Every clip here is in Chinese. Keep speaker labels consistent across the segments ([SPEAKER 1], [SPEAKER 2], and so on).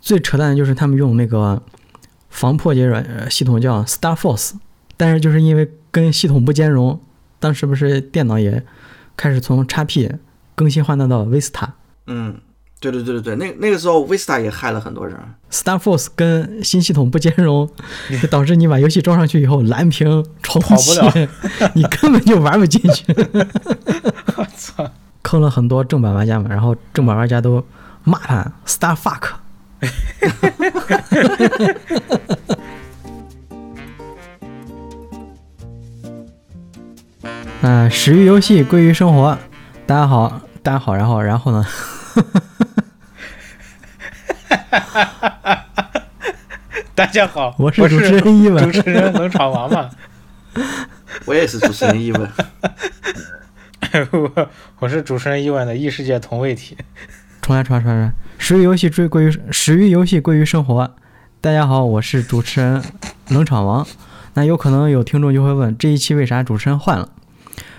[SPEAKER 1] 最扯淡的就是他们用那个防破解软呃系统叫 StarForce，但是就是因为跟系统不兼容，当时不是电脑也开始从 XP 更新换代到 Vista。
[SPEAKER 2] 嗯，对对对对对，那那个时候 Vista 也害了很多人。
[SPEAKER 1] StarForce 跟新系统不兼容，就导致你把游戏装上去以后，蓝屏重启
[SPEAKER 3] 跑不，
[SPEAKER 1] 你根本就玩不进去，
[SPEAKER 3] 我操！
[SPEAKER 1] 坑了很多正版玩家嘛。然后正版玩家都骂他 Star fuck。嗯，始于游戏，归于生活。大家好，大家好，然后然后呢？
[SPEAKER 3] 大家好，
[SPEAKER 1] 我
[SPEAKER 3] 我
[SPEAKER 1] 是主持人伊文
[SPEAKER 3] 主持人冷场王嘛，
[SPEAKER 2] 我也是主持人伊文，
[SPEAKER 3] 我我是主持人伊文的异世界同位体。
[SPEAKER 1] 重来，重来，重来，重来！始于游戏，追归于始于游戏，归于生活。大家好，我是主持人冷场王。那有可能有听众就会问，这一期为啥主持人换了？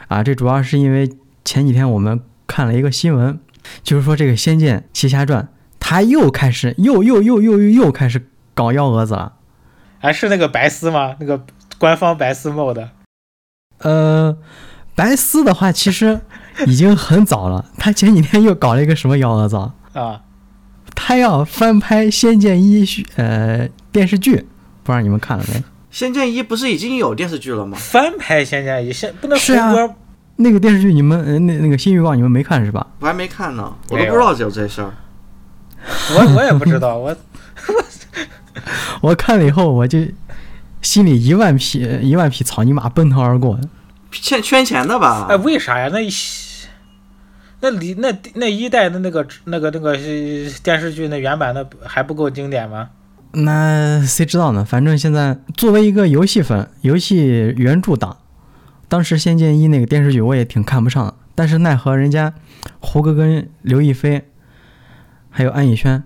[SPEAKER 1] 啊，这主要是因为前几天我们看了一个新闻，就是说这个《仙剑奇侠传》，他又开始又又又又又又开始搞幺蛾子了。
[SPEAKER 3] 哎，是那个白丝吗？那个官方白丝 mod
[SPEAKER 1] 呃，白丝的话其实已经很早了，他前几天又搞了一个什么幺蛾子啊？
[SPEAKER 3] 啊？
[SPEAKER 1] 他要翻拍《仙剑一》续呃电视剧，不知道你们看了没？
[SPEAKER 2] 《仙剑一》不是已经有电视剧了吗？
[SPEAKER 3] 翻拍《仙剑一》，现不能
[SPEAKER 1] 是啊
[SPEAKER 3] 胡歌
[SPEAKER 1] 那个电视剧你们呃那那个新预告你们没看是吧？
[SPEAKER 2] 我还没看呢，我
[SPEAKER 3] 没
[SPEAKER 2] 都
[SPEAKER 3] 有
[SPEAKER 2] 不知道有这事儿。
[SPEAKER 3] 我我也不 知道，我
[SPEAKER 1] 我看了以后我就心里一万匹呃一万匹草泥马奔腾而过。
[SPEAKER 2] 欠圈钱的吧
[SPEAKER 3] 哎，？为啥呀？那一那里那那一代的那个那个那个呃电视剧那原版的还不够经典吗？
[SPEAKER 1] 那谁知道呢？反正现在作为一个游戏粉、游戏原著党，当时《仙剑一》那个电视剧我也挺看不上的，但是奈何人家胡歌跟刘亦菲，还有安以轩，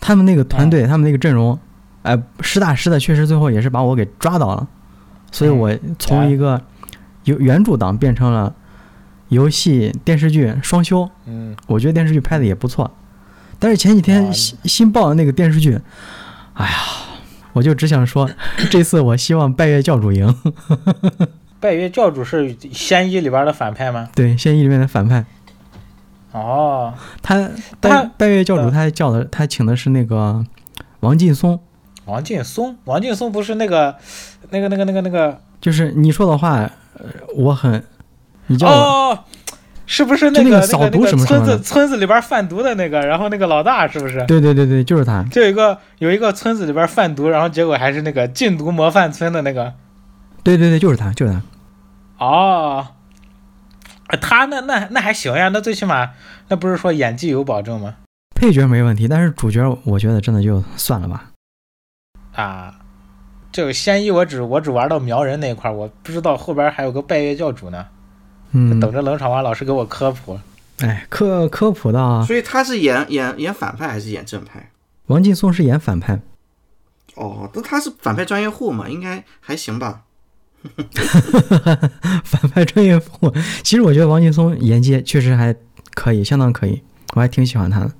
[SPEAKER 1] 他们那个团队、他们那个阵容，哎、实打实的，确实最后也是把我给抓到了。所以我从一个游原著党变成了游戏电视剧双修。
[SPEAKER 3] 嗯，
[SPEAKER 1] 我觉得电视剧拍的也不错，但是前几天
[SPEAKER 3] 啊
[SPEAKER 1] 新新爆的那个电视剧，哎呀，我就只想说， 这次我希望拜月教主赢。
[SPEAKER 3] 拜月教主是《仙一》里边的反派吗？
[SPEAKER 1] 对，仙一里面的反派，
[SPEAKER 3] 哦，
[SPEAKER 1] 他
[SPEAKER 3] 他
[SPEAKER 1] 拜拜月教主
[SPEAKER 3] 嗯
[SPEAKER 1] 他叫的他请的是那个王劲松，
[SPEAKER 3] 王劲松，王劲松不是那个那个那个那个那个
[SPEAKER 1] 就是你说的话，呃我很，你叫我
[SPEAKER 3] 哦，是不是
[SPEAKER 1] 就
[SPEAKER 3] 那
[SPEAKER 1] 那个
[SPEAKER 3] 个
[SPEAKER 1] 扫
[SPEAKER 3] 那
[SPEAKER 1] 毒
[SPEAKER 3] 个
[SPEAKER 1] 什么什
[SPEAKER 3] 村
[SPEAKER 1] 么的
[SPEAKER 3] 子村子里边贩毒的那个，然后那个老大是不是？
[SPEAKER 1] 对对对对，就是他，
[SPEAKER 3] 就有一个有一个村子里边贩毒，然后结果还是那个禁毒模范村的那个
[SPEAKER 1] 对对对，就是他，就是他。
[SPEAKER 3] 哦，他那那那还行呀，那最起码那不是说演技有保证吗？
[SPEAKER 1] 配角没问题，但是主角我觉得真的就算了吧。
[SPEAKER 3] 啊，这个仙一我只我只玩到苗人那一块儿，我不知道后边还有个拜月教主呢，
[SPEAKER 1] 嗯，
[SPEAKER 3] 等着冷场王老师给我科普。
[SPEAKER 1] 哎，科科普的啊，
[SPEAKER 2] 所以他是演演演反派还是演正派？
[SPEAKER 1] 王劲松是演反派，
[SPEAKER 2] 哦，那他是反派专业户嘛，应该还行吧？
[SPEAKER 1] 反派专业户。其实我觉得王劲松演技确实还可以，相当可以，我还挺喜欢他的。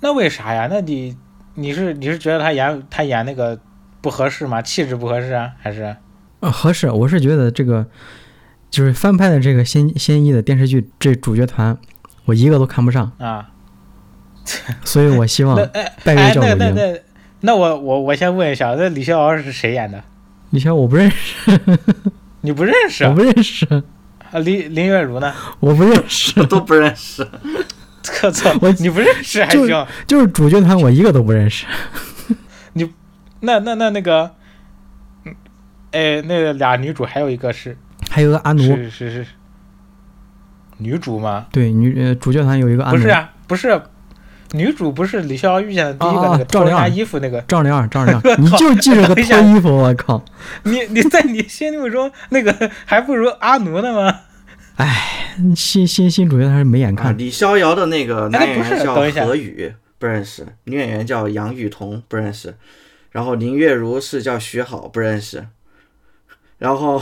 [SPEAKER 3] 那为啥呀？那你你是你是觉得他演他演那个不合适吗？气质不合适啊？还是
[SPEAKER 1] 呃，合适，我是觉得这个就是翻拍的这个仙仙一的电视剧，这主角团我一个都看不上，
[SPEAKER 3] 啊？
[SPEAKER 1] 所以我希望
[SPEAKER 3] 那哎
[SPEAKER 1] 拜月
[SPEAKER 3] 哎，
[SPEAKER 1] 教
[SPEAKER 3] 那
[SPEAKER 1] 主
[SPEAKER 3] 那
[SPEAKER 1] 赢。
[SPEAKER 3] 那那我我我先问一下，那李逍遥是谁演的？
[SPEAKER 1] 你像我不认识，
[SPEAKER 3] 你不认识
[SPEAKER 1] 我
[SPEAKER 3] 啊？
[SPEAKER 1] 不认识，
[SPEAKER 3] 啊林林月如呢？
[SPEAKER 1] 我不认识，
[SPEAKER 2] 都不认识。
[SPEAKER 3] 我操
[SPEAKER 1] 我，
[SPEAKER 3] 你不认识还
[SPEAKER 1] 就
[SPEAKER 3] 行？
[SPEAKER 1] 就是主角团我一个都不认识。
[SPEAKER 3] 那那那那个，嗯，哎，那俩女主还有一个是
[SPEAKER 1] 还有个阿奴，
[SPEAKER 3] 是是是女主吗？
[SPEAKER 1] 对女呃主角团有一个阿
[SPEAKER 3] 不
[SPEAKER 1] 奴
[SPEAKER 3] 是，啊，不是，女主不是李逍遥遇见的第一个
[SPEAKER 1] 啊啊
[SPEAKER 3] 那个
[SPEAKER 1] 赵
[SPEAKER 3] 脱人
[SPEAKER 1] 灵儿
[SPEAKER 3] 家衣服那个。
[SPEAKER 1] 赵灵儿，赵灵 儿，你就记着个
[SPEAKER 3] 等一
[SPEAKER 1] 脱
[SPEAKER 3] 下
[SPEAKER 1] 衣服，我靠！
[SPEAKER 3] 你你在你心目中那个还不如阿奴呢吗？
[SPEAKER 1] 新新新主角团是没眼
[SPEAKER 2] 啊，
[SPEAKER 1] 看，
[SPEAKER 2] 李逍遥的那个男演
[SPEAKER 3] 哎那不
[SPEAKER 2] 员
[SPEAKER 3] 是
[SPEAKER 2] 叫
[SPEAKER 3] 等一下
[SPEAKER 2] 何雨，不认识；女演员叫杨雨桐，不认识；然后林月如是叫徐好，不认识；然后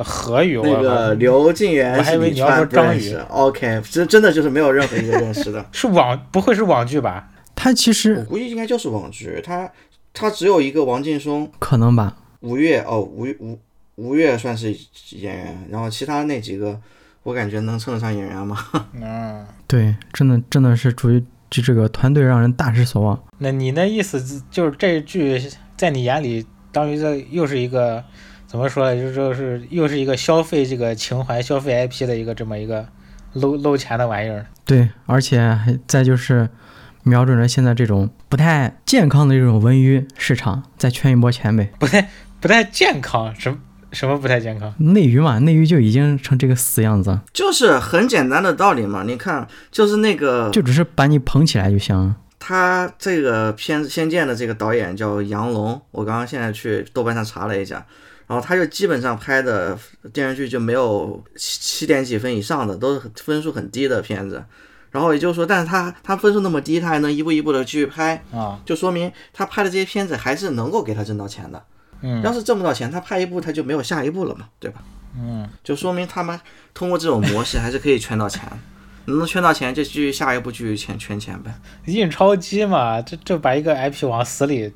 [SPEAKER 3] 何宇，
[SPEAKER 2] 那个刘静
[SPEAKER 3] 我
[SPEAKER 2] 元
[SPEAKER 3] 还
[SPEAKER 2] 是
[SPEAKER 3] 以为
[SPEAKER 2] 李
[SPEAKER 3] 你要
[SPEAKER 2] 川，
[SPEAKER 3] 说
[SPEAKER 2] 不
[SPEAKER 3] 张
[SPEAKER 2] 认
[SPEAKER 3] 宇 。
[SPEAKER 2] 识。OK，这真的就是没有任何一个认识的
[SPEAKER 3] 是网不会是网剧吧？
[SPEAKER 1] 他其
[SPEAKER 2] 我
[SPEAKER 1] 实
[SPEAKER 2] 估计应该就是网剧，他他只有一个王劲松、
[SPEAKER 1] 可能吧，
[SPEAKER 2] 吴越哦，吴吴吴越算是演员，然后其他那几个我感觉能称得上演员吗？
[SPEAKER 3] 嗯，
[SPEAKER 1] 对，真的真的是属于这这个团队让人大失所望。
[SPEAKER 3] 那你那意思就是这剧在你眼里，当于这又是一个怎么说呢？就是就是又是一个消费这个情怀、消费 IP 的一个这么一个搂搂钱的玩意儿。
[SPEAKER 1] 对，而且还再就是瞄准了现在这种不太健康的这种文娱市场，再圈一波钱呗。
[SPEAKER 3] 不太健康，什么什么不太健康？
[SPEAKER 1] 内娱嘛，内娱就已经成这个死样子了，
[SPEAKER 2] 呃就是很简单的道理嘛，你看，就是那个
[SPEAKER 1] 就只是把你捧起来就行了。
[SPEAKER 2] 他这个片《子《仙剑》的这个导演叫杨龙，我刚刚现在去豆瓣上查了一下，然后他就基本上拍的电视剧就没有七七点几分以上的，都是很分数很低的片子。然后也就是说，但是他他分数那么低，他还能一步一步的去拍，
[SPEAKER 3] 啊，
[SPEAKER 2] 就说明他拍的这些片子还是能够给他挣到钱的。
[SPEAKER 3] 嗯
[SPEAKER 2] 要是挣不到钱，他拍一部他就没有下一部了嘛，对吧？
[SPEAKER 3] 嗯，
[SPEAKER 2] 就说明他们通过这种模式还是可以圈到钱，能圈到钱就继续下一步继续圈圈钱呗。
[SPEAKER 3] 印钞机嘛，这这把一个 IP 往死里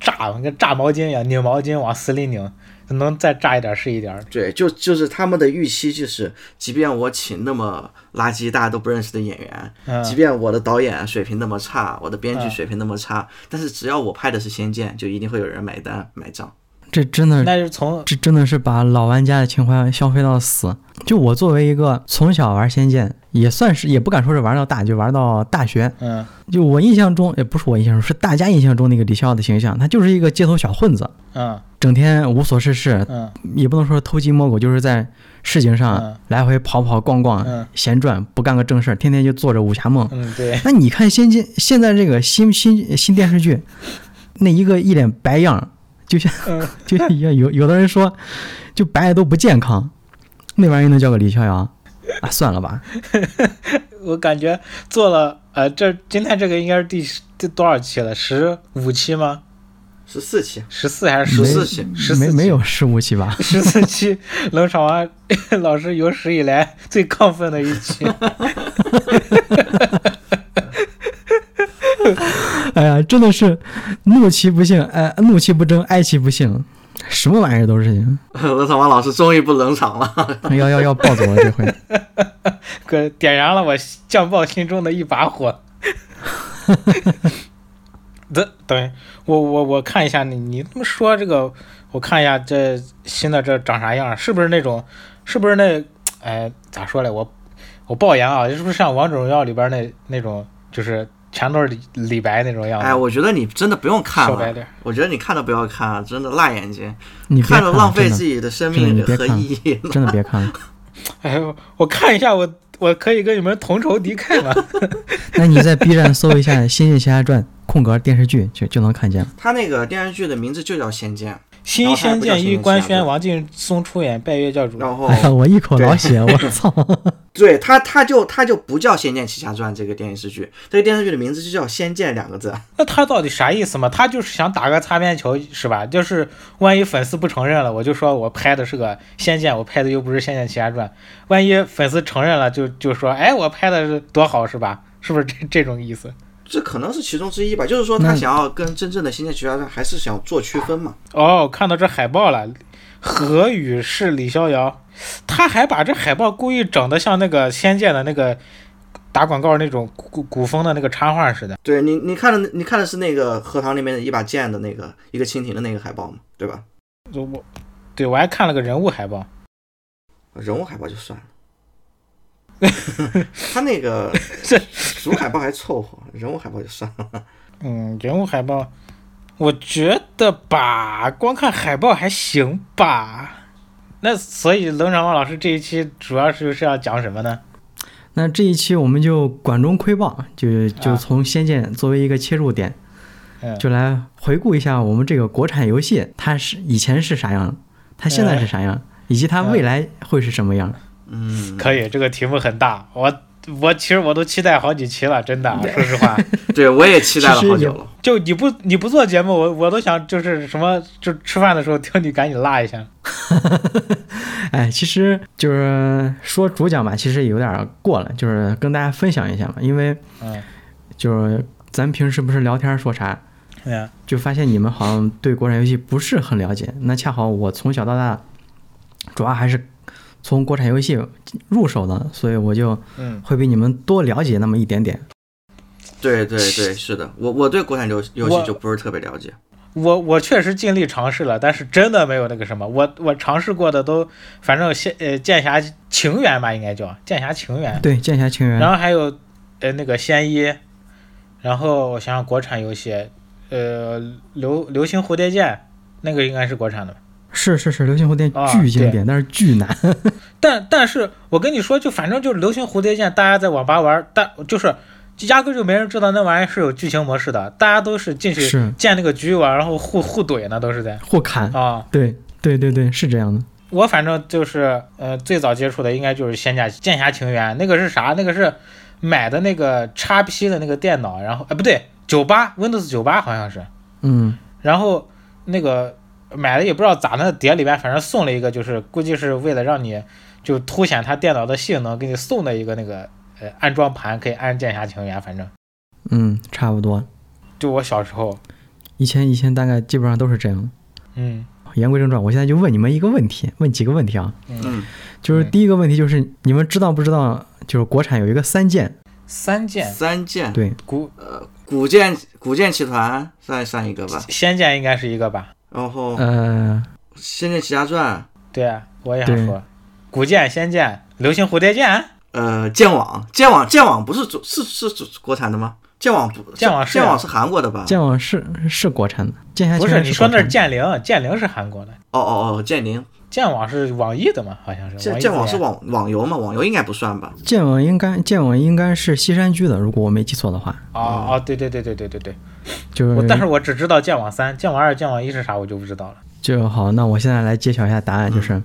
[SPEAKER 3] 炸，跟炸毛巾一样，拧毛巾往死里拧，能再炸一点是一点儿。
[SPEAKER 2] 对，就就是他们的预期就是，即便我请那么垃圾大家都不认识的演员，即
[SPEAKER 3] 嗯，
[SPEAKER 2] 便我的导演啊水平那么差，我的编
[SPEAKER 1] 嗯
[SPEAKER 2] 剧水平那么差，但是只要我拍的是《仙剑》，就一定会有人买单买账。
[SPEAKER 1] 这真的
[SPEAKER 3] 那就从
[SPEAKER 1] 这真的是把老玩家的情怀消费到死。就我作为一个从小玩《仙剑》，也算是也不敢说是玩到大，就玩到大学。
[SPEAKER 3] 嗯
[SPEAKER 1] 就我印象中，也不是我印象中，是大家印象中那个李逍遥的形象，他就是一个街头小混子，
[SPEAKER 3] 嗯
[SPEAKER 1] 整天无所事事，
[SPEAKER 3] 嗯
[SPEAKER 1] 也不能说是偷鸡摸狗，就是在市井上
[SPEAKER 3] 嗯
[SPEAKER 1] 来回跑跑逛逛，
[SPEAKER 3] 嗯
[SPEAKER 1] 闲转，不干个正事儿，天天就做着武侠梦。
[SPEAKER 3] 嗯，对，
[SPEAKER 1] 那你看仙剑现在这个新新新电视剧，那一个一脸白样儿，就像
[SPEAKER 3] 嗯
[SPEAKER 1] 就像有有的人说，就白的都不健康，那玩意儿能叫个李逍遥啊？算了吧，
[SPEAKER 3] 我感觉做了呃，这今天这个应该是第十第多少期了？十五期吗？
[SPEAKER 2] 十四期，啊
[SPEAKER 3] 十四还是
[SPEAKER 2] 十
[SPEAKER 3] 十
[SPEAKER 2] 四期，
[SPEAKER 3] 十
[SPEAKER 1] 没
[SPEAKER 3] 四
[SPEAKER 1] 没有失误期吧？
[SPEAKER 3] 十四期 冷场王老师有史以来最亢奋的一期。
[SPEAKER 1] 哎呀，真的是怒其不幸，哎、怒其不争，哀其不幸，什么玩意儿都是。
[SPEAKER 2] 冷场王老师终于不冷场了。
[SPEAKER 1] 要要要暴走了这回。
[SPEAKER 3] 可点燃了我酱爆心中的一把火。等等，我我我看一下你你这么说这个，我看一下这新的这长啥样，是不是那种，是不是那，哎，咋说嘞？我我爆言啊，是不是像王者荣耀里边那那种，就是全都是李李白那种样子？
[SPEAKER 2] 哎，我觉得你真的不用看
[SPEAKER 3] 小白
[SPEAKER 2] 了，
[SPEAKER 3] 脸。
[SPEAKER 2] 我觉得你看都不要看，啊真的辣眼睛，
[SPEAKER 1] 你别
[SPEAKER 2] 看着浪费
[SPEAKER 1] 真的
[SPEAKER 2] 自己的生
[SPEAKER 1] 真的你
[SPEAKER 2] 命
[SPEAKER 1] 别
[SPEAKER 2] 和
[SPEAKER 1] 看
[SPEAKER 2] 意义。
[SPEAKER 1] 真的别看了。
[SPEAKER 3] 哎呦，我看一下，我我可以跟你们同仇敌 忾吗？
[SPEAKER 1] 那你在 B 站搜一下《仙剑奇侠传》空格电视剧，就就能看见了。
[SPEAKER 2] 他那个电视剧的名字就叫《仙剑
[SPEAKER 3] 新《仙剑》一官宣，王劲松出演拜月教》，主。
[SPEAKER 2] 然后
[SPEAKER 1] 哎呀， 我一口老血，我操！
[SPEAKER 2] 对他，他就他就不叫《仙剑奇侠传》这个电视剧，这个电视剧的名字就叫《仙剑》两个字。
[SPEAKER 3] 那他到底啥意思嘛？他就是想打个擦边球，是吧？就是万一粉丝不承认了，我就说我拍的是个《仙剑》，我拍的又不是《仙剑奇侠传》。万一粉丝承认了就，就说，哎，我拍的是多好，是吧？是不是这这种意思？
[SPEAKER 2] 这可能是其中之一吧，就是说他
[SPEAKER 1] 那
[SPEAKER 2] 想要跟真正的《仙剑奇侠传》还是想做区分嘛。
[SPEAKER 3] 哦，看到这海报了，何雨是李逍遥，他还把这海报故意整的像那个《仙剑》的那个打广告那种古古古风的那个插画似的。
[SPEAKER 2] 对你，你看的你看的是那个荷塘里面的一把剑的那个一个蜻蜓的那个海报嘛，对吧？
[SPEAKER 3] 我，对我还看了个人物海报，
[SPEAKER 2] 人物海报就算了， 他那个
[SPEAKER 3] 这
[SPEAKER 2] 主海报还凑合，人物海报就算了。
[SPEAKER 3] 嗯，人物海报，我觉得吧，光看海报还行吧。那所以冷场王老师这一期主要是是要讲什么呢？
[SPEAKER 1] 那这一期我们就管中窥豹，就
[SPEAKER 2] 啊
[SPEAKER 1] 就从《仙剑》作为一个切入点，
[SPEAKER 3] 嗯，
[SPEAKER 1] 就来回顾一下我们这个国产游戏它是以前是啥样，它现在是啥样，以及它未
[SPEAKER 2] 啊
[SPEAKER 1] 来会是什么样。
[SPEAKER 2] 嗯，
[SPEAKER 3] 可以，这个题目很大，我我其实我都期待好几期了，真的，说实话，
[SPEAKER 2] 对我也期待了
[SPEAKER 1] 其实
[SPEAKER 2] 好久
[SPEAKER 1] 有
[SPEAKER 2] 了。
[SPEAKER 3] 就你不你不做节目，我我都想就是什么，就吃饭的时候 听你赶紧拉一下。
[SPEAKER 1] 哎，其实就是说主讲吧，其实有点儿过了，就是跟大家分享一下嘛，因为
[SPEAKER 3] 嗯
[SPEAKER 1] 就是咱平时不是聊天说啥，
[SPEAKER 3] 嗯
[SPEAKER 1] 就发现你们好像对国产游戏不是很了解。那恰好我从小到大，主要还是从国产游戏入手的，所以我就
[SPEAKER 3] 嗯，
[SPEAKER 1] 会比你们多了解那么一点点。
[SPEAKER 2] 对对对，是的，我我对国产游游
[SPEAKER 3] 我
[SPEAKER 2] 戏就不是特别了解。
[SPEAKER 3] 我我确实尽力尝试了，但是真的没有那个什么，我我尝试过的都，反正剑呃剑侠情缘吧，应该叫剑侠情缘，
[SPEAKER 1] 对《剑侠情缘》，
[SPEAKER 3] 然后还有呃那个仙一，然后我想想国产游戏，呃流流星蝴蝶剑那个应该是国产的吧，
[SPEAKER 1] 是是是，《流星蝴蝶
[SPEAKER 3] 啊》
[SPEAKER 1] 巨经典，但是巨难。
[SPEAKER 3] 但但是我跟你说，就反正就是流星蝴蝶剑，大家在网吧玩，但就是压根就没人知道那玩意儿是有剧情模式的，大家都是进
[SPEAKER 1] 是嗯
[SPEAKER 3] 去建那个局玩，然后互互怼呢，都是在
[SPEAKER 1] 互砍。
[SPEAKER 3] 啊。
[SPEAKER 1] 对对对对，是这样的。
[SPEAKER 3] 我反正就是呃最早接触的应该就是《仙侠剑侠情缘》，那个是啥？那个是买的那个 x P 的那个电脑，然后哎不对，九八 Windows 九八好像是，
[SPEAKER 1] 嗯，
[SPEAKER 3] 然后那个买的也不知道咋的，碟里边反正送了一个，就是估计是为了让你就凸显它电脑的性能，给你送的一个那个呃安装盘，可以安《剑侠情缘》。反正
[SPEAKER 1] 嗯，差不多。
[SPEAKER 3] 就我小时候，
[SPEAKER 1] 以前以前大概基本上都是这样。
[SPEAKER 3] 嗯
[SPEAKER 1] 言归正传，我现在就问你们一个问题，问几个问题啊？
[SPEAKER 3] 嗯，
[SPEAKER 2] 嗯，
[SPEAKER 1] 就是
[SPEAKER 3] 嗯
[SPEAKER 1] 第一个问题就是你们知道不知道，就是国产有一个三剑，
[SPEAKER 3] 三剑
[SPEAKER 2] 三剑，
[SPEAKER 1] 对，
[SPEAKER 3] 古
[SPEAKER 2] 呃，古剑古剑奇团算算一个吧，
[SPEAKER 3] 仙剑应该是一个吧？
[SPEAKER 2] 然后《
[SPEAKER 1] 呃，
[SPEAKER 2] 仙剑奇侠传》，
[SPEAKER 3] 对啊，我也
[SPEAKER 1] 对
[SPEAKER 3] 想说，古剑、仙剑、流星蝴蝶剑，啊
[SPEAKER 2] 呃，剑网，剑网，剑网不是主是是主国产的吗？剑网不，
[SPEAKER 3] 剑网是
[SPEAKER 2] 剑网是韩国的吧？
[SPEAKER 1] 剑网是是国产的，剑侠
[SPEAKER 3] 啊不
[SPEAKER 1] 情
[SPEAKER 3] 是
[SPEAKER 1] 缘
[SPEAKER 3] 你说那
[SPEAKER 1] 国
[SPEAKER 3] 是
[SPEAKER 1] 产的
[SPEAKER 3] 剑灵，剑灵是韩国的，
[SPEAKER 2] 哦哦哦，剑灵，
[SPEAKER 3] 剑网是网易的嘛？好像是
[SPEAKER 2] 剑
[SPEAKER 3] 易
[SPEAKER 2] 剑网
[SPEAKER 3] 自
[SPEAKER 2] 是
[SPEAKER 3] 研
[SPEAKER 2] 网网游嘛？网游应该不算吧？
[SPEAKER 1] 剑网应该剑网应该是西山居的，如果我没记错的话，
[SPEAKER 3] 哦哦，对对对对对对对，
[SPEAKER 1] 就是
[SPEAKER 3] 我哦但是我只知道剑网三、剑网二、剑网一是啥，我就不知道了。
[SPEAKER 1] 就好。那我现在来揭晓一下答案，
[SPEAKER 3] 嗯
[SPEAKER 1] 就是、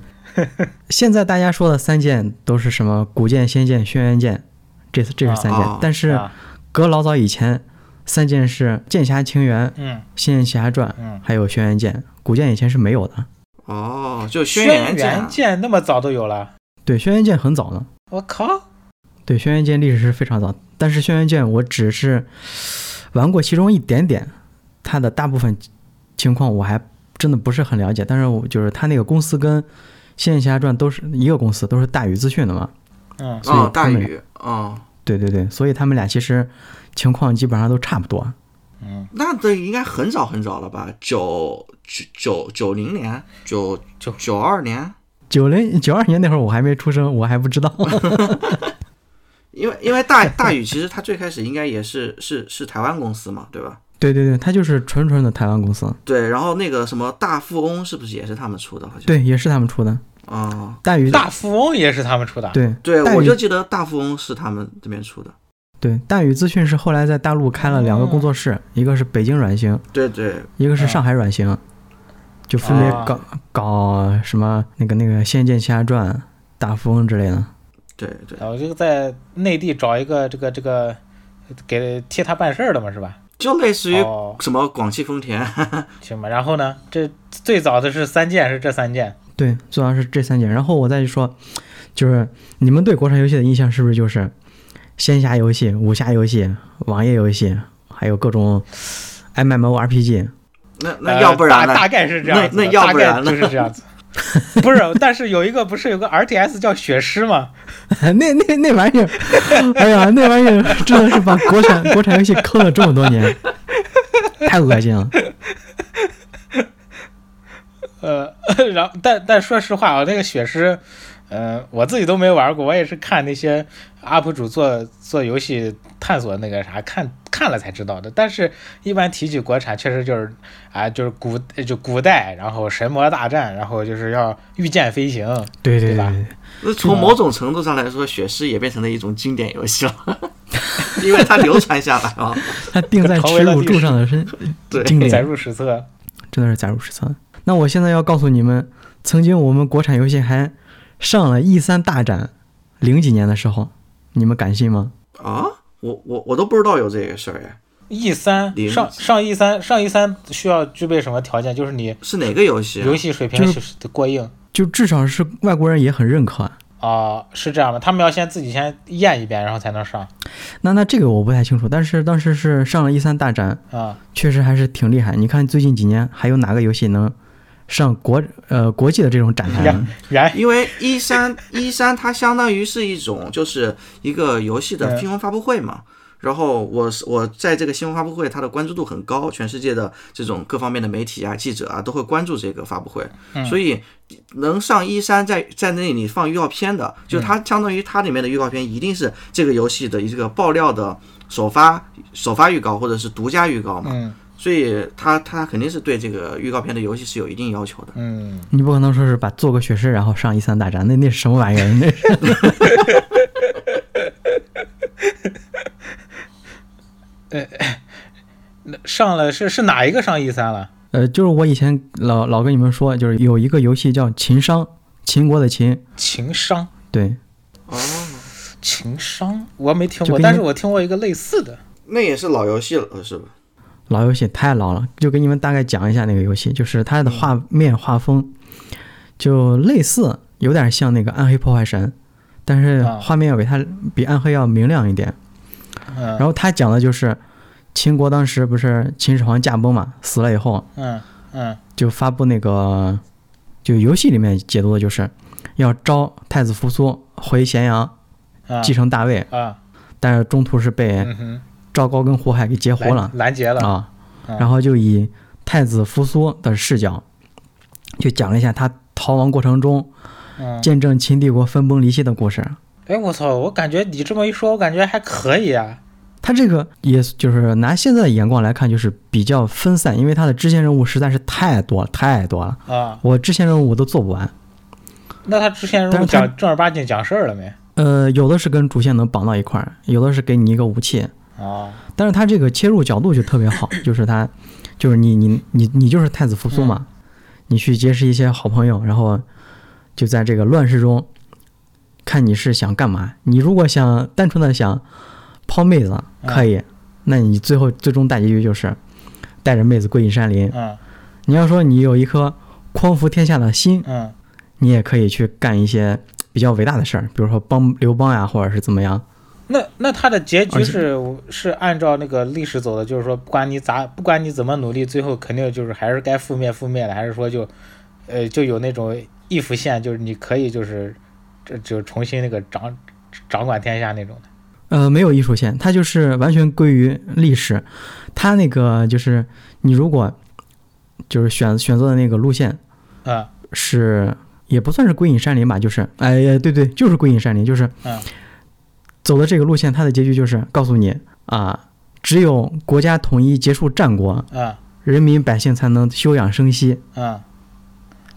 [SPEAKER 1] 现在大家说的三剑都是什么？古剑、仙剑、轩辕剑，这这是三剑。
[SPEAKER 2] 啊
[SPEAKER 1] 但是
[SPEAKER 3] 啊、
[SPEAKER 1] 隔老早以前，三剑是剑侠情缘、
[SPEAKER 3] 嗯
[SPEAKER 1] 仙剑奇侠传，
[SPEAKER 3] 嗯，
[SPEAKER 1] 还有轩辕剑。古剑以前是没有的，
[SPEAKER 2] 哦，就轩
[SPEAKER 3] 轩
[SPEAKER 2] 辕剑
[SPEAKER 3] 辕
[SPEAKER 2] 啊，
[SPEAKER 3] 剑那么早都有了，
[SPEAKER 1] 对，轩辕剑很早呢。
[SPEAKER 3] 我靠！
[SPEAKER 1] 对，轩辕剑历史是非常早，但是轩辕剑我只是玩过其中一点点，它的大部分情况我还真的不是很了解。但是我就是它那个公司跟《仙剑奇侠传》都是一个公司，都是大宇资讯的嘛。
[SPEAKER 3] 嗯，
[SPEAKER 1] 所以
[SPEAKER 2] 哦，大
[SPEAKER 1] 他们
[SPEAKER 2] 宇，哦，
[SPEAKER 1] 对对对，所以他们俩其实情况基本上都差不多。
[SPEAKER 3] 嗯
[SPEAKER 2] 那这应该很早很早了吧？九九九九零年，九
[SPEAKER 3] 九
[SPEAKER 2] 九二年，
[SPEAKER 1] 九零九二年那会儿我还没出生，我还不知道。
[SPEAKER 2] 因为因为大大宇其实它最开始应该也是是是台湾公司嘛，对吧？
[SPEAKER 1] 对对对，它就是纯纯的台湾公司，
[SPEAKER 2] 对，然后那个什么大富翁是不是也是他们出的？好像，
[SPEAKER 1] 对，也是他们出的。
[SPEAKER 2] 哦，
[SPEAKER 1] 大宇
[SPEAKER 3] 大富翁也是他们出的。
[SPEAKER 1] 对
[SPEAKER 2] 对，
[SPEAKER 1] 大
[SPEAKER 2] 我
[SPEAKER 1] 宇
[SPEAKER 2] 就记得大富翁是他们这边出的。
[SPEAKER 1] 对大宇资讯是后来在大陆开了两个工作室，一个是北京软星，
[SPEAKER 2] 对对，
[SPEAKER 1] 一个是上海软星，就分别
[SPEAKER 3] 啊
[SPEAKER 1] 搞、搞什么那个那个《仙剑奇侠传》《大富翁》之类的。
[SPEAKER 2] 对对
[SPEAKER 3] 啊，我就在内地找一个这个这个给替他办事儿的嘛，是吧？
[SPEAKER 2] 就类似于
[SPEAKER 3] 哦，
[SPEAKER 2] 什么广汽丰田，
[SPEAKER 3] 行吧。然后呢，这最早的是三剑，是这三剑。
[SPEAKER 1] 对，主要是这三点。然后我再说，就是你们对国产游戏的印象是不是就是仙侠游戏、武侠游戏、网页游戏，还有各种 MMORPG？
[SPEAKER 2] 那那要不然
[SPEAKER 3] 呃
[SPEAKER 2] 呢
[SPEAKER 3] 大？大概是这样子的，
[SPEAKER 2] 那那要不然呢
[SPEAKER 3] 大概就是这样子。 不是，但是有一个不是有个 R T S 叫血狮吗？
[SPEAKER 1] 那那那玩意儿， 哎呀，那玩意儿真的是把国 产国产游戏坑了这么多 年，太恶心了。
[SPEAKER 3] 呃， 然后但但说实话啊，那个血狮，呃，我自己都没玩过，我也是看那些 UP 主做做游戏探索那个啥，看看了才知道的。但是，一般提起国产，确实就是啊、就是古就古代，然后神魔大战，然后就是要御剑飞行，
[SPEAKER 1] 对对
[SPEAKER 3] 对吧
[SPEAKER 1] 对，
[SPEAKER 2] 那从某种程度上来说，雪狮也变成了一种经典游戏了， 因为它流传下来啊。
[SPEAKER 1] 它定在耻辱柱上的是
[SPEAKER 2] 对
[SPEAKER 1] 经
[SPEAKER 3] 载
[SPEAKER 1] 典，
[SPEAKER 3] 入史册。
[SPEAKER 1] 真的是载入史册。那我现在要告诉你们，曾经我们国产游戏还上了 E 三大展，零几年的时候，你们敢信吗？
[SPEAKER 2] 啊，我我我都不知道有这个事儿哎，
[SPEAKER 3] E 三
[SPEAKER 2] 零
[SPEAKER 3] 上上 E 三上 E 三需要具备什么条件？就是你
[SPEAKER 2] 是哪个游戏啊？
[SPEAKER 3] 游戏水平
[SPEAKER 1] 就是
[SPEAKER 3] 是过硬
[SPEAKER 1] 就至少是外国人也很认可啊，
[SPEAKER 3] 啊、是这样的，他们要先自己先验一遍，然后才能上
[SPEAKER 1] 那那这个我不太清楚，但是当时是上了一 E 三大展，
[SPEAKER 3] 啊、
[SPEAKER 1] 确实还是挺厉害。你看最近几年还有哪个游戏能上国呃国际的这种展台呢？
[SPEAKER 3] 原
[SPEAKER 2] 因为一三一三它相当于是一种就是一个游戏的
[SPEAKER 3] 嗯
[SPEAKER 2] 新闻发布会嘛。然后我是我在这个新闻发布会，它的关注度很高，全世界的这种各方面的媒体啊、记者啊都会关注这个发布会，所以能上一三在在那里放预告片的，就它相当于它里面的预告片一定是这个游戏的一个爆料的首发首发预告或者是独家预告嘛，
[SPEAKER 3] 嗯
[SPEAKER 2] 所以它它肯定是对这个预告片的游戏是有一定要求的。
[SPEAKER 3] 嗯，
[SPEAKER 1] 你不可能说是把做个雪狮然后上一 E 三大展，那那是什么玩意儿？那是
[SPEAKER 3] 那上了是是哪一个上 E 三了？
[SPEAKER 1] 呃，就是我以前老老跟你们说，就是有一个游戏叫《秦商》，秦国的秦，
[SPEAKER 3] 情商，
[SPEAKER 1] 对，
[SPEAKER 2] 哦，
[SPEAKER 3] 情商，我没听
[SPEAKER 1] 就
[SPEAKER 3] 过，
[SPEAKER 1] 跟
[SPEAKER 3] 但
[SPEAKER 1] 你
[SPEAKER 3] 是我听过一个类似的，
[SPEAKER 2] 那也是老游戏了，呃是吧？
[SPEAKER 1] 老游戏太老了，就给你们大概讲一下那个游戏，就是它的画面画风就类似，有点像那个《暗黑破坏神》，但是
[SPEAKER 3] 啊
[SPEAKER 1] 画面要比它比暗黑要明亮一点。然
[SPEAKER 3] 嗯
[SPEAKER 1] 后它讲的就是秦国当时不是秦始皇驾崩嘛，死了以后
[SPEAKER 3] 嗯嗯
[SPEAKER 1] 就发布那个，就游戏里面解读的就是要招太子扶苏回咸阳
[SPEAKER 3] 啊
[SPEAKER 1] 继承大位，
[SPEAKER 3] 啊，
[SPEAKER 1] 但是中途是被
[SPEAKER 3] 嗯哼，
[SPEAKER 1] 赵高跟胡亥给截胡
[SPEAKER 3] 拦
[SPEAKER 1] 了
[SPEAKER 3] 拦截了，
[SPEAKER 1] 啊，
[SPEAKER 3] 嗯
[SPEAKER 1] 然后就以太子扶苏的视角，就讲了一下他逃亡过程中
[SPEAKER 3] 嗯，
[SPEAKER 1] 见证秦帝国分崩离析的故事。
[SPEAKER 3] 哎，我操，我感觉你这么一说，我感觉还可以啊，
[SPEAKER 1] 他这个也就是拿现在的眼光来看，就是比较分散，因为他的支线任务实在是太多了，太多了，
[SPEAKER 3] 啊，
[SPEAKER 1] 我支线任务我都做不完。
[SPEAKER 3] 那他之前
[SPEAKER 1] 但
[SPEAKER 3] 如
[SPEAKER 1] 是
[SPEAKER 3] 果
[SPEAKER 1] 他
[SPEAKER 3] 讲正儿八经讲事儿了没？
[SPEAKER 1] 呃，有的是跟主线能绑到一块儿，有的是给你一个武器，
[SPEAKER 3] 啊，
[SPEAKER 1] 但是他这个切入角度就特别好，就是他，就是你你你你就是太子扶苏嘛，你去结识一些好朋友，然后就在这个乱世中，看你是想干嘛。你如果想单纯的想泡妹子，可以，那你最后最终大结局就是带着妹子归隐山林。
[SPEAKER 3] 嗯
[SPEAKER 1] 你要说你有一颗匡扶天下的心，
[SPEAKER 3] 嗯
[SPEAKER 1] 你也可以去干一些比较伟大的事儿，比如说帮刘邦呀，或者是怎么样。
[SPEAKER 3] 那那他的结
[SPEAKER 1] 而
[SPEAKER 3] 局
[SPEAKER 1] 且
[SPEAKER 3] 是是按照那个历史走的，就是说不管你咋不管你怎么努力，最后肯定就是还是该覆灭覆灭的，还是说就，呃就有那种义父线，就是你可以就是这就重新那个掌掌管天下那种的。
[SPEAKER 1] 呃，没有艺术线，它就是完全归于历史。它那个就是你如果就是选选择的那个路线
[SPEAKER 3] 嗯
[SPEAKER 1] 是也不算是归隐山林吧，就是哎呀对对，就是归隐山林，就是
[SPEAKER 3] 嗯
[SPEAKER 1] 走的这个路线，它的结局就是告诉你啊，只有国家统一结束战国，
[SPEAKER 3] 嗯
[SPEAKER 1] 人民百姓才能休养生息，
[SPEAKER 3] 嗯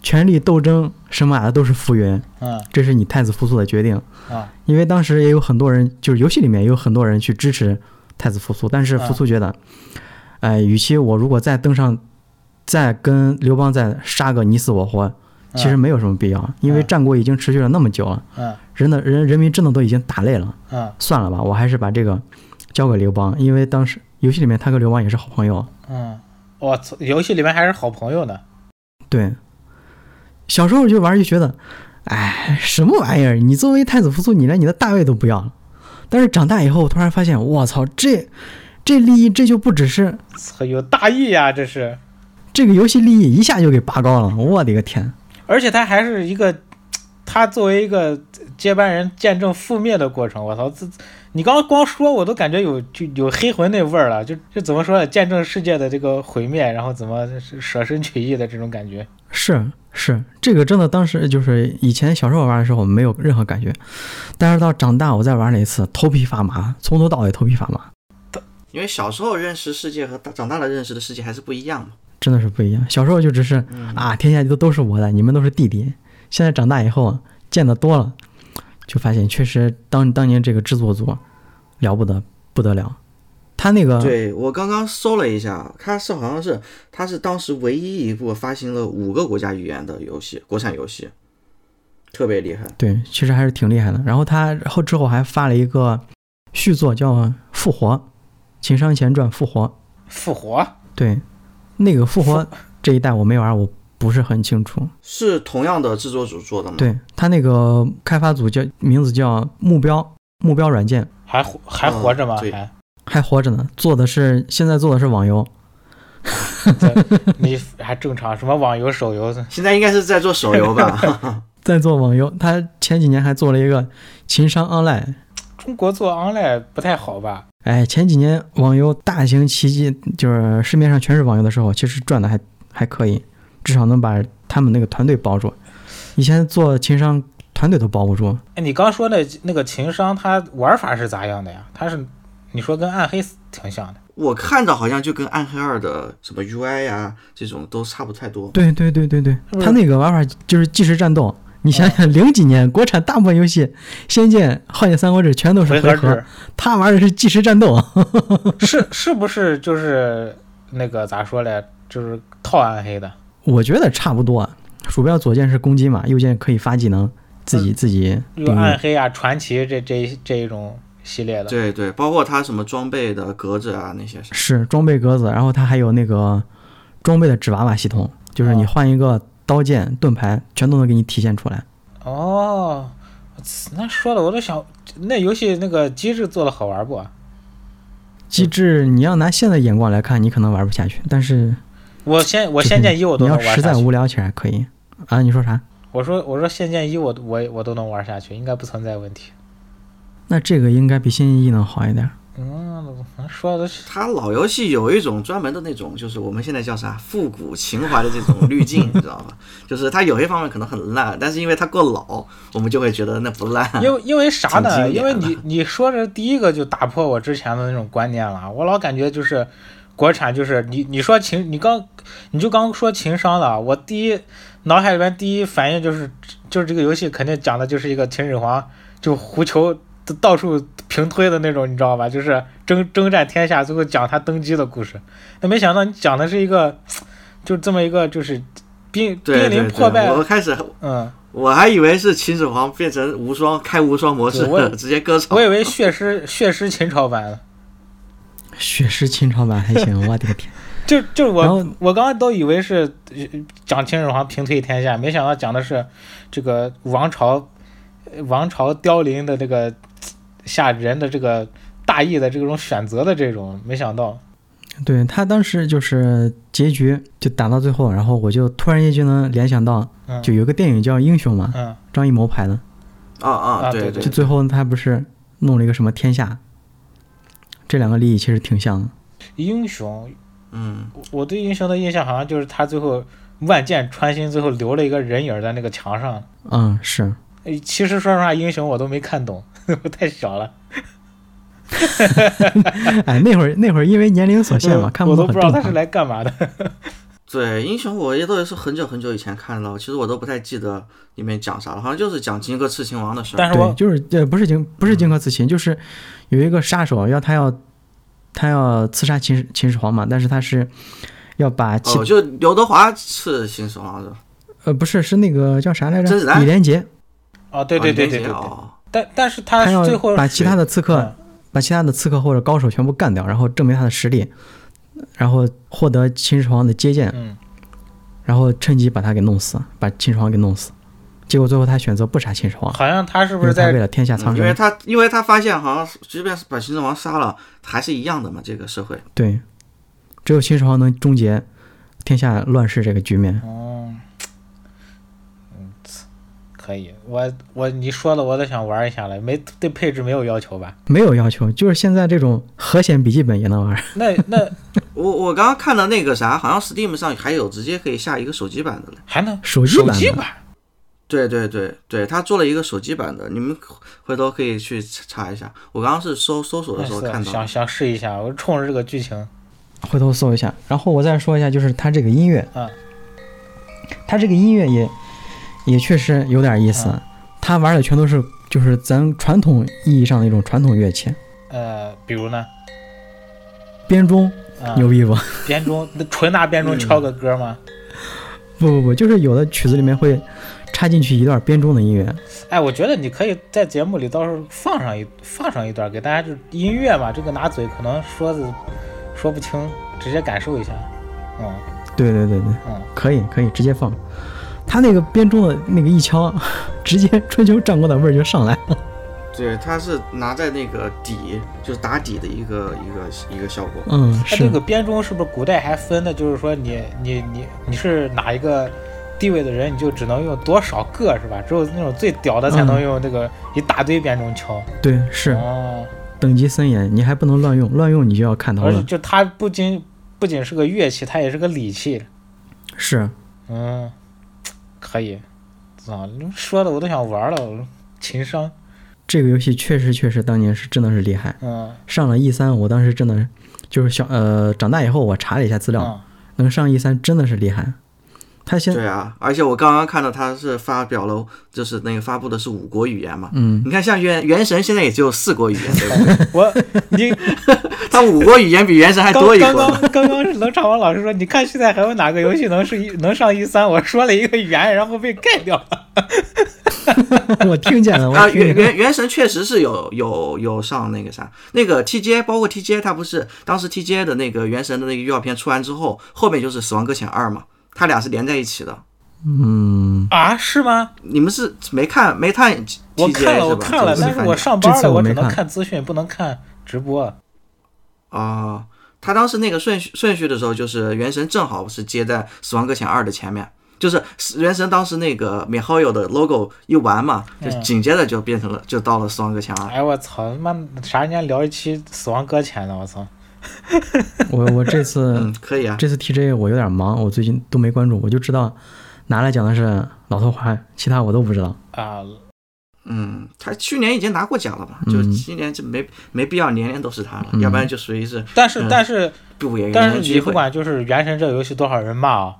[SPEAKER 1] 权力斗争神马的都是浮云，
[SPEAKER 3] 嗯
[SPEAKER 1] 这是你太子扶苏的决定。
[SPEAKER 3] 嗯
[SPEAKER 1] 因为当时也有很多人，就是游戏里面也有很多人去支持太子扶苏，但是扶苏觉得，哎，与其我如果再登上，再跟刘邦再杀个你死我活，其实没有什么必要，因为战国已经持续了那么久了，
[SPEAKER 3] 嗯
[SPEAKER 1] 人的人人民真的都已经打累了，
[SPEAKER 3] 嗯
[SPEAKER 1] 算了吧，我还是把这个交给刘邦，因为当时游戏里面他跟刘邦也是好朋友，
[SPEAKER 3] 嗯，我操，游戏里面还是好朋友呢。
[SPEAKER 1] 对，小时候就玩就觉得，哎，什么玩意儿？你作为太子扶苏，你连你的大位都不要了。但是长大以后，突然发现，我操，这这利益，这就不只是
[SPEAKER 3] 操，有大义呀、这是。
[SPEAKER 1] 这个游戏利益一下就给拔高了。我的个天！
[SPEAKER 3] 而且他还是一个，他作为一个接班人，见证覆灭的过程。我操，这你刚光说我都感觉有就有黑魂那味儿了，就就怎么说呢？见证世界的这个毁灭，然后怎么舍身取义的这种感觉。
[SPEAKER 1] 是是，这个真的当时就是以前小时候玩的时候没有任何感觉，但是到长大我再玩了一次，头皮发麻，从头到尾头皮发麻，
[SPEAKER 2] 因为小时候认识世界和大长大了认识的世界还是不一样嘛。
[SPEAKER 1] 真的是不一样。小时候就只是啊，天下都都是我的，你们都是弟弟。现在长大以后见得多了，就发现确实当当年这个制作组了不得不得了，他那个
[SPEAKER 2] 对我刚刚搜了一下，它是好像是它是当时唯一一部发行了五个国家语言的游戏，国产游戏，特别厉害。
[SPEAKER 1] 对其实还是挺厉害的。然后他后之后还发了一个续作叫《复活》，《秦商前传》《复活》。
[SPEAKER 3] 复活
[SPEAKER 1] 对，那个《复活》这一代我没玩，我不是很清楚。
[SPEAKER 2] 是同样的制作组做的吗？，
[SPEAKER 1] 对他那个开发组叫名字叫目标目标软件，
[SPEAKER 3] 还活还
[SPEAKER 2] 嗯
[SPEAKER 3] 活着吗？
[SPEAKER 2] 对
[SPEAKER 3] 还
[SPEAKER 1] 还活着呢，做的是现在做的是网游，
[SPEAKER 3] 你还正常？什么网游、手游？
[SPEAKER 2] 现在应该是在做手游吧？
[SPEAKER 1] 在做网游。他前几年还做了一个情商 online，
[SPEAKER 3] 中国做 online 不太好吧？
[SPEAKER 1] 哎，前几年网游大型奇迹，就是市面上全是网游的时候，其实赚的还还可以，至少能把他们那个团队包住。以前做情商团队都包不住，
[SPEAKER 3] 哎，你刚说那那个情商，它玩法是咋样的呀？它是你说跟暗黑挺像的，
[SPEAKER 2] 我看着好像就跟《暗黑二》的什么 UI 啊这种都差不太多。
[SPEAKER 1] 对对对对对
[SPEAKER 3] 是，不是
[SPEAKER 1] 他那个玩法就是即时战斗。你想想，零几年国产大部分游戏，《仙剑》《皓剑三国志》全都是
[SPEAKER 3] 回
[SPEAKER 1] 回合
[SPEAKER 3] 制，
[SPEAKER 1] 他玩的是即时战斗。
[SPEAKER 3] 是是不是就是那个咋说嘞？就是套暗黑的。
[SPEAKER 1] 我觉得差不多，啊鼠标左键是攻击嘛，右键可以发技能，自
[SPEAKER 3] 呃
[SPEAKER 1] 己自己
[SPEAKER 3] 有
[SPEAKER 1] 定
[SPEAKER 3] 暗
[SPEAKER 1] 义。
[SPEAKER 3] 黑啊、传奇这这一这一种系列的，
[SPEAKER 2] 对对，包括它什么装备的格子啊那些啥。
[SPEAKER 1] 是装备格子，然后它还有那个装备的纸娃娃系统，就是你
[SPEAKER 3] 啊
[SPEAKER 1] 换一个刀剑、盾牌，全都能给你体现出来。
[SPEAKER 3] 哦，那说的我都想，那游戏那个机制做的好玩不？啊嗯
[SPEAKER 1] 机制你要拿现在眼光来看，你可能玩不下去，但是
[SPEAKER 3] 我仙
[SPEAKER 1] 就
[SPEAKER 3] 我
[SPEAKER 1] 是
[SPEAKER 3] 仙剑一我都
[SPEAKER 1] 你
[SPEAKER 3] 能
[SPEAKER 1] 要
[SPEAKER 3] 玩
[SPEAKER 1] 实
[SPEAKER 3] 下
[SPEAKER 1] 在
[SPEAKER 3] 去。
[SPEAKER 1] 无聊起来可以啊。你说啥？
[SPEAKER 3] 我说我说仙剑一我我我都能玩下去，应该不存在问题。
[SPEAKER 1] 那这个应该比仙剑一能好一点。
[SPEAKER 3] 嗯，说的是
[SPEAKER 2] 它老游戏有一种专门的那种，就是我们现在叫啥复古情怀的这种滤镜，你知道吧？ 就是它有些方面可能很烂，但是因为它够老，我们就会觉得那不烂。
[SPEAKER 3] 因为因为啥呢？
[SPEAKER 2] 嗯挺经
[SPEAKER 3] 因
[SPEAKER 2] 典
[SPEAKER 3] 为
[SPEAKER 2] 的
[SPEAKER 3] 你你说这第一个就打破我之前的那种观念了，我老感觉就是。国产就是你，你说情，你刚你就刚说情商了，我第一脑海里边第一反应就是，就是这个游戏肯定讲的就是一个秦始皇就胡球到处平推的那种，你知道吧？就是征征战天下，最后讲他登基的故事。那没想到你讲的是一个，就这么一个就是濒
[SPEAKER 2] 对
[SPEAKER 3] 濒临
[SPEAKER 2] 对
[SPEAKER 3] 破败
[SPEAKER 2] 对，，我开始
[SPEAKER 3] 嗯，
[SPEAKER 2] 我还以为是秦始皇变成无双开无双模式
[SPEAKER 3] 对我也，
[SPEAKER 2] 直接割草
[SPEAKER 3] 我。以为血尸血尸秦朝版了。
[SPEAKER 1] 血尸秦朝版还 行，我的个天！
[SPEAKER 3] 就就
[SPEAKER 1] 然后
[SPEAKER 3] 我我刚刚都以为是呃讲秦始皇平推天下，没想到讲的是这个王朝呃王朝凋零的这个嘖下人的这个大义的这种选择的这种，没想到
[SPEAKER 1] 对他当时就是结局就打到最后，然后我就突然间就能联想到，
[SPEAKER 3] 嗯
[SPEAKER 1] 就有个电影叫《英雄》嘛，
[SPEAKER 3] 嗯
[SPEAKER 1] 张艺谋拍的，
[SPEAKER 2] 啊啊，
[SPEAKER 3] 啊
[SPEAKER 2] 对
[SPEAKER 3] 对
[SPEAKER 1] 就最后他不是弄了一个什么天下，这两个利益其实挺像的。
[SPEAKER 3] 英雄，
[SPEAKER 2] 嗯，
[SPEAKER 3] 我我对英雄的印象好像就是他最后万箭穿心，最后留了一个人影儿在那个墙上。
[SPEAKER 1] 嗯，是，
[SPEAKER 3] 呃其实说实话，英雄我都没看懂， 我太小了，
[SPEAKER 1] 哎，那会儿那会儿因为年龄所限嘛，
[SPEAKER 3] 我
[SPEAKER 1] 看
[SPEAKER 3] 嗯我都
[SPEAKER 1] 懂
[SPEAKER 3] 不
[SPEAKER 1] 很
[SPEAKER 3] 知
[SPEAKER 1] 正
[SPEAKER 3] 道他是
[SPEAKER 1] 常。
[SPEAKER 3] 来干嘛的。
[SPEAKER 2] 对，英雄我也都是很久很久以前看了，其实我都不太记得里面讲啥了，好像就是讲荆轲刺秦王的事儿。
[SPEAKER 3] 但是
[SPEAKER 1] 对，
[SPEAKER 3] 我
[SPEAKER 1] 就是呃，不是荆不
[SPEAKER 3] 嗯
[SPEAKER 1] 是荆轲刺秦，就是有一个杀手要他要他要刺杀秦始秦始皇嘛，但是他是要把其、
[SPEAKER 2] 哦，就刘德华刺秦始皇是吧？
[SPEAKER 1] 呃不是是那个叫啥来
[SPEAKER 2] 甄子
[SPEAKER 1] 着？
[SPEAKER 2] 丹
[SPEAKER 1] 李连杰，
[SPEAKER 3] 哦，对
[SPEAKER 2] 哦
[SPEAKER 3] 对
[SPEAKER 2] 李
[SPEAKER 3] 对
[SPEAKER 2] 连
[SPEAKER 3] 对
[SPEAKER 2] 杰
[SPEAKER 3] 对对，
[SPEAKER 2] 哦
[SPEAKER 3] 但但是
[SPEAKER 1] 他要
[SPEAKER 3] 他最后
[SPEAKER 1] 把其他的刺客
[SPEAKER 3] 嗯
[SPEAKER 1] 把其他的刺客或者高手全部干掉，然后证明他的实力，然后获得秦始皇的接见，
[SPEAKER 3] 嗯，
[SPEAKER 1] 然后趁机把他给弄死，把秦始皇给弄死。结果最后他选择不杀秦始皇，
[SPEAKER 3] 好像他是
[SPEAKER 1] 因
[SPEAKER 3] 不
[SPEAKER 1] 为
[SPEAKER 3] 是
[SPEAKER 1] 啊他为
[SPEAKER 3] 在
[SPEAKER 1] 了天下苍
[SPEAKER 2] 嗯因为
[SPEAKER 1] 生。
[SPEAKER 2] 他因为他发现好像是即便是把秦始皇杀了，还是一样的嘛，这个社会。
[SPEAKER 1] 对，只有秦始皇能终结天下乱世这个局面。
[SPEAKER 3] 哦，嗯，可以，我我你说的我都想玩一下了，没对配置没有要求吧？
[SPEAKER 1] 没有要求，就是现在这种和弦笔记本也能玩。
[SPEAKER 3] 那那
[SPEAKER 2] 我我刚刚看到那个啥，好像 Steam 上还有直接可以下一个手机版的嘞。
[SPEAKER 3] 还能
[SPEAKER 1] 手机
[SPEAKER 3] 手
[SPEAKER 1] 版的
[SPEAKER 3] 机版？
[SPEAKER 2] 对对对对，他做了一个手机版的，你们回头可以去查一下。我刚刚是搜搜索的
[SPEAKER 3] 那
[SPEAKER 2] 时候
[SPEAKER 3] 哎是啊
[SPEAKER 2] 看到
[SPEAKER 3] 想
[SPEAKER 2] 的，
[SPEAKER 3] 想试一下，我冲着这个剧情，
[SPEAKER 1] 回头搜一下。然后我再说一下，就是它这个音乐，
[SPEAKER 3] 嗯，
[SPEAKER 1] 它这个音乐也也确实有点意思。
[SPEAKER 3] 嗯
[SPEAKER 1] 它玩的全都是就是咱传统意义上的一种传统乐器，
[SPEAKER 3] 呃，比如呢，
[SPEAKER 1] 编钟
[SPEAKER 3] 啊、
[SPEAKER 1] 牛逼不？
[SPEAKER 3] 编钟，那纯拿
[SPEAKER 2] 嗯
[SPEAKER 3] 编钟敲个歌吗？
[SPEAKER 1] 不不不，就是有的曲子里面会插进去一段编钟的音乐。
[SPEAKER 3] 哎，我觉得你可以在节目里到时候放上一放上一段，给大家就是音乐嘛，这个拿嘴可能说的说不清，直接感受一下。嗯，
[SPEAKER 1] 对对对对，
[SPEAKER 3] 嗯
[SPEAKER 1] 可以可以直接放。他那个编钟的那个一敲， 直接春秋战国的味儿就上来了。
[SPEAKER 2] 对，它是拿在那个底，就是打底的一个一个一个效果。
[SPEAKER 1] 嗯，
[SPEAKER 3] 它
[SPEAKER 1] 是
[SPEAKER 3] 这个编钟是不是古代还分的？就是说你你你你是哪一个地位的人，你就只能用多少个是吧？只有那种最屌的才能用这个一大堆编钟敲。
[SPEAKER 1] 对嗯是
[SPEAKER 3] 哦，
[SPEAKER 1] 等级森严，你还不能乱用，乱用你就要砍头
[SPEAKER 3] 而且
[SPEAKER 1] 了。
[SPEAKER 3] 就它不仅不仅是个乐器，它也是个礼器。
[SPEAKER 1] 是，
[SPEAKER 3] 嗯，可以。啊，说的我都想玩了，我情商。
[SPEAKER 1] 这个游戏确实确实当年是真的是厉害。
[SPEAKER 3] 嗯，
[SPEAKER 1] 上了 E 三，我当时真的就是小呃长大以后我查了一下资料，
[SPEAKER 3] 嗯
[SPEAKER 1] 能上 E 三真的是厉害。他先
[SPEAKER 2] 对啊，而且我刚刚看到它是发表了，就是那个发布的是五国语言嘛。
[SPEAKER 1] 嗯
[SPEAKER 2] 你看，像原原神现在也只有四国语言，对不对？
[SPEAKER 3] 我 你
[SPEAKER 2] 它五国语言比原神还
[SPEAKER 3] 刚
[SPEAKER 2] 多一
[SPEAKER 3] 刚
[SPEAKER 2] 国呢。
[SPEAKER 3] 刚刚刚冷场王老师说，你看现在还有哪个游戏能是一能上一三？我说了一个圆，然后被盖掉了。
[SPEAKER 1] 我听见了，
[SPEAKER 2] 啊，
[SPEAKER 1] 我
[SPEAKER 2] 原
[SPEAKER 1] 听见了。
[SPEAKER 2] 原原神确实是有有有上那个啥，那个 TJ，包括 TJ，它不是当时 TJ 的那个原神的那个预告片出完之后，后面就是《死亡搁浅二》嘛，它俩是连在一起的。
[SPEAKER 1] 嗯，
[SPEAKER 3] 啊，是吗？
[SPEAKER 2] 你们是没看没看 TJ
[SPEAKER 3] 我看了，
[SPEAKER 2] 是
[SPEAKER 3] 我
[SPEAKER 2] 吧
[SPEAKER 3] 看了，
[SPEAKER 2] 这个
[SPEAKER 3] 但
[SPEAKER 2] 是
[SPEAKER 3] 是
[SPEAKER 2] 翻
[SPEAKER 3] 我
[SPEAKER 2] 的
[SPEAKER 3] 上班
[SPEAKER 1] 这次
[SPEAKER 3] 了，
[SPEAKER 1] 我
[SPEAKER 3] 只
[SPEAKER 1] 没
[SPEAKER 3] 能
[SPEAKER 1] 看
[SPEAKER 3] 看资讯，不能看直播。
[SPEAKER 2] 啊。他当时那个顺序顺序的时候，就是原神正好是接在《死亡搁浅二》的前面，就是原神当时那个美好友的 logo 一完嘛，就
[SPEAKER 3] 嗯
[SPEAKER 2] 紧接着就变成了就到了《死亡搁浅二》。
[SPEAKER 3] 哎，我操，他妈啥人家聊一期《死亡搁浅》呢？我操，
[SPEAKER 1] 我我这次
[SPEAKER 2] 嗯，可以啊，
[SPEAKER 1] 这次 TJ 我有点忙，我最近都没关注，我就知道拿来讲的是老头环，其他我都不知道。
[SPEAKER 3] 啊，
[SPEAKER 2] 嗯，他去年已经拿过奖了吧？
[SPEAKER 1] 嗯
[SPEAKER 2] 就今年这没没必要年年都是他了，
[SPEAKER 1] 嗯
[SPEAKER 2] 要不然就属于是
[SPEAKER 3] 但是
[SPEAKER 2] 嗯
[SPEAKER 3] 但是
[SPEAKER 2] 不给
[SPEAKER 3] 但
[SPEAKER 2] 人
[SPEAKER 3] 是
[SPEAKER 2] 家
[SPEAKER 3] 你
[SPEAKER 2] 机
[SPEAKER 3] 不
[SPEAKER 2] 会。
[SPEAKER 3] 管就是《原神》这个游戏多少人骂啊，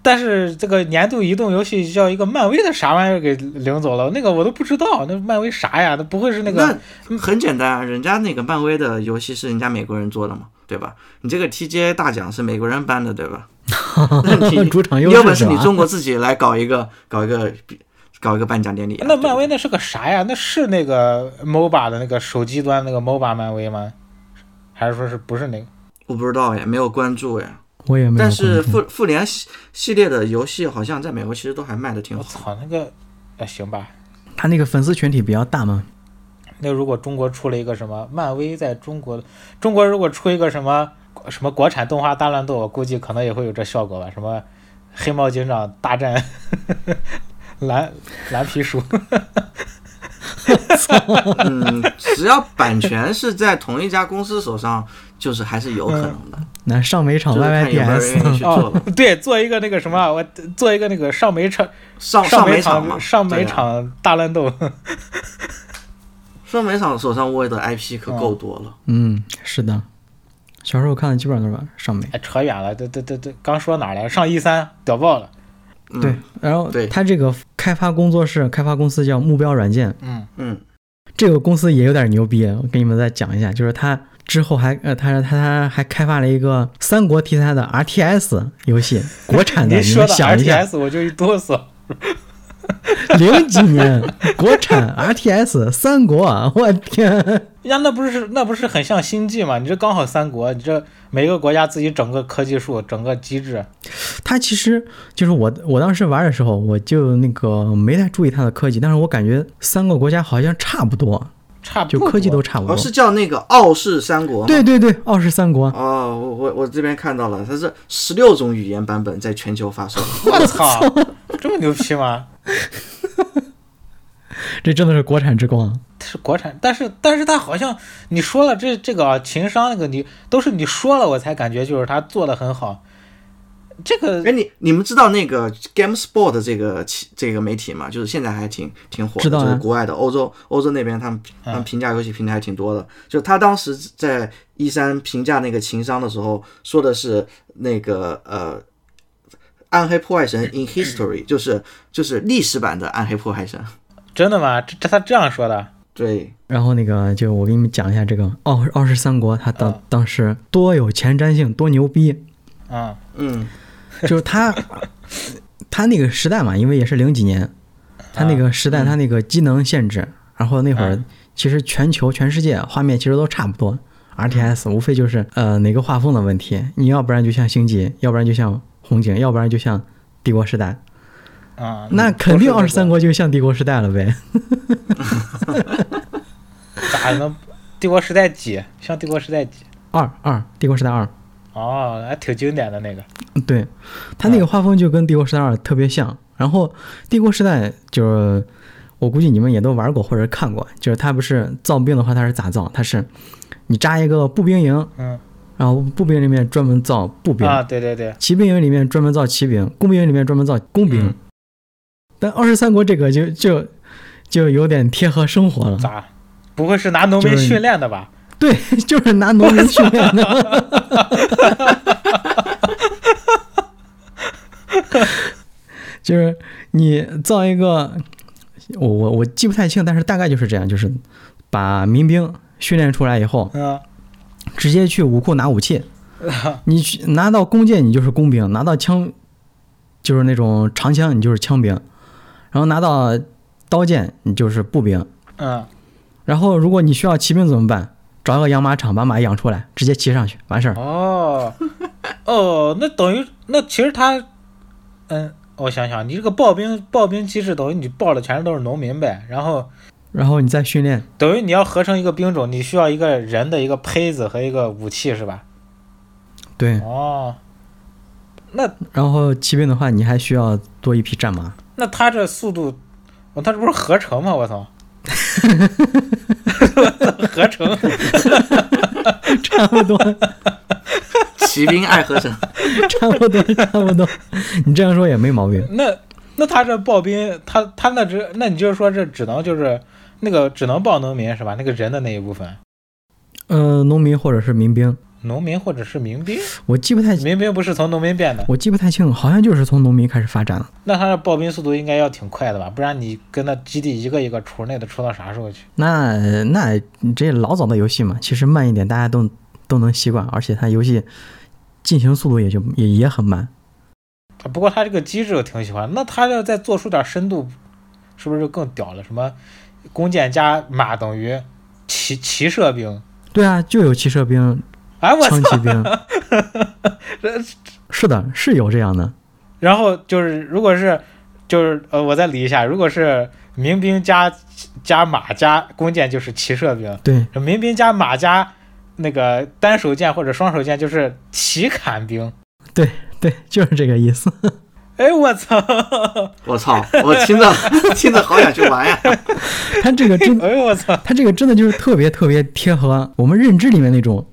[SPEAKER 3] 但是这个年度移动游戏叫一个漫威的啥玩意儿给领走了，那个我都不知道，那漫威啥呀？那不会是那个
[SPEAKER 2] 那很简单啊，人家那个漫威的游戏是人家美国人做的嘛，对吧？你这个 TGA 大奖是美国人颁的，对吧？那你
[SPEAKER 1] 主场
[SPEAKER 2] 你
[SPEAKER 1] 优
[SPEAKER 2] 有本
[SPEAKER 1] 势
[SPEAKER 2] 事
[SPEAKER 1] 是
[SPEAKER 2] 你
[SPEAKER 1] 吧？
[SPEAKER 2] 中国自己来搞一个搞一个搞一个颁奖典礼啊、
[SPEAKER 3] 那
[SPEAKER 2] 对吧
[SPEAKER 3] 漫威那是个啥呀？那是那个 MOBA 的那个手机端那个 MOBA 漫威吗？还是说是不是那个？
[SPEAKER 2] 我不知道呀，没有关注呀。
[SPEAKER 1] 我也没有
[SPEAKER 2] 但
[SPEAKER 1] 关注。
[SPEAKER 2] 是复复联系系列的游戏好像在美国其实都还卖的挺
[SPEAKER 3] 我
[SPEAKER 2] 好。
[SPEAKER 3] 操，那个，哎，行吧。
[SPEAKER 1] 他那个粉丝群体比较大嘛，
[SPEAKER 3] 那如果中国出了一个什么漫威在中国，中国如果出一个什么什么国产动画大乱斗，我估计可能也会有这效果吧。什么黑猫警长大战 蓝蓝皮鼠，
[SPEAKER 2] 嗯，只要版权是在同一家公司手上，就是还是有可能 的。
[SPEAKER 1] 那上美场
[SPEAKER 2] 就是看有没有人愿意
[SPEAKER 1] YYDS
[SPEAKER 2] 去做了。
[SPEAKER 3] 哦对，做一个那个什么，我做一个那个上美场
[SPEAKER 2] 上
[SPEAKER 3] 美
[SPEAKER 2] 美场嘛，
[SPEAKER 3] 上
[SPEAKER 2] 对
[SPEAKER 3] 美
[SPEAKER 2] 啊，
[SPEAKER 3] 场大乱斗，
[SPEAKER 2] 上美场手上握的 IP 可够多了。
[SPEAKER 1] 嗯，是的，小时候看的基本上都是上美。
[SPEAKER 3] 哎，扯远了，这这这这刚说哪儿来着？上一三屌爆了，
[SPEAKER 2] 嗯、
[SPEAKER 1] 对，，然后
[SPEAKER 2] 对
[SPEAKER 1] 他这个开发工作室、开发公司叫目标软件，
[SPEAKER 3] 嗯
[SPEAKER 2] 嗯，
[SPEAKER 1] 这个公司也有点牛逼，我给你们再讲一下，就是他之后还呃，他他他还开发了一个三国题材的 RTS 游戏，国产的，
[SPEAKER 3] 您
[SPEAKER 1] 你
[SPEAKER 3] 说
[SPEAKER 1] 们
[SPEAKER 3] 到
[SPEAKER 1] 想一下，
[SPEAKER 3] RTS 我就一哆嗦，
[SPEAKER 1] 零几年国 产 RTS 三国啊，我天，
[SPEAKER 3] 呀，那不是那不是很像星际吗？你这刚好三国，你这每个国家自己整个科技树，整个机制，
[SPEAKER 1] 它其实就是我我当时玩的时候，我就那个没太注意它的科技，但是我感觉三个国家好像差不多，
[SPEAKER 3] 差不
[SPEAKER 1] 就
[SPEAKER 3] 多
[SPEAKER 1] 科技都差不
[SPEAKER 2] 哦，
[SPEAKER 1] 多。
[SPEAKER 2] 是叫那个傲视三国吗？。
[SPEAKER 1] 对对对，傲视三国，
[SPEAKER 2] 哦，我我我这边看到了，它是十六种语言版本在全球发售。
[SPEAKER 3] 我操， 这么牛批吗？
[SPEAKER 1] 这真的是国产之光啊。
[SPEAKER 3] 它是国产，但是但是它好像你说了这这个啊，情商那个你都是你说了我才感觉就是它做的很好，这个
[SPEAKER 2] 哎，你你们知道那个 GameSpot 的这个起这个媒体吗？就是现在还挺挺火的，
[SPEAKER 1] 知道啊嗯
[SPEAKER 2] 就是国外的欧洲欧洲那边他们他们评价游戏评价还挺多的。就他当时在一三评价那个情商的时候，说的是那个呃。暗黑破坏神 in history 就是就是历史版的暗黑破坏神，
[SPEAKER 3] 真的吗？这这他这样说的，
[SPEAKER 2] 对，
[SPEAKER 1] 然后那个就我给你们讲一下这个傲傲视三国，它当、
[SPEAKER 3] 嗯
[SPEAKER 1] 当时多有前瞻性，多牛逼，
[SPEAKER 3] 嗯
[SPEAKER 2] 嗯，
[SPEAKER 1] 就是它它那个时代嘛，因为也是零几年，它那个时代它那个机能限制，然后那会儿
[SPEAKER 3] 嗯
[SPEAKER 1] 其实全球全世界画面其实都差不多， RTS 无非就是呃哪个画风的问题，你要不然就像星际，要不然就像红警，要不然就像帝国时代。
[SPEAKER 3] 啊、嗯，
[SPEAKER 1] 那肯定二十三
[SPEAKER 3] 国
[SPEAKER 1] 国就像帝国时代了呗。
[SPEAKER 3] 咋能帝国时代几？像帝国时代几？
[SPEAKER 1] 二二帝国时代二，
[SPEAKER 3] 哦，还挺经典的那个。
[SPEAKER 1] 对，它
[SPEAKER 3] 啊
[SPEAKER 1] 那个画风就跟帝国时代二特别像。然后帝国时代就是我估计你们也都玩过或者看过，就是它不是造兵的话，它是咋造？它是你扎一个步兵营，
[SPEAKER 3] 嗯
[SPEAKER 1] 然后步兵里面专门造步兵，
[SPEAKER 3] 啊，对对对，
[SPEAKER 1] 骑兵营里面专门造骑兵，工兵营里面专门造工兵。
[SPEAKER 3] 嗯
[SPEAKER 1] 但二十三国这个就就就有点贴合生活了，
[SPEAKER 3] 咋？不会是拿农民
[SPEAKER 1] 就是
[SPEAKER 3] 训练的吧？
[SPEAKER 1] 对， 就是拿农民训练的。 就是你造一个，我我我记不太清，但是大概就是这样，就是把民兵训练出来以后，
[SPEAKER 3] 嗯，
[SPEAKER 1] 直接去武库拿武器。你去拿到弓箭，你就是弓兵；拿到枪，就是那种长枪，你就是枪兵；然后拿到刀剑，你就是步兵。
[SPEAKER 3] 嗯，
[SPEAKER 1] 然后如果你需要骑兵怎么办？找一个养马场把马养出来，直接骑上去，完事儿。
[SPEAKER 3] 哦，哦，那等于那其实他，嗯，我想想，你这个刨冰刨冰机制等于你刨的全都是农民呗，然后
[SPEAKER 1] 然后你再训练，
[SPEAKER 3] 等于你要合成一个兵种，你需要一个人的一个胚子和一个武器是吧？
[SPEAKER 1] 对。
[SPEAKER 3] 哦，那
[SPEAKER 1] 然后骑兵的话，你还需要多一匹战马。
[SPEAKER 3] 那他这速度，我他这不是合成吗？我操！ 合成
[SPEAKER 1] 差不多，
[SPEAKER 2] 骑兵爱合成，
[SPEAKER 1] 差不多，差不多。你这样说也没毛病。
[SPEAKER 3] 那那他这刨冰，他他那只那你就是说这只能就是那个只能刨农民是吧？那个人的那一部分，
[SPEAKER 1] 呃，农民或者是民兵，
[SPEAKER 3] 农民或者是民兵，
[SPEAKER 1] 我记不太，
[SPEAKER 3] 民兵不是从农民变的，
[SPEAKER 1] 我记不太清，好像就是从农民开始发展了。
[SPEAKER 3] 那他这刨冰速度应该要挺快的吧？不然你跟那基地一个一个出，那得出到啥时候去？
[SPEAKER 1] 那那这老早的游戏嘛，其实慢一点大家都都能习惯，而且它游戏进行速度也就也也很慢。
[SPEAKER 3] 不过他这个机制我挺喜欢，那他要再做出点深度，是不是就更屌了？什么弓箭加马等于骑骑射兵？
[SPEAKER 1] 对啊，就有骑射兵、
[SPEAKER 3] 哎 我
[SPEAKER 1] 枪
[SPEAKER 3] 操！
[SPEAKER 1] 骑兵，
[SPEAKER 3] 这
[SPEAKER 1] 是的，是有这样的。
[SPEAKER 3] 然后就是，如果是就是呃，我再理一下，如果是民兵加加马加弓箭就是骑射兵，
[SPEAKER 1] 对
[SPEAKER 3] 民兵加马加那个单手剑或者双手剑就是骑砍兵。
[SPEAKER 1] 对，就是这个意 思。
[SPEAKER 3] 哎我操！
[SPEAKER 2] 我操！我听着 听着好想去玩呀！
[SPEAKER 1] 它这个 真，
[SPEAKER 3] 哎呦我操！
[SPEAKER 1] 它这个真的就是特别特别贴合我们认知里面那种，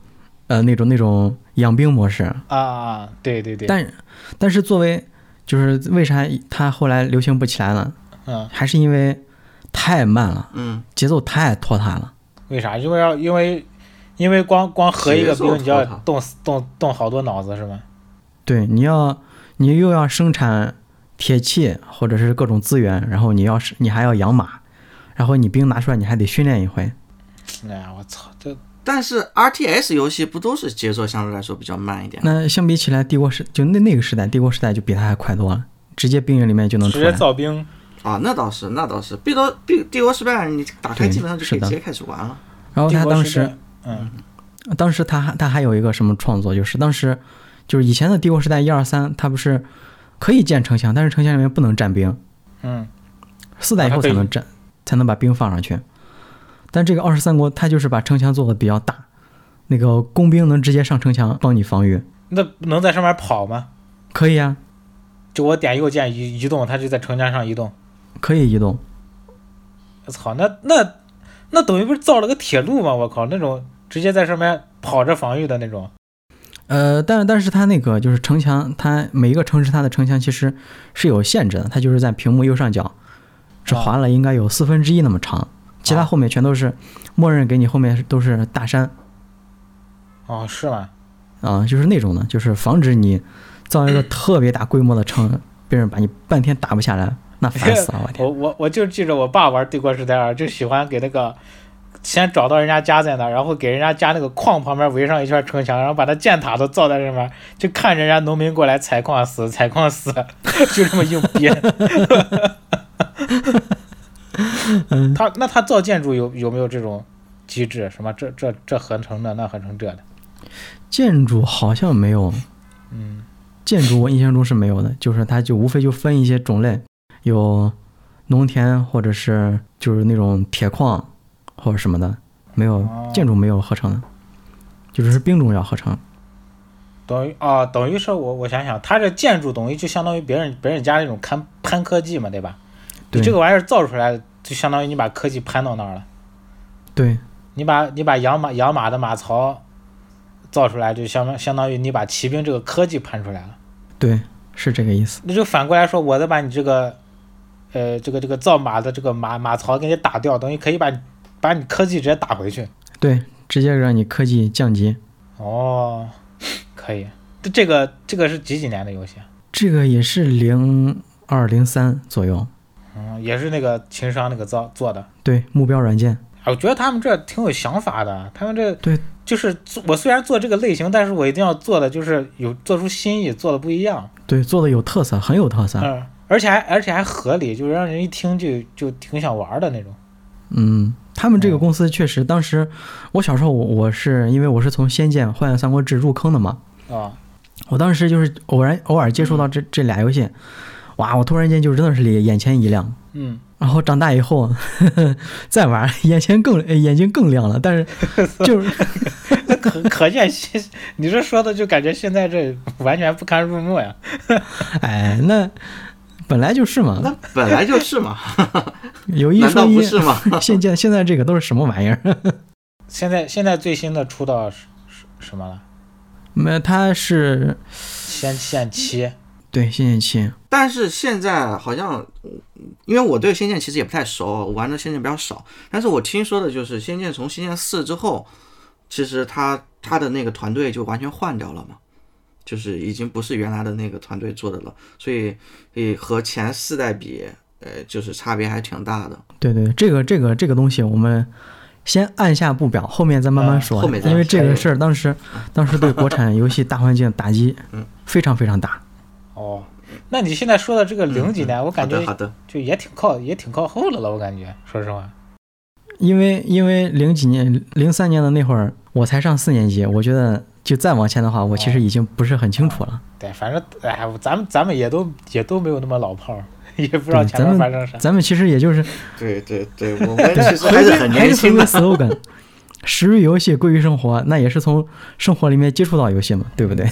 [SPEAKER 1] 呃，那种那种养兵模式。
[SPEAKER 3] 啊，对对对，
[SPEAKER 1] 但但是作为就是为啥它后来流行不起来了，
[SPEAKER 3] 嗯，
[SPEAKER 1] 还是因为太慢了，
[SPEAKER 2] 嗯，
[SPEAKER 1] 节奏太拖沓了。
[SPEAKER 3] 为啥？因为要因为因为光光合一个
[SPEAKER 2] 节奏
[SPEAKER 3] 兵，你就要
[SPEAKER 2] 拖沓
[SPEAKER 3] 动动动好多脑子是吗？
[SPEAKER 1] 对，你要你又要生产铁器或者是各种资源，然后你要是你还要养马，然后你兵拿出来你还得训练一回。
[SPEAKER 3] 哎呀，我操！这
[SPEAKER 2] 但是 R T S 游戏不都是节奏相对来说比较慢一点？
[SPEAKER 1] 那相比起来，帝国时就那那个时代，帝国时代就比它还快多了，直接兵营里面就能出
[SPEAKER 3] 直接
[SPEAKER 1] 来。
[SPEAKER 3] 造兵，
[SPEAKER 2] 啊，那倒是，那倒是，帝国帝帝国时代你打开
[SPEAKER 1] 对
[SPEAKER 2] 基本上就可
[SPEAKER 1] 是
[SPEAKER 2] 以
[SPEAKER 1] 的
[SPEAKER 2] 直接开始玩了。
[SPEAKER 1] 然后
[SPEAKER 3] 帝
[SPEAKER 1] 他
[SPEAKER 3] 国
[SPEAKER 1] 当
[SPEAKER 3] 时代
[SPEAKER 1] 时，
[SPEAKER 3] 嗯
[SPEAKER 1] 当时他还他还有一个什么创作，就是当时就是以前的帝国时代一二三，它不是可以建城墙，但是城墙里面不能站兵，
[SPEAKER 3] 嗯，
[SPEAKER 1] 四代以
[SPEAKER 3] 啊它
[SPEAKER 1] 后
[SPEAKER 3] 可以
[SPEAKER 1] 才能站，才能把兵放上去。但这个二十三国，它就是把城墙做的比较大，那个工兵能直接上城墙帮你防御，
[SPEAKER 3] 那能在上面跑吗？
[SPEAKER 1] 可以啊，
[SPEAKER 3] 就我点右键移移动，它就在城墙上移动。
[SPEAKER 1] 可以移动。
[SPEAKER 3] 我操，那那那等于不是造了个铁路吗？我靠，那种直接在上面跑着防御的那种。
[SPEAKER 1] 呃，但但是它那个就是城墙，它每一个城市它的城墙其实是有限制的，它就是在屏幕右上角只
[SPEAKER 3] 啊
[SPEAKER 1] 划了应该有四分之一那么长，其他
[SPEAKER 3] 啊
[SPEAKER 1] 后面全都是默认给你后面都是大山
[SPEAKER 3] 哦，是吗？
[SPEAKER 1] 啊、就是那种的，就是防止你造一 个特别大规模的城，别人把你半天打不下来，那烦死了，我天！
[SPEAKER 3] 我我我就记着我爸玩《帝国时代二》，就喜欢给那个先找到人家家在哪，然后给人家家那个矿旁边围上一圈城墙，然后把那箭塔都造在上面，就看人家农民过来采矿死，采矿死， 就这么硬憋。 嗯他那他造建筑有有没有这种机制，什么这这这合成这那合成这的，
[SPEAKER 1] 建筑好像没有，
[SPEAKER 3] 嗯
[SPEAKER 1] 建筑我印象中是没有的，就是它就无非就分一些种类，有农田或者是就是那种铁矿或者什么的，没有
[SPEAKER 3] 哦
[SPEAKER 1] 建筑没有合成的，就只是兵种要合成。
[SPEAKER 3] 等于啊、等于是我我想想，它这建筑等于就相当于别人别人家那种攀攀科技嘛，对吧？
[SPEAKER 1] 对
[SPEAKER 3] 你这个玩意儿造出来，就相当于你把科技攀到那儿了。
[SPEAKER 1] 对
[SPEAKER 3] 你把你把养马养马的马槽造出来，就相当相当于你把骑兵这个科技攀出来了。
[SPEAKER 1] 对，是这个意思。
[SPEAKER 3] 那就反过来说，我再把你这个呃这个这个造马的这个马马槽给你打掉，等于可以把你把你科技直接打回去。
[SPEAKER 1] 对，直接让你科技降级。
[SPEAKER 3] 哦，可以。这这个这个是几几年的游戏啊？
[SPEAKER 1] 这个也是零二零三左右。
[SPEAKER 3] 嗯，也是那个情商那个造做的。
[SPEAKER 1] 对，目标软件。
[SPEAKER 3] 啊我觉得他们这挺有想法的，他们这
[SPEAKER 1] 对
[SPEAKER 3] 就是做我虽然做这个类型，但是我一定要做的就是有做出新意，做的不一样，
[SPEAKER 1] 对，做的有特色，很有特色。
[SPEAKER 3] 嗯，而且还而且还合理，就是让人一听就就挺想玩的那种。
[SPEAKER 1] 嗯，他们这
[SPEAKER 3] 哦
[SPEAKER 1] 个公司确实，当时我小时候我我是因为我是从《仙剑》《幻影三国志》入坑的嘛，
[SPEAKER 3] 啊、
[SPEAKER 1] 我当时就是偶然偶尔接触到这
[SPEAKER 2] 嗯
[SPEAKER 1] 这俩游戏，哇，我突然间就真的是眼眼前一亮。
[SPEAKER 3] 嗯，
[SPEAKER 1] 然后长大以后 再玩，眼前更呃眼睛更亮了，但 是就是
[SPEAKER 3] 那可可见现， 你这说的就感觉现在这完全不堪入目呀。
[SPEAKER 1] 哎，那本来就是嘛，
[SPEAKER 2] 那本来就是嘛，
[SPEAKER 1] 有 一
[SPEAKER 2] 难
[SPEAKER 1] 说
[SPEAKER 2] 道
[SPEAKER 1] 一
[SPEAKER 2] 不，是吗？
[SPEAKER 1] 现在现在这个都是什么玩意儿？
[SPEAKER 3] 现在现在最新的出到什什什么了？
[SPEAKER 1] 没，它是
[SPEAKER 3] 仙剑七，
[SPEAKER 1] 对仙剑七，
[SPEAKER 2] 但是现在好像，因为我对《仙剑》其实也不太熟，啊我玩的《仙剑》比较少。但是我听说的就是，《仙剑》从《仙剑四》之后，其实他他的那个团队就完全换掉了嘛，就是已经不是原来的那个团队做的了，所以也和前四代比，呃，就是差别还挺大的。
[SPEAKER 1] 对对，这个这个这个东西我们。先按下不表，后面再慢慢
[SPEAKER 3] 嗯
[SPEAKER 1] 说。
[SPEAKER 2] 啊后面再
[SPEAKER 1] 因为这
[SPEAKER 3] 说
[SPEAKER 1] 个事儿，当时当时对国产游戏大环境打击
[SPEAKER 2] 嗯
[SPEAKER 1] 非常非常大。
[SPEAKER 3] 哦，那你现在说的这个零几年，我感觉
[SPEAKER 2] 嗯好的好的，
[SPEAKER 3] 就也挺靠也挺靠后的了，我感觉，说实话。
[SPEAKER 1] 因为因为零几年零三年的那会儿，我才上四年级，我觉得就再往前的话，我其实已经不是很清楚了。
[SPEAKER 2] 啊
[SPEAKER 3] 对，反正哎，我咱们咱们也都也都没有那么老炮儿， 也不知道
[SPEAKER 1] 对
[SPEAKER 3] 前
[SPEAKER 1] 咱
[SPEAKER 3] 面
[SPEAKER 1] 们
[SPEAKER 3] 发生啥。
[SPEAKER 1] 咱们其实也 就是
[SPEAKER 2] 对对对，我们其实
[SPEAKER 1] 回
[SPEAKER 2] 还啊是
[SPEAKER 1] 归
[SPEAKER 2] 很
[SPEAKER 1] 还
[SPEAKER 2] 年
[SPEAKER 1] 是回
[SPEAKER 2] 轻
[SPEAKER 1] 归
[SPEAKER 2] 的。
[SPEAKER 1] slogan，食于游戏，归于生活，那也是从生活里面接触到游戏
[SPEAKER 2] 嗯
[SPEAKER 1] 嘛，对不对？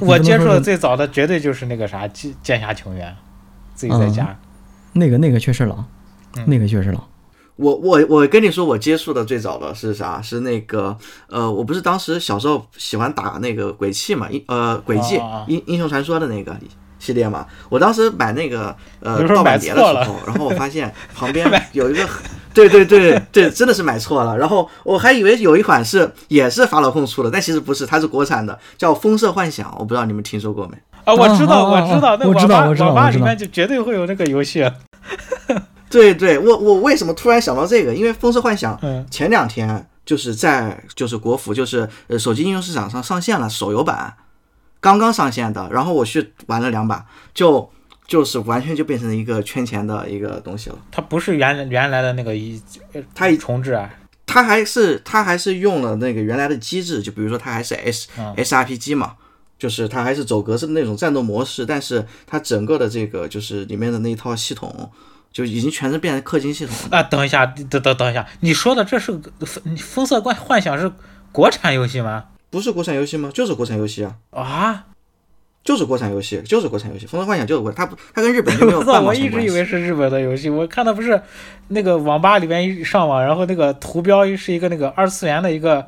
[SPEAKER 3] 我接
[SPEAKER 1] 你不能
[SPEAKER 3] 触
[SPEAKER 1] 说
[SPEAKER 3] 的
[SPEAKER 1] 是
[SPEAKER 3] 最早的绝对就是那个啥《剑剑侠情缘》，自己在家。
[SPEAKER 1] 嗯那个那个确实老，
[SPEAKER 3] 嗯
[SPEAKER 1] 那个确实老。
[SPEAKER 2] 我我我跟你说，我接触的最早的是啥？是那个呃，我不是当时小时候喜欢打那个鬼泣嘛，英呃鬼泣
[SPEAKER 3] 啊啊
[SPEAKER 2] 英英雄传说的那个系列嘛。我当时买那个呃
[SPEAKER 3] 有时候
[SPEAKER 2] 盗
[SPEAKER 3] 买
[SPEAKER 2] 版碟的
[SPEAKER 3] 错了
[SPEAKER 2] 时候，然后我发 现旁边有一个，对对对对，真的是买错了。然后我还以为有一款是也是法老控出的，但其实不是，它是国产的，叫《风色幻想》，我不知道你们听说过没？
[SPEAKER 3] 啊，我知道，
[SPEAKER 1] 啊啊啊
[SPEAKER 3] 我知道，那
[SPEAKER 1] 我知道
[SPEAKER 3] 网吧
[SPEAKER 1] 我知道
[SPEAKER 3] 网吧
[SPEAKER 1] 我知
[SPEAKER 3] 里
[SPEAKER 1] 道
[SPEAKER 3] 面就绝对会有那个游戏。
[SPEAKER 2] 对对，我我为什么突然想到这个？因为《风色幻想》
[SPEAKER 3] 嗯
[SPEAKER 2] 前两天就是在就是国服就是呃手机应用市场上上线了手游版，刚刚上线的。然后我去玩了两把，就就是完全就变成一个圈钱的一个东西了。
[SPEAKER 3] 它不是原原来的那个一，呃
[SPEAKER 2] 它已
[SPEAKER 3] 重置啊。
[SPEAKER 2] 它还是它还是用了那个原来的机制，就比如说它还是 S、
[SPEAKER 3] 嗯
[SPEAKER 2] SRPG 嘛。就是它还是走格式的那种战斗模式，但是它整个的这个就是里面的那一套系统，就已经全是变成氪金系统了。
[SPEAKER 3] 啊，等一下，等等等一下，你说的这是个风风色幻幻想是国产游戏吗？
[SPEAKER 2] 不是国产游戏吗？就是国产游戏啊。
[SPEAKER 3] 啊，
[SPEAKER 2] 就是国产游戏，就是国产游戏，《风之幻想》就是国，它不，它跟日本就没有
[SPEAKER 3] 我操！
[SPEAKER 2] 半毛
[SPEAKER 3] 我
[SPEAKER 2] 钱
[SPEAKER 3] 一直
[SPEAKER 2] 关
[SPEAKER 3] 以
[SPEAKER 2] 系。
[SPEAKER 3] 为是日本的游戏，我看的不是那个网吧里边一上网，然后那个图标是一个那个二次元的一个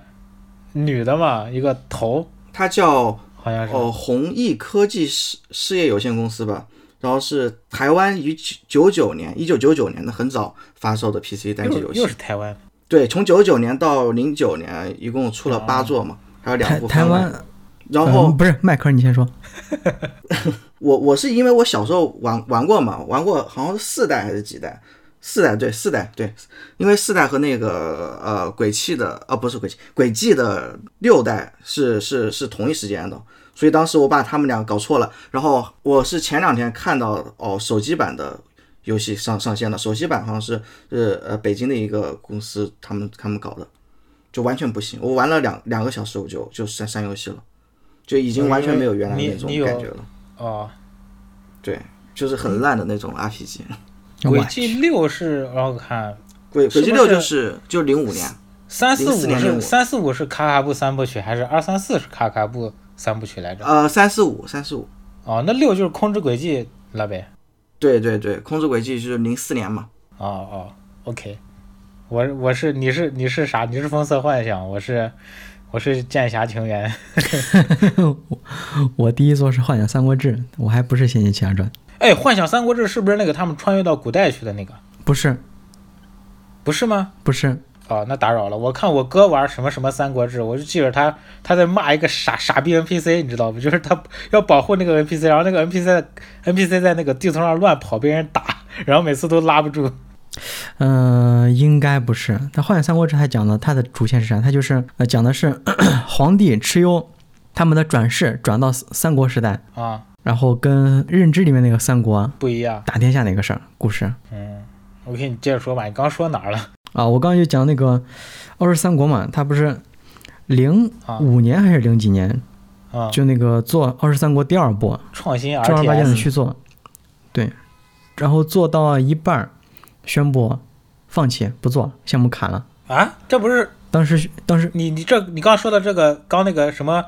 [SPEAKER 3] 女的嘛，一个头，
[SPEAKER 2] 它叫
[SPEAKER 3] 好像是。
[SPEAKER 2] 哦弘毅科技事事业有限公司吧，然后是台湾于九九年，一九九九年的很早发售的 PC 单机
[SPEAKER 3] 又
[SPEAKER 2] 游
[SPEAKER 3] 又
[SPEAKER 2] 戏
[SPEAKER 3] 是。台湾，
[SPEAKER 2] 对，从九九年到零九年，一共出了
[SPEAKER 3] 啊
[SPEAKER 2] 八座嘛，还有两
[SPEAKER 1] 台
[SPEAKER 2] 部
[SPEAKER 1] 台
[SPEAKER 2] 番外
[SPEAKER 1] 湾，
[SPEAKER 2] 然
[SPEAKER 1] 嗯
[SPEAKER 2] 后
[SPEAKER 1] 不是麦克，你先说。
[SPEAKER 2] 我我是因为我小时候玩玩过嘛，玩过好像是四代还是几代？四代对，四代对，因为四代和那个呃鬼泣的呃不是鬼泣，鬼泣的六代是是是同一时间的，所以当时我把他们俩搞错了。然后我是前两天看到哦手机版的游戏上上线了，手机版好像是是呃北京的一个公司他们他们搞的，就完全不行。我玩了两两个小时我就就删删游戏了，就已经完全没有原来
[SPEAKER 3] 你
[SPEAKER 2] 那种
[SPEAKER 3] 你有
[SPEAKER 2] 感觉了。
[SPEAKER 3] 哦，
[SPEAKER 2] 对，就是很烂的那
[SPEAKER 3] 嗯
[SPEAKER 2] 种 RPG。
[SPEAKER 3] 轨
[SPEAKER 1] 我
[SPEAKER 3] 迹六是让我看
[SPEAKER 2] 轨轨
[SPEAKER 3] 是不
[SPEAKER 2] 迹
[SPEAKER 3] 是
[SPEAKER 2] 六就是就零五年，
[SPEAKER 3] 三四
[SPEAKER 2] 04
[SPEAKER 3] 五
[SPEAKER 2] 年05
[SPEAKER 3] 是三四五是卡卡布三部曲，还是二三四是卡卡布三部曲来着？
[SPEAKER 2] 呃，三四五三四五，
[SPEAKER 3] 哦，那六就是空之轨迹了呗。
[SPEAKER 2] 对对对，空之轨迹就是零四年嘛。
[SPEAKER 3] 哦哦，OK，我我是你是你是啥？你是风色幻想，我是我是剑侠情缘。
[SPEAKER 1] 我第一座是幻想三国志，我还不是仙剑奇侠传，
[SPEAKER 3] 哎，幻想三国志是不是那个他们穿越到古代去的那个？
[SPEAKER 1] 不是
[SPEAKER 3] 不是吗？
[SPEAKER 1] 不是，
[SPEAKER 3] 哦，那打扰了。我看我哥玩什么什么三国志，我就记着他他在骂一个傻傻逼 NPC，你知道不？就是他要保护那个 NPC，然后那个 NPC 在 NPC 在那个地图上乱跑，被人打，然后每次都拉不住。
[SPEAKER 1] 嗯、应该不是。他《幻想三国志》还讲了他的主线是啥？他就是呃讲的是 皇帝蚩尤他们的转世转到三三国时代，
[SPEAKER 3] 啊，
[SPEAKER 1] 然后跟认知里面那个三国
[SPEAKER 3] 不一样。
[SPEAKER 1] 打天下那个事儿故事
[SPEAKER 3] 嗯，OK，你接着说吧，你刚说哪儿了？
[SPEAKER 1] 啊。我刚刚就讲那个二十三国嘛，他不是零
[SPEAKER 3] 啊
[SPEAKER 1] 五年还是零几年，
[SPEAKER 3] 啊，
[SPEAKER 1] 就那个做二十三国第二部，
[SPEAKER 3] 创新
[SPEAKER 1] 正儿八经的
[SPEAKER 3] RTS
[SPEAKER 1] 去做，对，然后做到一半儿宣布放弃不做了，项目砍了。
[SPEAKER 3] 啊，这不是
[SPEAKER 1] 当时当时
[SPEAKER 3] 你你这你刚说的这个刚那个什么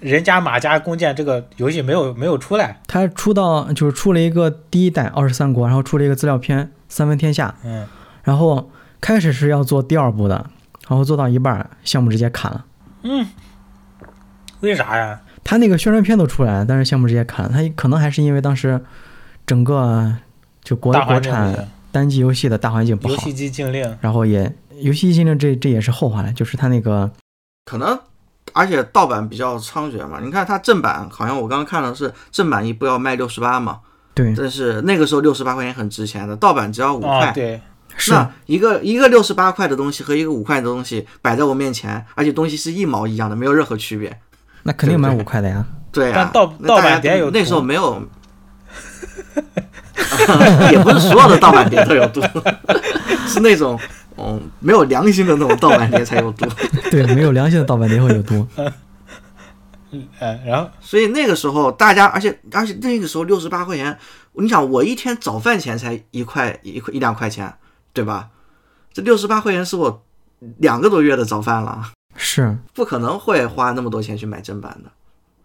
[SPEAKER 3] 人家马家弓箭这个游戏没有没有出来？
[SPEAKER 1] 他出到就是出了一个第一代二十三国，然后出了一个资料片《三分天下
[SPEAKER 3] 嗯，》，
[SPEAKER 1] 然后开始是要做第二部的，然后做到一半儿项目直接砍了。
[SPEAKER 3] 为啥呀？
[SPEAKER 1] 他那个宣传片都出来了，但是项目直接砍了。他可能还是因为当时整个就国
[SPEAKER 3] 大
[SPEAKER 1] 国
[SPEAKER 3] 环境不
[SPEAKER 1] 产
[SPEAKER 3] 行，
[SPEAKER 1] 单机游戏的大环境不
[SPEAKER 3] 游
[SPEAKER 1] 好，
[SPEAKER 3] 戏机禁令。
[SPEAKER 1] 然后也游戏禁令这这也是后话了，就是他那个
[SPEAKER 2] 可能，而且盗版比较猖獗嘛。你看它正版，好像我刚刚看的是正版一部要卖六十八嘛，
[SPEAKER 1] 对
[SPEAKER 2] 但是那个时候六十八块钱很值钱的，盗版只要五块。
[SPEAKER 3] 嗯啊，对，
[SPEAKER 1] 是
[SPEAKER 2] 那一个一个六十八块的东西和一个五块的东西摆在我面前，而且东西是一毛一样的，没有任何区别。
[SPEAKER 1] 那肯定
[SPEAKER 2] 对
[SPEAKER 1] 买
[SPEAKER 2] 对
[SPEAKER 1] 五块的呀。
[SPEAKER 2] 对啊，
[SPEAKER 3] 但盗
[SPEAKER 2] 那大家
[SPEAKER 3] 盗版碟有毒
[SPEAKER 2] 那时候没 有，也不是所有的盗版碟都有毒，是那种嗯没有良心的那种盗版碟才有毒。
[SPEAKER 1] 对，没有良心的盗版碟会有毒。
[SPEAKER 3] 嗯嗯，然后
[SPEAKER 2] 所以那个时候大家，而且而且那个时候六十八块钱，你想我一天早饭钱才一块一块一两块钱，对吧？这六十八块钱是我两个多月的早饭了，
[SPEAKER 1] 是
[SPEAKER 2] 不可能会花那么多钱去买正版的。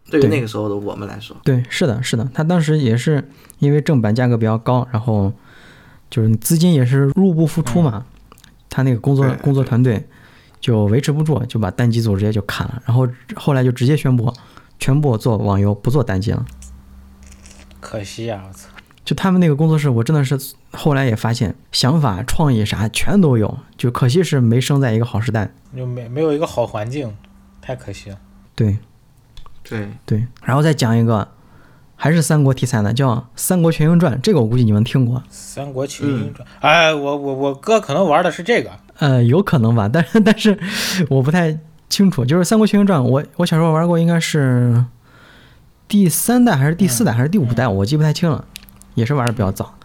[SPEAKER 2] 对于
[SPEAKER 1] 对
[SPEAKER 2] 那个时候的我们来说，
[SPEAKER 1] 对，是的，是的。他当时也是因为正版价格比较高，然后就是资金也是入不敷出嘛，他那个工作
[SPEAKER 2] 嗯对
[SPEAKER 1] 工作团队就维持不住，就把单机组直接就砍了，然后后来就直接宣布全部做网游，不做单机了。
[SPEAKER 3] 可惜呀、我操，
[SPEAKER 1] 就他们那个工作室，我真的是后来也发现，想法、创意啥全都有，就可惜是没生在一个好时代。
[SPEAKER 3] 就没没有一个好环境，太可惜了。
[SPEAKER 1] 对，
[SPEAKER 2] 对，
[SPEAKER 1] 对，然后再讲一个，还是三国题材的，叫《三国群英传》，这个我估计你们听过，
[SPEAKER 3] 三国群
[SPEAKER 1] 嗯
[SPEAKER 3] 英传，哎，我我我哥可能玩的是这个，
[SPEAKER 1] 呃，有可能吧，但是 但是我不太清楚。就是《三国群英传》，我我小时候玩过，应该是第三代还是第四代还是第五
[SPEAKER 3] 嗯
[SPEAKER 1] 代，我记不太清了，也是玩的比较早。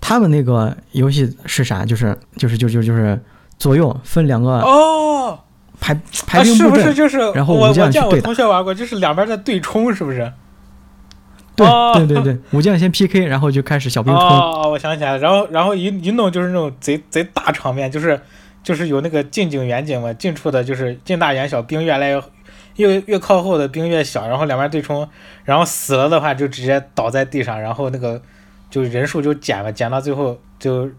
[SPEAKER 1] 他们那个游戏是啥？就是就是就就就是左右分两个
[SPEAKER 3] 哦，
[SPEAKER 1] 排
[SPEAKER 3] 啊，
[SPEAKER 1] 嗯排兵
[SPEAKER 3] 是
[SPEAKER 1] 布
[SPEAKER 3] 不
[SPEAKER 1] 阵
[SPEAKER 3] 是，就是
[SPEAKER 1] 然后
[SPEAKER 3] 我
[SPEAKER 1] 武将
[SPEAKER 3] 我见
[SPEAKER 1] 去
[SPEAKER 3] 我
[SPEAKER 1] 对打
[SPEAKER 3] 同学玩过，就是两边在对冲，是不是？哦
[SPEAKER 1] 对对对对，武将先 PK，然后就开始小兵冲。
[SPEAKER 3] 哦，哦我想起来了，然后然后一一弄就是那种贼贼大场面，就是就是有那个近景远景嘛，近处的就是近大远小，兵越来越越越靠后的兵越小，然后两边对冲，然后死了的话就直接倒在地上，然后那个就人数就减了，减到最后就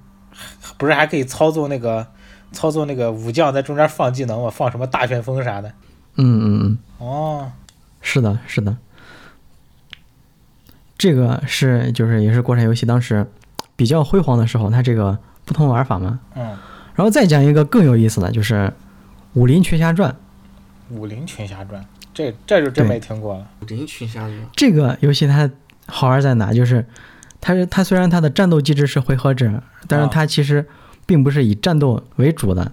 [SPEAKER 3] 不是还可以操纵那个操纵那个武将在中间放技能嘛，放什么大旋风啥的。
[SPEAKER 1] 嗯嗯嗯。
[SPEAKER 3] 哦，
[SPEAKER 1] 是的，是的，这个是就是也是国产游戏当时比较辉煌的时候，它这个不同玩法嘛。
[SPEAKER 3] 嗯，
[SPEAKER 1] 然后再讲一个更有意思的，就是《武林群侠传》
[SPEAKER 3] 武林群侠传，这这就真
[SPEAKER 1] 对
[SPEAKER 3] 没听过了。
[SPEAKER 2] 林群侠传
[SPEAKER 1] 这个游戏，它好玩在哪？就是它是它虽然它的战斗机制是回合制，但是
[SPEAKER 3] 啊
[SPEAKER 1] 它其实并不是以战斗为主的，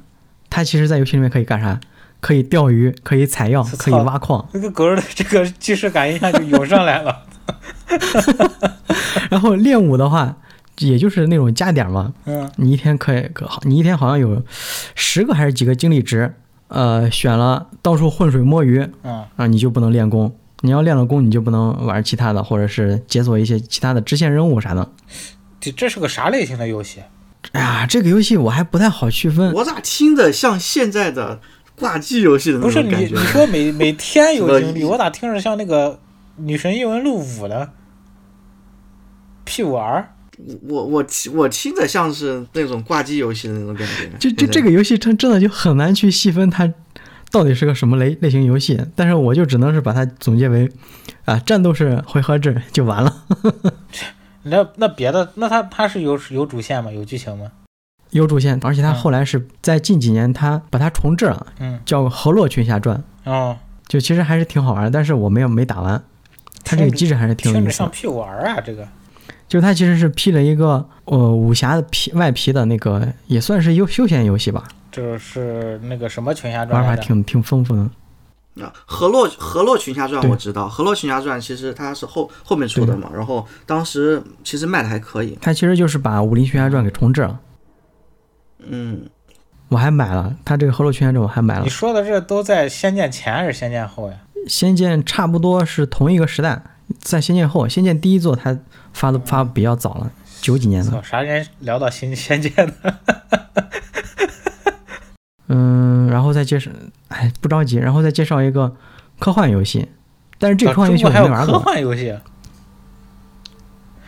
[SPEAKER 1] 它其实在游戏里面可以干啥？可以钓鱼，可以采药，
[SPEAKER 3] 操
[SPEAKER 1] 可以挖矿，
[SPEAKER 3] 这个狗日的这个既视感一下就涌上来了。
[SPEAKER 1] 然后练武的话，也就是那种加点嘛，
[SPEAKER 3] 嗯
[SPEAKER 1] 你一天可以可好，你一天好像有十个还是几个经理值，呃，选了到处浑水摸鱼
[SPEAKER 3] 嗯
[SPEAKER 1] 啊，你就不能练功。你要练了功，你就不能玩其他的，或者是解锁一些其他的支线任务啥的。
[SPEAKER 3] 这这是个啥类型的游戏？
[SPEAKER 1] 哎呀，这个游戏我还不太好区分。
[SPEAKER 2] 我咋听着像现在的挂机游戏的
[SPEAKER 3] 不
[SPEAKER 2] 那
[SPEAKER 3] 是
[SPEAKER 2] 种
[SPEAKER 3] 你
[SPEAKER 2] 感
[SPEAKER 3] 你
[SPEAKER 2] 觉？
[SPEAKER 3] 说每每天有
[SPEAKER 2] 什么
[SPEAKER 3] 经历，我咋听着像那个《女神异闻录五》呢？P 五 R
[SPEAKER 2] 我我听我听着像是那种挂机游戏的那种感觉。
[SPEAKER 1] 就就
[SPEAKER 2] 现在
[SPEAKER 1] 这个游戏真真的就很难去细分它到底是个什么类类型游戏，但是我就只能是把它总结为啊，战斗是回合制就完了。
[SPEAKER 3] 那那别的那它它是有有主线吗？有剧情吗？
[SPEAKER 1] 有主线，而且它
[SPEAKER 3] 嗯
[SPEAKER 1] 后来是在近几年它把它重置了，
[SPEAKER 3] 嗯
[SPEAKER 1] 叫《河洛群侠传》，
[SPEAKER 3] 哦，
[SPEAKER 1] 就其实还是挺好玩的，但是我没有没打完。它这个机制还是挺有
[SPEAKER 3] 听
[SPEAKER 1] 意
[SPEAKER 3] 着
[SPEAKER 1] 思
[SPEAKER 3] 像
[SPEAKER 1] 的，
[SPEAKER 3] P 五 R 啊，这个
[SPEAKER 1] 就它其实是披了一个呃武侠的皮外皮的那个，也算是休休闲游戏吧，
[SPEAKER 3] 这是那个什么群侠传
[SPEAKER 1] 玩法
[SPEAKER 3] 来的？
[SPEAKER 1] 挺挺丰富的。
[SPEAKER 2] 啊，河洛河洛群侠传
[SPEAKER 1] 对
[SPEAKER 2] 我知道，河洛群侠传其实它是后后面出的嘛，然后当时其实卖的还可以，
[SPEAKER 1] 它其实就是把《武林群侠传》给重置了，
[SPEAKER 2] 嗯，
[SPEAKER 1] 我还买了它这个《河洛群侠传》，我还买了
[SPEAKER 3] 你。说的这都在《仙剑前》还是《仙剑后》呀？
[SPEAKER 1] 《仙剑》差不多是同一个时代，在《仙剑》后，《仙剑》第一作它发
[SPEAKER 3] 嗯
[SPEAKER 1] 的发比较早了，九几年的。
[SPEAKER 3] 操，啥人聊到新《 仙剑》的？
[SPEAKER 1] 嗯，然后再介绍，哎，不着急，然后再介绍一个科幻游戏，但是这个科幻游
[SPEAKER 3] 啊中
[SPEAKER 1] 戏我
[SPEAKER 3] 国还
[SPEAKER 1] 没
[SPEAKER 3] 有
[SPEAKER 1] 玩
[SPEAKER 3] 科
[SPEAKER 1] 过，
[SPEAKER 3] 幻 游戏？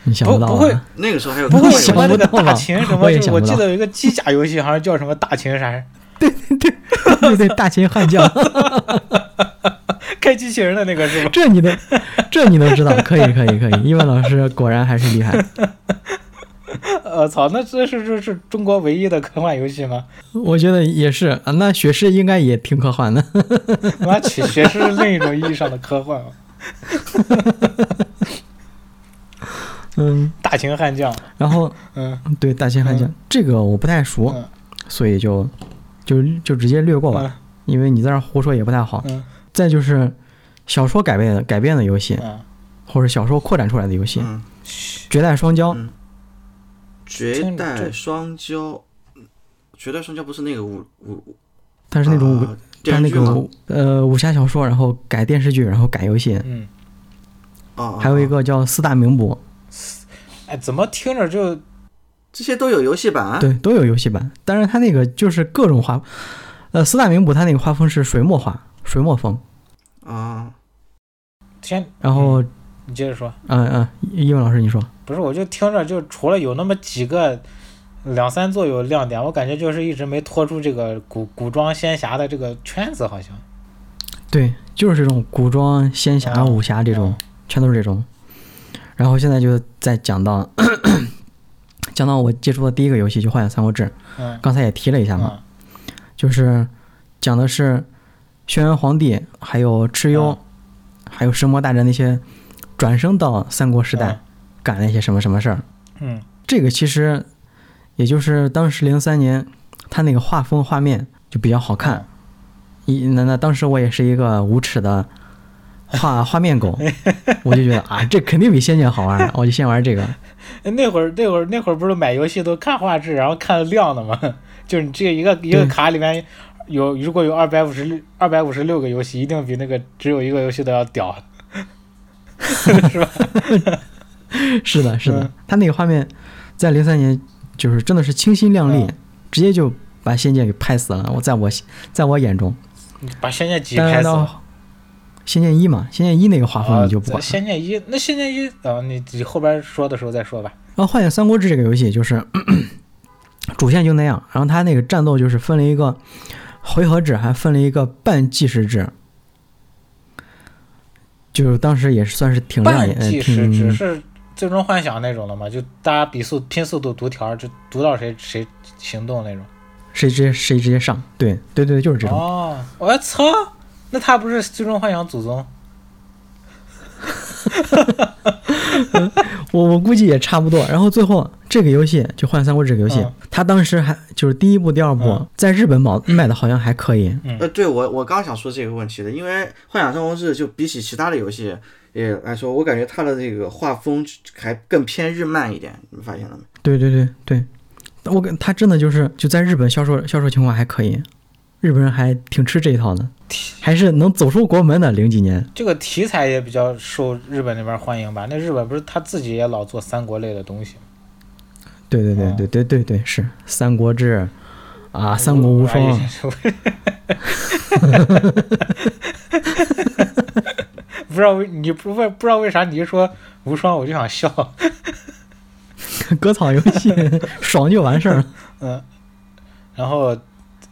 [SPEAKER 1] 你想到啊
[SPEAKER 3] 不不会
[SPEAKER 1] 吧？
[SPEAKER 2] 那个时候还有
[SPEAKER 3] 不
[SPEAKER 2] 科
[SPEAKER 3] 会
[SPEAKER 2] 幻
[SPEAKER 1] 想
[SPEAKER 3] 什
[SPEAKER 1] 不到
[SPEAKER 2] 游戏，
[SPEAKER 3] 么那个
[SPEAKER 1] 啊
[SPEAKER 3] 大 秦什
[SPEAKER 1] 我
[SPEAKER 3] 么？
[SPEAKER 1] 也
[SPEAKER 3] 就
[SPEAKER 1] 想
[SPEAKER 3] 我
[SPEAKER 1] 不
[SPEAKER 3] 记
[SPEAKER 1] 到
[SPEAKER 3] 得有一个机甲游戏，好像叫什么大秦啥，
[SPEAKER 1] 对对，大秦悍 将，
[SPEAKER 3] 开机器人的那个 是吧？
[SPEAKER 1] 这你都这你都知道，可以可以可以，一文老师果然还是厉害。
[SPEAKER 3] 我呃操，那这是这是中国唯一的科幻游戏 吗？
[SPEAKER 1] 我觉得也是啊，那雪士应该也挺科幻的。
[SPEAKER 3] 妈，学学是另一种意义上的科幻啊，
[SPEAKER 1] 嗯，
[SPEAKER 3] 大秦悍将，
[SPEAKER 1] 然后
[SPEAKER 3] 嗯，
[SPEAKER 1] 对大秦悍将、这个我不太熟，
[SPEAKER 3] 嗯
[SPEAKER 1] 所以就就就直接略过
[SPEAKER 2] 嗯
[SPEAKER 1] 吧，因为你在这儿胡说也不太好。
[SPEAKER 3] 嗯
[SPEAKER 1] 再就是小说改编的改编的游戏，
[SPEAKER 3] 嗯，
[SPEAKER 1] 或者小说扩展出来的游戏，
[SPEAKER 2] 嗯，
[SPEAKER 1] 绝代双骄》
[SPEAKER 2] 嗯绝
[SPEAKER 3] 听着
[SPEAKER 2] 代
[SPEAKER 3] 这
[SPEAKER 2] 双骄，嗯绝代双骄不是那个武武，
[SPEAKER 1] 它是那种武、
[SPEAKER 2] 啊
[SPEAKER 1] 它
[SPEAKER 2] 电视
[SPEAKER 1] 那
[SPEAKER 2] 剧吗？
[SPEAKER 1] 种呃武侠小说，然后改电视剧，然后改游戏。
[SPEAKER 3] 嗯，
[SPEAKER 2] 啊，啊
[SPEAKER 1] 还有一
[SPEAKER 2] 啊
[SPEAKER 1] 个叫四大名捕，
[SPEAKER 3] 哎，怎么听着就
[SPEAKER 2] 这些都有游戏版啊，
[SPEAKER 1] 对，都有游戏版。但是它那个就是各种画，呃，四大名捕它那个画风是水墨画，水墨风。
[SPEAKER 2] 啊，
[SPEAKER 3] 天？
[SPEAKER 1] 然后，
[SPEAKER 3] 你接着说，
[SPEAKER 1] 嗯嗯，一文老师你说，
[SPEAKER 3] 不是，我就听着就除了有那么几个。两三座有亮点，我感觉就是一直没脱出这个古古装仙侠的这个圈子，好像
[SPEAKER 1] 对，就是这种古装、仙侠、
[SPEAKER 3] 嗯
[SPEAKER 1] 武侠这种，全都是这种。然后现在就在讲到讲到我接触的第一个游戏就《幻想三国志》，
[SPEAKER 3] 嗯，
[SPEAKER 1] 刚才也提了一下
[SPEAKER 3] 嗯，
[SPEAKER 1] 嘛，就是讲的是轩辕皇帝，还有蚩尤，
[SPEAKER 3] 嗯
[SPEAKER 1] 还有神魔大战那些转生到三国时代、干了一些什么什么事儿。
[SPEAKER 3] 嗯，
[SPEAKER 1] 这个其实也就是当时零三年，他那个画风画面就比较好
[SPEAKER 3] 嗯
[SPEAKER 1] 看。一那那当时我也是一个无耻的 画画面狗，我就觉得啊，这肯定比仙剑好玩儿，我就先玩这个。
[SPEAKER 3] 哎那会儿，那会儿，那会儿不是买游戏都看画质，然后看量的吗？ 就是你这一个一个卡里面有，如果有二百五十六二百五十六个游戏，一定比那个只有一个游戏的要屌， 是吧？
[SPEAKER 1] 是的，是的
[SPEAKER 3] 嗯，
[SPEAKER 1] 他那个画面在零三年就是真的是清新亮丽
[SPEAKER 3] 嗯，
[SPEAKER 1] 直接就把仙剑给拍死了。我在我在我眼中，
[SPEAKER 3] 把《仙剑几》
[SPEAKER 1] 但
[SPEAKER 3] 拍
[SPEAKER 1] 是
[SPEAKER 3] 死
[SPEAKER 1] 到
[SPEAKER 3] 了。
[SPEAKER 1] 《仙剑一》嘛，《仙剑一》那个画
[SPEAKER 3] 啊
[SPEAKER 1] 风你就不
[SPEAKER 3] 咱
[SPEAKER 1] 管了。
[SPEAKER 3] 仙剑一》那《仙剑一》啊，你你后边说的时候再说吧。
[SPEAKER 1] 然后《幻影三国志》这个游戏就是 咳咳主线就那样，然后它那个战斗就是分了一个回合制，还分了一个半计时制，就是当时也是算是挺亮
[SPEAKER 3] 半
[SPEAKER 1] 眼，呃
[SPEAKER 3] 计时只
[SPEAKER 1] 挺
[SPEAKER 3] 是最终幻想那种的嘛，就大家比速拼速度读条，就读到谁谁行动那种。
[SPEAKER 1] 谁直接谁直接上，对对对，就是这种。
[SPEAKER 3] 哦，我操，那他不是最终幻想祖宗？
[SPEAKER 1] 我我估计也差不多。然后最后这个游戏就《换三国志》这个游戏
[SPEAKER 3] 嗯，
[SPEAKER 1] 它当时还就是第一部、第二部
[SPEAKER 3] 嗯
[SPEAKER 1] 在日本保卖的好像还可以，
[SPEAKER 2] 呃，对我我刚想说这个问题的，因为《幻想生活志》就比起其他的游戏也来说，我感觉它的这个画风还更偏日漫一点，你们发现了吗？
[SPEAKER 1] 对对对对，我跟他真的就是就在日本销售销售情况还可以，日本人还挺吃这一套的，还是能走出国门的。零几年，
[SPEAKER 3] 这个题材也比较受日本那边欢迎吧？那日本不是他自己也老做三国类的东西吗？
[SPEAKER 1] 对对对
[SPEAKER 3] 哦
[SPEAKER 1] 对对对对，是《三国志》啊，《三国无双》
[SPEAKER 3] 哎。 不知道为你不为不知道为啥你一说无双我就想笑，
[SPEAKER 1] 割草游戏， 爽就完事儿了。
[SPEAKER 3] 嗯，然后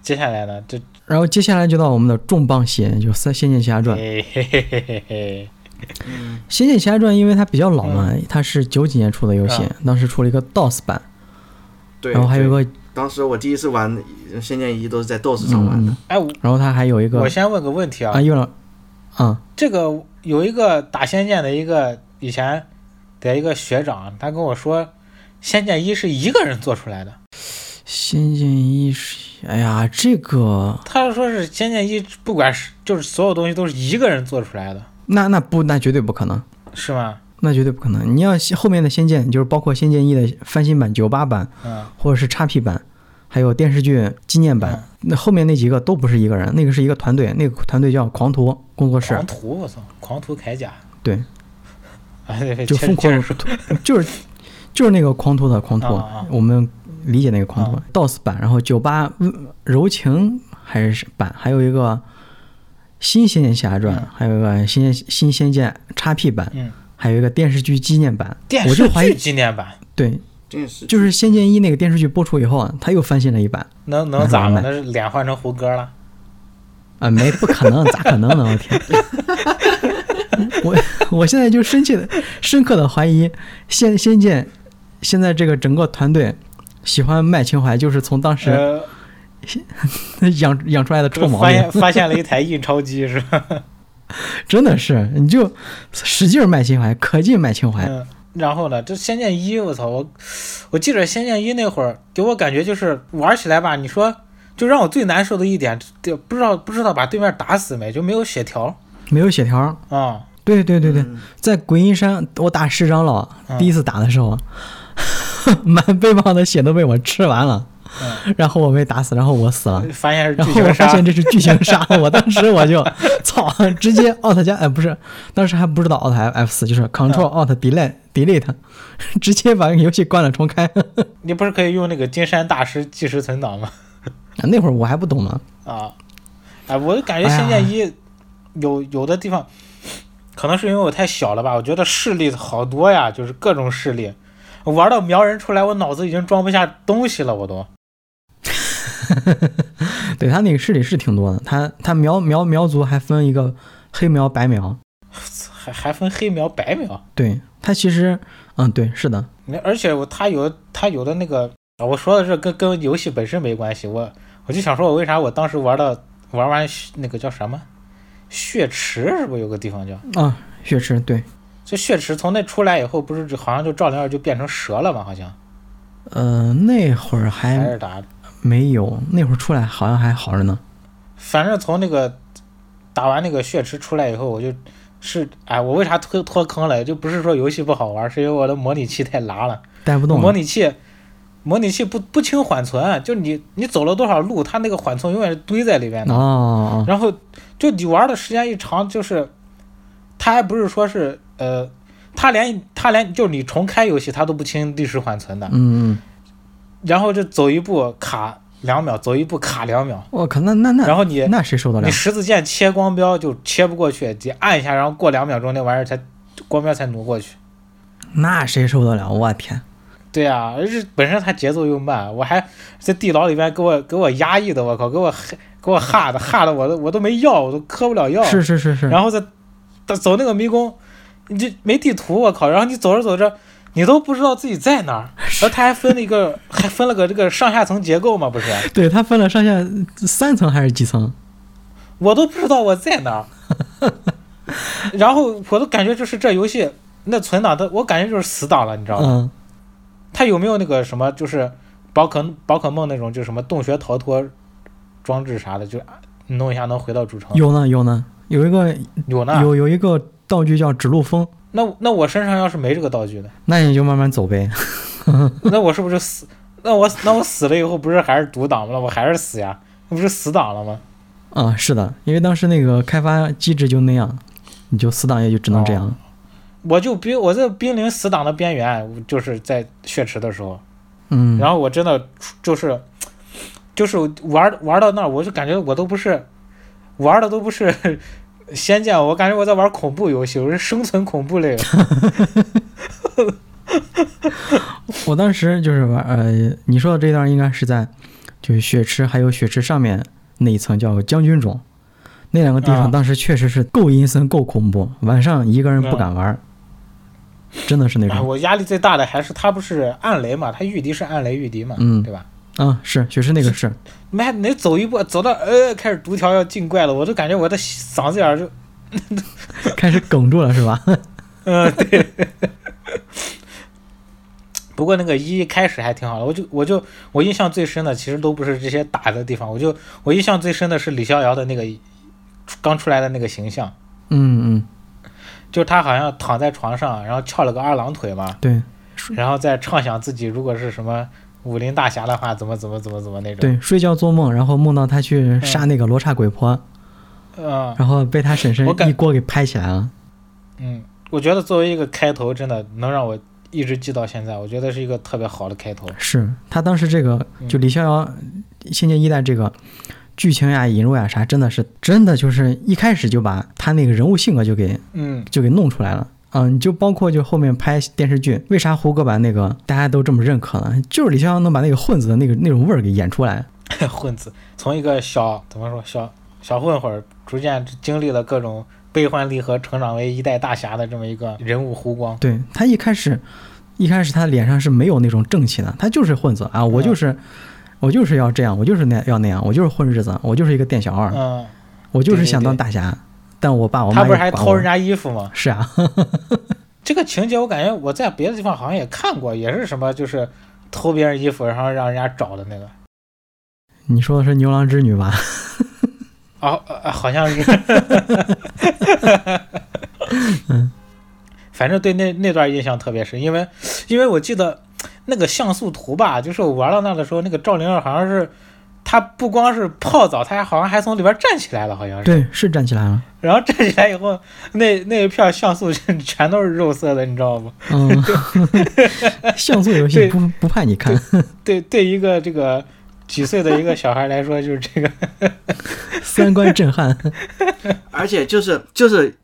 [SPEAKER 3] 接下来呢，这
[SPEAKER 1] 然后接下来就到我们的重磅戏，就《三仙剑奇侠传》。《
[SPEAKER 3] 嘿嘿嘿嘿嘿嘿，
[SPEAKER 2] 嗯，
[SPEAKER 1] 仙剑奇侠传》因为它比较老嘛，它是九几年出的游戏，当时出了一个 DOS 版，
[SPEAKER 2] 对。
[SPEAKER 1] 然后还有一
[SPEAKER 2] 对
[SPEAKER 1] 个，
[SPEAKER 2] 当时我第一次玩《仙剑一》都是在 DOS 上玩的。
[SPEAKER 1] 嗯，
[SPEAKER 3] 哎，我
[SPEAKER 1] 然后它还有一个
[SPEAKER 3] 我先问个问题啊
[SPEAKER 1] 啊，，又了，啊，
[SPEAKER 3] 这个有一个打仙剑的一个以前的一个学长，他跟我说，仙剑一是一个人做出来的，
[SPEAKER 1] 《仙剑一》是，哎呀，这个
[SPEAKER 3] 他说是仙剑一不管是就是所有东西都是一个人做出来的，
[SPEAKER 1] 那那不那绝对不可能，
[SPEAKER 3] 是吗？
[SPEAKER 1] 那绝对不可能。你要后面的《仙剑》，就是包括《仙剑一》的翻新版、九八版，
[SPEAKER 3] 嗯，
[SPEAKER 1] 或者是 XP 版，还有电视剧纪念版，那后面那几个都不是一个人，那个是一个团队，那个团队叫狂徒工作室
[SPEAKER 3] 狂，徒，我操，狂徒铠甲，
[SPEAKER 1] 对，
[SPEAKER 3] 啊，对对，
[SPEAKER 1] 就
[SPEAKER 3] 接
[SPEAKER 1] 疯
[SPEAKER 3] 着接
[SPEAKER 1] 狂
[SPEAKER 3] 着说，
[SPEAKER 1] 就是就是那个狂徒的狂徒，
[SPEAKER 3] 啊啊啊
[SPEAKER 1] 我们理解那个狂徒、
[SPEAKER 3] 啊
[SPEAKER 1] DOS 版，然后九八柔情还是版，还有一个新《仙剑奇侠传》
[SPEAKER 3] 嗯
[SPEAKER 1] 还有一个新新《仙剑》XP 版，
[SPEAKER 3] 嗯，
[SPEAKER 1] 还有一个电视剧纪念版，
[SPEAKER 3] 电
[SPEAKER 1] 我就
[SPEAKER 3] 视
[SPEAKER 1] 怀疑
[SPEAKER 3] 剧纪念版
[SPEAKER 1] 对，
[SPEAKER 2] 电视
[SPEAKER 1] 就是《仙剑一》那个电视剧播出以后啊，他又翻新了一版。
[SPEAKER 3] 能能咋了？那是脸换成胡歌了？
[SPEAKER 1] 啊，没，不可能，咋可能呢？我天！我我现在就深切的、深刻的怀疑，仙仙剑现在这个整个团队喜欢卖情怀，就是从当时
[SPEAKER 3] 呃，
[SPEAKER 1] 养养出来的臭毛
[SPEAKER 3] 发
[SPEAKER 1] 病
[SPEAKER 3] 现，发现了一台印钞机是吧？
[SPEAKER 1] 真的是，你就使劲儿卖情怀，可劲卖情怀。
[SPEAKER 3] 嗯。然后呢，这《仙剑一》，我操，我我记着《仙剑一》那会儿给我感觉就是玩起来吧，你说就让我最难受的一点，就不知道不知道把对面打死没，就没有血条
[SPEAKER 1] 没有血条儿，
[SPEAKER 3] 啊、
[SPEAKER 1] 对对对对，
[SPEAKER 2] 嗯
[SPEAKER 1] 在鬼阴山我打师长老
[SPEAKER 3] 嗯
[SPEAKER 1] 第一次打的时候， 满背包的血都被我吃完了，
[SPEAKER 3] 嗯
[SPEAKER 1] 然后我被打死，然后我死了。
[SPEAKER 3] 发现是
[SPEAKER 1] 然
[SPEAKER 3] 剧
[SPEAKER 1] 后我
[SPEAKER 3] 情
[SPEAKER 1] 发
[SPEAKER 3] 杀，
[SPEAKER 1] 现这是剧情杀，我当时我就操，直接 Alt 加哎不是，当时还不知道 Alt F F 四，就是 Control
[SPEAKER 3] 嗯
[SPEAKER 1] Alt Delete Delete，直接把游戏关了重开。
[SPEAKER 3] 你不是可以用那个金山大师即时存档吗？
[SPEAKER 1] 那会儿我还不懂嘛，
[SPEAKER 3] 啊，哎，我就感觉
[SPEAKER 1] 哎呀
[SPEAKER 3] 仙剑一有有的地方，可能是因为我太小了吧，我觉得势力好多呀，就是各种势力，我玩到苗人出来，我脑子已经装不下东西了，我都。
[SPEAKER 1] 对他那个势力是挺多的，他他苗苗苗族还分一个黑苗白苗，
[SPEAKER 3] 还还分黑苗白苗，
[SPEAKER 1] 对他其实嗯对是的，
[SPEAKER 3] 那而且我他有他有的那个，啊我说的这跟跟游戏本身没关系，我我就想说，我为啥我当时玩到玩完血那个叫什么血池，是不是有个地方叫？
[SPEAKER 1] 啊血池对，
[SPEAKER 3] 就血池从那出来以后，不是就好像就赵灵儿就变成蛇了嘛？好像
[SPEAKER 1] 呃那会儿
[SPEAKER 3] 还
[SPEAKER 1] 还
[SPEAKER 3] 是咋？
[SPEAKER 1] 没有，那会儿出来好像还好着呢，
[SPEAKER 3] 反正从那个打完那个血池出来以后，我就是哎，我为啥脱脱坑了？就不是说游戏不好玩，是因为我的模拟器太拉了。
[SPEAKER 1] 带不动
[SPEAKER 3] 模
[SPEAKER 1] 了，
[SPEAKER 3] 拟器，模拟器不不清缓存，啊就你你走了多少路，它那个缓存永远是堆在里边的。
[SPEAKER 1] 哦哦
[SPEAKER 3] 然后就你玩的时间一长，就是它还不是说是呃，它连它连就是你重开游戏，它都不清历史缓存的。
[SPEAKER 1] 嗯嗯，
[SPEAKER 3] 然后就走一步卡两秒，走一步卡两秒，
[SPEAKER 1] 我靠那那那
[SPEAKER 3] 然后你
[SPEAKER 1] 那谁受得了
[SPEAKER 3] 你？十字键切光标就切不过去，你按一下，然后过两秒钟那玩意儿才光标才挪过去。
[SPEAKER 1] 那谁受得了？我天！
[SPEAKER 3] 对啊，而是本身它节奏又慢，我还在地牢里边给我给我压抑的，我靠，给我吓给我吓的吓的，我都我都没药，我都嗑不了药。
[SPEAKER 1] 是是是是，
[SPEAKER 3] 哦然后再再走那个迷宫，你这没地图，我靠！然后你走着走着，你都不知道自己 在哪儿。然后它还分了一个，还分了个这个上下层结构嘛，不是？
[SPEAKER 1] 对他分了上下三层还是几层？
[SPEAKER 3] 我都不知道我在哪儿。然后我都感觉就是这游戏那存档它我感觉就是死档了，你知道吗？
[SPEAKER 1] 嗯，
[SPEAKER 3] 它有没有那个什么就是宝可宝可梦那种就是什么洞穴逃脱装置啥的，就弄一下能回到主城？
[SPEAKER 1] 有呢有呢，有一个
[SPEAKER 3] 有呢。
[SPEAKER 1] 有有一个道具叫指路风，
[SPEAKER 3] 那那我身上要是没这个道具呢？
[SPEAKER 1] 那你就慢慢走呗。
[SPEAKER 3] 那我是不是死？那我那我死了以后不是还是独挡吗？我还是死呀？那不是死挡了吗？
[SPEAKER 1] 啊、是的，因为当时那个开发机制就那样，你就死党也就只能这样了。
[SPEAKER 3] 我就濒我在濒临死党的边缘，就是在血池的时候，
[SPEAKER 1] 嗯，
[SPEAKER 3] 然后我真的就是就是玩玩到那儿，我就感觉我都不是玩的都不是 仙剑，我感觉我在玩恐怖游戏，我是生存恐怖类的。
[SPEAKER 1] 我当时就是玩，呃，你说的这段应该是在就是血池还有血池上面那一层叫将军冢那两个地
[SPEAKER 3] 啊
[SPEAKER 1] 方，当时确实是够阴森够恐怖，晚上一个人
[SPEAKER 3] 啊
[SPEAKER 1] 不敢玩儿，真的是那
[SPEAKER 3] 哎
[SPEAKER 1] 种。
[SPEAKER 3] 我压力最大的还是他不是暗雷嘛，他御敌是暗雷御敌嘛，
[SPEAKER 1] 嗯
[SPEAKER 3] 对吧？
[SPEAKER 1] 啊，是血池那个是，
[SPEAKER 3] 妈，你走一步走到呃开始读条要进怪了，我都感觉我的嗓子眼儿就
[SPEAKER 1] 开始哽住了是吧？
[SPEAKER 3] 嗯，对。不过那个一开始还挺好的，我就我就我印象最深的其实都不是这些打的地方，我就我印象最深的是李逍遥的那个刚出来的那个形象，
[SPEAKER 1] 嗯嗯，
[SPEAKER 3] 就是他好像躺在床上，然后翘了个二郎腿嘛，
[SPEAKER 1] 对
[SPEAKER 3] 然后再畅想自己如果是什么武林大侠的话，怎么怎么怎么怎么那种。，
[SPEAKER 1] 对，睡觉做梦，然后梦到他
[SPEAKER 3] 啊
[SPEAKER 1] 去杀那个罗刹鬼婆，
[SPEAKER 3] 嗯
[SPEAKER 1] 然后被他婶婶
[SPEAKER 3] 我感
[SPEAKER 1] 一锅给拍起来了。
[SPEAKER 3] 嗯，我觉得作为一个开头，真的能让我一直记到现在，我觉得是一个特别好的开头。
[SPEAKER 1] 是他当时这个
[SPEAKER 3] 嗯
[SPEAKER 1] 就李逍遥《仙剑一代》这个剧情呀、引入呀啥，真的是真的就是一开始就把他那个人物性格就给
[SPEAKER 3] 嗯，
[SPEAKER 1] 就给弄出来了。嗯，就包括就后面拍电视剧，为啥胡歌把那个大家都这么认可呢？就是李逍遥能把那个混子的那个那种味儿给演出来。
[SPEAKER 3] 混子，从一个小怎么说小小混混，儿，逐渐经历了各种悲欢离合，成长为一代大侠的这么一个人物弧光。
[SPEAKER 1] 对他一开始，一开始他脸上是没有那种正气的，他就是混子啊，我
[SPEAKER 3] 嗯
[SPEAKER 1] 就是、我就是要这样，我就是那要那样，我就是混日子，我就是一个店小二，
[SPEAKER 3] 嗯，
[SPEAKER 1] 我就是想当
[SPEAKER 3] 对对
[SPEAKER 1] 大侠，但我爸我妈
[SPEAKER 3] 他不是
[SPEAKER 1] 也
[SPEAKER 3] 还
[SPEAKER 1] 管
[SPEAKER 3] 偷
[SPEAKER 1] 我
[SPEAKER 3] 人家衣服吗？
[SPEAKER 1] 是啊，
[SPEAKER 3] 这个情节我感觉我在别的地方好像也看过，也是什么就是偷别人衣服，然后让人家找的那个。
[SPEAKER 1] 你说的是牛郎织女吧？
[SPEAKER 3] 哦，呃好像是。反正对那那段印象特别深，因为因为我记得那个像素图吧，就是我玩到那的时候，那个赵灵儿好像是她不光是泡澡，她还好像还从里边站起来了，好像是。
[SPEAKER 1] 对，是站起来了。
[SPEAKER 3] 然后站起来以后，那那一片像素全全都是肉色的，你知道吗？
[SPEAKER 1] 嗯， 像素游戏
[SPEAKER 3] 对
[SPEAKER 1] 不不怕你看，
[SPEAKER 3] 对对，一个这个几岁的一个小孩来说，就是这个。
[SPEAKER 1] 三观震撼。
[SPEAKER 2] 而且就是就是，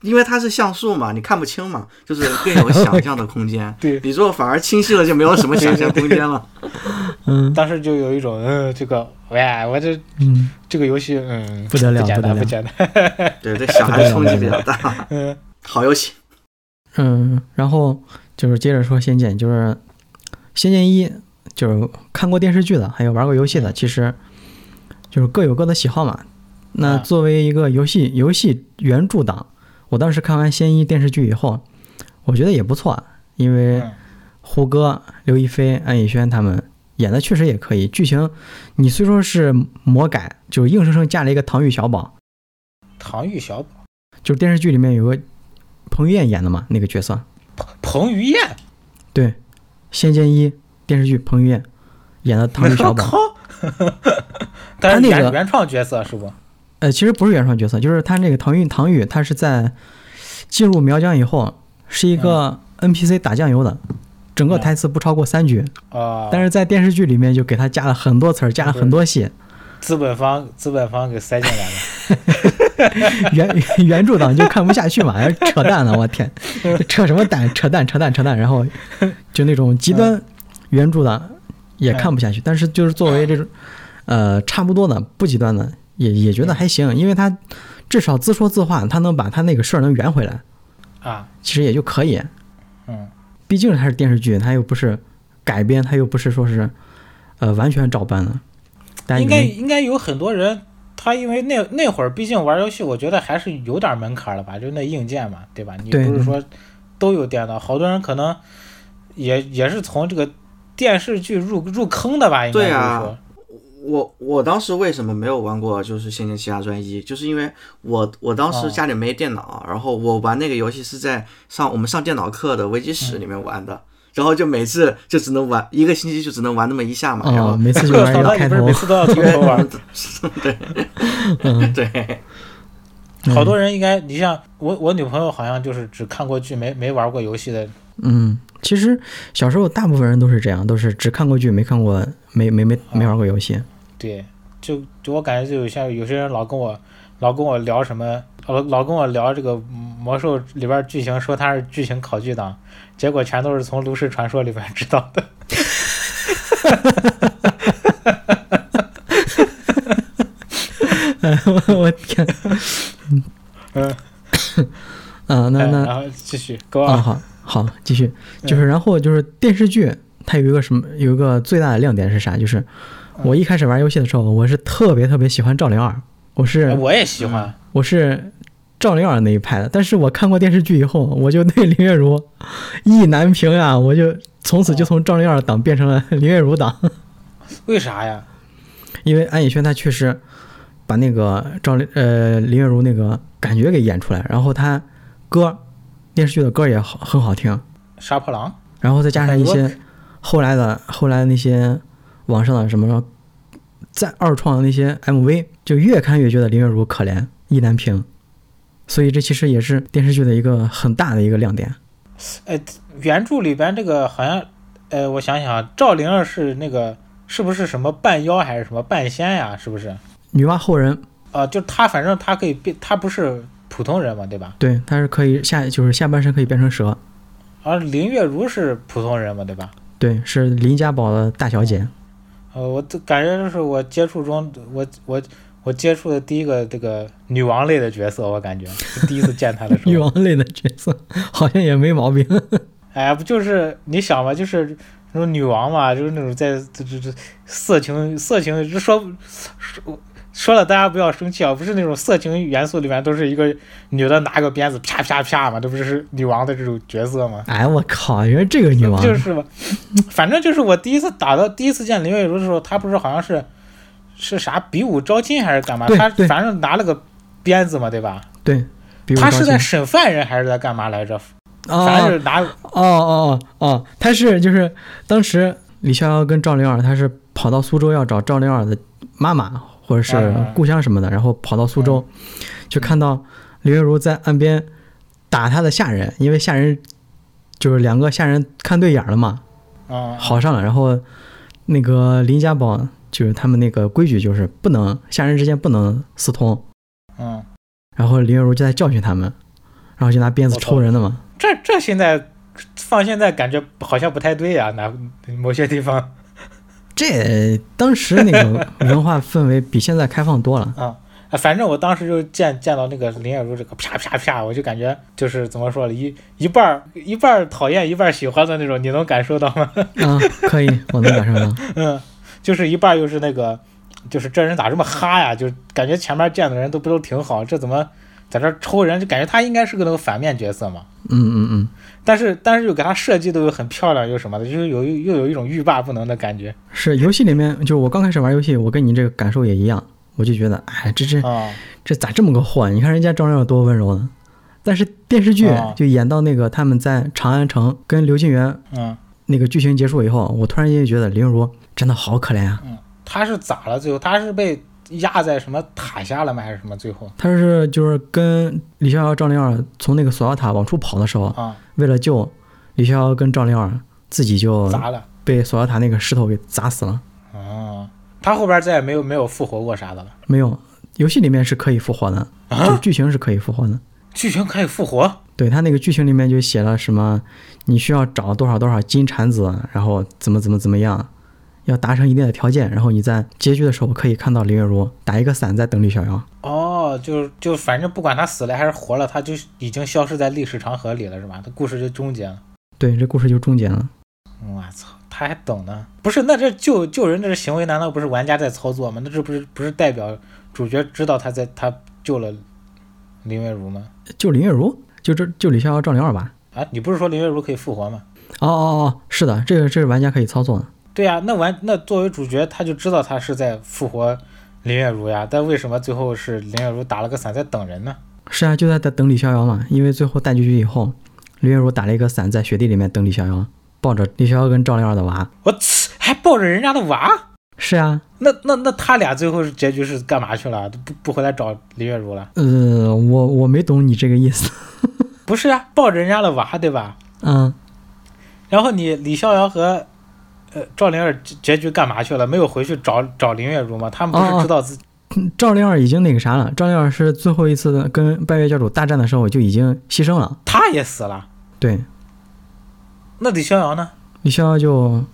[SPEAKER 2] 因为它是像素嘛，你看不清嘛，就是更有想象的空间
[SPEAKER 3] 对
[SPEAKER 2] 你如果反而清晰了，就没有什么想象空间了。
[SPEAKER 1] 嗯
[SPEAKER 3] 当时就有一种嗯，这个喂，我这
[SPEAKER 1] 嗯，
[SPEAKER 3] 这个游戏嗯
[SPEAKER 1] 不得了
[SPEAKER 3] 不简
[SPEAKER 1] 不得
[SPEAKER 3] 单
[SPEAKER 1] 了
[SPEAKER 3] 不简单，
[SPEAKER 2] 对，对小孩的冲击比较大。
[SPEAKER 3] 嗯。
[SPEAKER 2] 好游戏，
[SPEAKER 1] 嗯，然后就是接着说《仙剑》，就是《仙剑一》，就是看过电视剧的，还有玩过游戏的，其实就是各有各的喜好嘛。那
[SPEAKER 3] 啊
[SPEAKER 1] 作为一个游戏游戏原著党，我当时看完《仙一》电视剧以后，我觉得也不错，啊因为
[SPEAKER 3] 嗯
[SPEAKER 1] 胡歌、刘亦菲、安以轩他们演的确实也可以。剧情你虽说是魔改，就是硬生生加了一个唐钰小宝，
[SPEAKER 3] 唐钰小宝、
[SPEAKER 1] 就是电视剧里面有个彭于晏演的嘛那个角色，
[SPEAKER 3] 彭彭于晏，
[SPEAKER 1] 对，《仙剑一》电视剧彭于晏演的唐钰小宝，
[SPEAKER 3] 靠！但是
[SPEAKER 1] 那
[SPEAKER 3] 原、
[SPEAKER 1] 个
[SPEAKER 3] 原创角色是不？
[SPEAKER 1] 呃，其实不是原创角色，就是他那个唐钰唐钰，他是在进入苗疆以后是一个 NPC 打酱油的，整个
[SPEAKER 3] 嗯
[SPEAKER 1] 台词不超过三句，
[SPEAKER 3] 啊、
[SPEAKER 1] 但是在电视剧里面就给他加了很多词儿，加了很多戏。
[SPEAKER 3] 资本方资本方给塞进来了。
[SPEAKER 1] 原 原著党就看不下去嘛，扯淡了，我天，
[SPEAKER 3] 嗯
[SPEAKER 1] 扯什么蛋，扯淡，扯淡，扯淡，然后就那种极端原著党也
[SPEAKER 3] 嗯
[SPEAKER 1] 看不下去，但是就是作为这种呃差不多的不极端的，也也觉得还行，因为他至少自说自话，他能把他那个事儿能圆回来，
[SPEAKER 3] 啊，
[SPEAKER 1] 其实也就可以，
[SPEAKER 3] 嗯，
[SPEAKER 1] 毕竟它是电视剧，它又不是改编，它又不是说是呃完全照搬的，大家
[SPEAKER 3] 应该
[SPEAKER 1] 原
[SPEAKER 3] 应该有很多人，他因为那那会儿毕竟玩游戏，我觉得还是有点门槛儿了吧，就那硬件嘛，对吧？你
[SPEAKER 1] 对
[SPEAKER 3] 不是说都有颠倒，好多人可能也也是从这个电视剧入入坑的吧，应该
[SPEAKER 2] 对
[SPEAKER 3] 是
[SPEAKER 2] 啊
[SPEAKER 3] 说，
[SPEAKER 2] 我我当时为什么没有玩过就是《仙剑奇侠传一》，就是因为我我当时
[SPEAKER 3] 哦
[SPEAKER 2] 家里没电脑，然后我玩那个游戏是在上我们上电脑课的微机
[SPEAKER 1] 嗯
[SPEAKER 2] 室里面玩的，然后就每次就只能玩一个星期，就只能玩那么一下嘛，然
[SPEAKER 1] 哦，
[SPEAKER 2] 后
[SPEAKER 1] 每次就
[SPEAKER 3] 我
[SPEAKER 1] 玩一
[SPEAKER 3] 操，
[SPEAKER 1] 个
[SPEAKER 3] 那你
[SPEAKER 1] 开
[SPEAKER 3] 不是
[SPEAKER 1] 头
[SPEAKER 3] 每，次都要从头玩 儿？
[SPEAKER 2] 对，
[SPEAKER 1] 嗯
[SPEAKER 3] 好多人应该，你像我，我女朋友好像就是只看过剧，没没玩过游戏的。
[SPEAKER 1] 嗯，其实小时候大部分人都是这样，都是只看过剧，没看过，没没没没玩过游戏。
[SPEAKER 3] 对，就就我感觉就有像有些人老跟我老跟我聊什么，老老跟我聊这个魔兽里边剧情，说他是剧情考据党，结果全都是从炉石传说里边知道的。
[SPEAKER 1] 我天，
[SPEAKER 3] 嗯，
[SPEAKER 1] 啊，那
[SPEAKER 3] 哎
[SPEAKER 1] 那
[SPEAKER 3] 然后继续给我、
[SPEAKER 1] 啊，好好继续，就是然后就是电视剧，它有一个什么，有一个最大的亮点是啥？就是我一开始玩游戏的时候，我是特别特别喜欢赵灵儿，我
[SPEAKER 3] 哎
[SPEAKER 1] 是
[SPEAKER 3] 我也喜欢。
[SPEAKER 1] 我是赵灵儿那一派的。但是我看过电视剧以后，我就对林月如意难平啊，我就从此就从赵灵儿党变成了 林月如党，嗯
[SPEAKER 3] 为啥呀？
[SPEAKER 1] 因为安以轩她确实把那个赵灵呃林月如那个感觉给演出来，然后她歌电视剧的歌也好很好听。
[SPEAKER 3] 杀破狼
[SPEAKER 1] 然后再加上一
[SPEAKER 3] 很
[SPEAKER 1] 些后来的后来的那些网上的什么再二创的那些 MV，就越看越觉得林月如可怜意难平，所以这其实也是电视剧的一个很大的一个亮点。
[SPEAKER 3] 原著里边这个好像，呃，我想想啊，赵灵儿是那个是不是什么半妖还是什么半仙呀？是不是？
[SPEAKER 1] 女娲后人，
[SPEAKER 3] 啊，就他反正他可以变，他不是普通人嘛，对吧？
[SPEAKER 1] 对，她是可以下就是下半身可以变成蛇，
[SPEAKER 3] 而林月如是普通人嘛，对吧？
[SPEAKER 1] 对，是林家堡的大小姐。
[SPEAKER 3] 呃，我都感觉就是我接触中，我我我接触的第一个这个女王类的角色，我感觉就第一次见她的时
[SPEAKER 1] 女
[SPEAKER 3] 候，
[SPEAKER 1] 王类的角色好像也没毛 病，
[SPEAKER 3] 哎，不就是你想吧，就是那种女王嘛，就是那种在这这这色情色情，就说说说了大家不要生气啊，不是那种色情元素里面都是一个女的拿个鞭子啪啪啪嘛，这不是女王的这种角色吗？
[SPEAKER 1] 哎，我靠，原来这个女王，
[SPEAKER 3] 就是吧，反正就是我第一次打到第一次见林月如的时候，她不是好像是是啥比武招亲还是干嘛？
[SPEAKER 1] 对
[SPEAKER 3] 她
[SPEAKER 1] 对
[SPEAKER 3] 反正拿了个鞭子嘛，对吧？
[SPEAKER 1] 对，比我
[SPEAKER 3] 她
[SPEAKER 1] 高
[SPEAKER 3] 是在
[SPEAKER 1] 兴
[SPEAKER 3] 审犯人还是在干嘛来着？
[SPEAKER 1] 啊
[SPEAKER 3] 反正就是拿
[SPEAKER 1] 哦哦哦哦，他是就是当时李逍遥跟赵灵儿，他是跑到苏州要找赵灵儿的妈妈或者是
[SPEAKER 3] 嗯
[SPEAKER 1] 故乡什么的，然后跑到苏州，就看到林月如在岸边打他的下人，因为下人就是两个下人看对眼儿了嘛，
[SPEAKER 3] 嗯，
[SPEAKER 1] 好上了，然后那个林家堡就是他们那个规矩就是不能下人之间不能私通，
[SPEAKER 3] 嗯，
[SPEAKER 1] 然后林月如就在教训他们，然后就拿鞭子
[SPEAKER 3] 我操
[SPEAKER 1] 抽人了嘛。
[SPEAKER 3] 这这现在放现在感觉好像不太对呀、哪某些地方
[SPEAKER 1] 这当时那个文化氛围比现在开放多 了。
[SPEAKER 3] 啊。啊反正我当时就见见到那个林月如这个啪啪啪，我就感觉就是怎么说了，一一半儿一半儿讨厌，一半儿喜欢的那种，你能感受到吗？
[SPEAKER 1] 啊，可以，我能感受到。
[SPEAKER 3] 嗯，就是一半儿又是那个，就是这人咋这么哈呀？就感觉前面见的人都不都挺好，这怎么在这儿抽人？就感觉他应该是个那个反面角色嘛。
[SPEAKER 1] 嗯嗯嗯，
[SPEAKER 3] 但是但是又给他设计的又很漂亮又什么的，就是有一又有一种欲罢不能的感觉
[SPEAKER 1] 是游戏里面，就是我刚开始玩游戏，我跟你这个感受也一样，我就觉得，哎，这这
[SPEAKER 3] 啊、
[SPEAKER 1] 这咋这么个货？你看人家张亮多温柔呢。但是电视剧
[SPEAKER 3] 啊
[SPEAKER 1] 就演到那个他们在长安城跟刘金元
[SPEAKER 3] 嗯，
[SPEAKER 1] 那个剧情结束以后，我突然间就觉得林如真的好可怜啊！
[SPEAKER 3] 嗯他是咋了？最后他是被压在什么塔下了吗？还是什么？最后
[SPEAKER 1] 她是就是跟李逍遥、张灵儿从那个锁妖塔往出跑的时候，
[SPEAKER 3] 啊、
[SPEAKER 1] 为了救李逍遥跟张灵儿，自己就
[SPEAKER 3] 砸了
[SPEAKER 1] 被索要塔那个石头给砸死了。
[SPEAKER 3] 啊、他后边再也没有没有复活过啥的了。
[SPEAKER 1] 没有，游戏里面是可以复活的，
[SPEAKER 3] 啊
[SPEAKER 1] 就是剧情是可以复活的。
[SPEAKER 3] 剧情可以复活，
[SPEAKER 1] 对他那个剧情里面就写了什么，你需要找多少多少金蝉子，然后怎么怎么怎么样，要达成一定的条件，然后你在结局的时候可以看到林月如打一个伞在等李逍遥。
[SPEAKER 3] 哦，就就反正不管他死了还是活了，他就已经消失在历史长河里了，是吧？他故事就终结了。
[SPEAKER 1] 对，这故事就终结了。
[SPEAKER 3] 我操，他还懂呢？不是，那这救救人这是行为，难道不是玩家在操作吗？那这不是不是代表主角知道他在他救了林月如吗？
[SPEAKER 1] 就林月如，就这就李逍遥、赵灵儿吧。
[SPEAKER 3] 啊，你不是说林月如可以复活吗？
[SPEAKER 1] 哦哦哦，是的，这个这是玩家可以操作的。
[SPEAKER 3] 对呀、那完那作为主角，他就知道他是在复活林月如呀，但为什么最后是林月如打了个伞在等人呢？
[SPEAKER 1] 是啊，就在等李逍遥嘛，因为最后大结局以后，林月如打了一个伞在雪地里面等李逍遥，抱着李逍遥跟赵灵儿的娃。
[SPEAKER 3] 我操，还抱着人家的娃？
[SPEAKER 1] 是啊，
[SPEAKER 3] 那那那他俩最后是结局是干嘛去了？啊不不回来找林月如了？
[SPEAKER 1] 呃，我我没懂你这个意思。
[SPEAKER 3] 不是啊，抱着人家的娃对吧？
[SPEAKER 1] 嗯，
[SPEAKER 3] 然后你李逍遥和呃赵灵儿结结局干嘛去了？没有回去找找林月如吗？他们不
[SPEAKER 1] 哦哦
[SPEAKER 3] 是知道自己、
[SPEAKER 1] 赵灵儿已经那个啥了，赵灵儿是最后一次跟拜月教主大战的时候就已经牺牲了。
[SPEAKER 3] 他也死了？
[SPEAKER 1] 对，
[SPEAKER 3] 那李逍遥呢？
[SPEAKER 1] 李逍遥就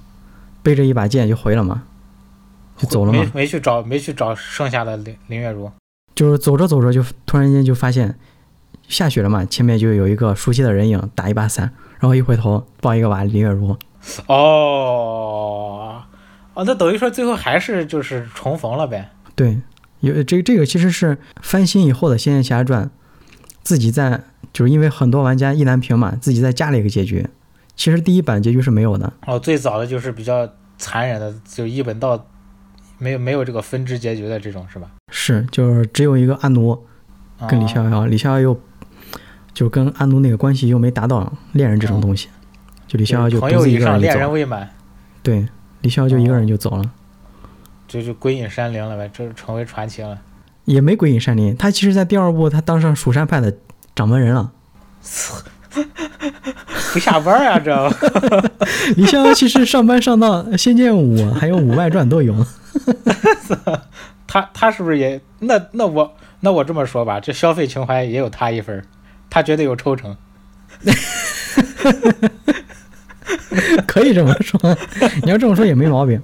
[SPEAKER 1] 背着一把剑就回了嘛，就走了
[SPEAKER 3] 没
[SPEAKER 1] 嘛。
[SPEAKER 3] 没去找没去找剩下的林林月如。
[SPEAKER 1] 就是走着走着就突然间就发现下雪了嘛，前面就有一个熟悉的人影打一把伞，然后一回头抱一个娃林月如。
[SPEAKER 3] 哦，哦，那等于说最后还是就是重逢了呗？
[SPEAKER 1] 对，有这这个其实是翻新以后的《仙剑奇侠传》，自己在就是因为很多玩家意难平嘛，自己再加了一个结局。其实第一版结局是没有的，
[SPEAKER 3] 哦，最早的就是比较残忍的，就一本道没有没有这个分支结局的这种是吧？
[SPEAKER 1] 是就是只有一个阿奴
[SPEAKER 3] 啊
[SPEAKER 1] 跟李逍遥，李逍遥又就跟阿奴那个关系又没达到恋人这种东西，就李
[SPEAKER 3] 嗯对
[SPEAKER 1] 逍遥就独
[SPEAKER 3] 朋友
[SPEAKER 1] 自一
[SPEAKER 3] 以
[SPEAKER 1] 个
[SPEAKER 3] 上，
[SPEAKER 1] 人就
[SPEAKER 3] 恋
[SPEAKER 1] 走
[SPEAKER 3] 人哦
[SPEAKER 1] 了，
[SPEAKER 3] 未满，
[SPEAKER 1] 对，李逍遥就一个人就走了，
[SPEAKER 3] 就就归隐山林了呗，这成为传奇了。
[SPEAKER 1] 也没归隐山林。他其实，在第二部他当上蜀山派的掌门人了。
[SPEAKER 3] 不下班啊，这
[SPEAKER 1] 李逍遥其实上班上到《仙剑五》还有《武外传》都有。
[SPEAKER 3] 他他是不是也那那我那我这么说吧，这消费情怀也有他一份儿，他绝对有抽成。
[SPEAKER 1] 可以这么说， 你要这么说也没毛病。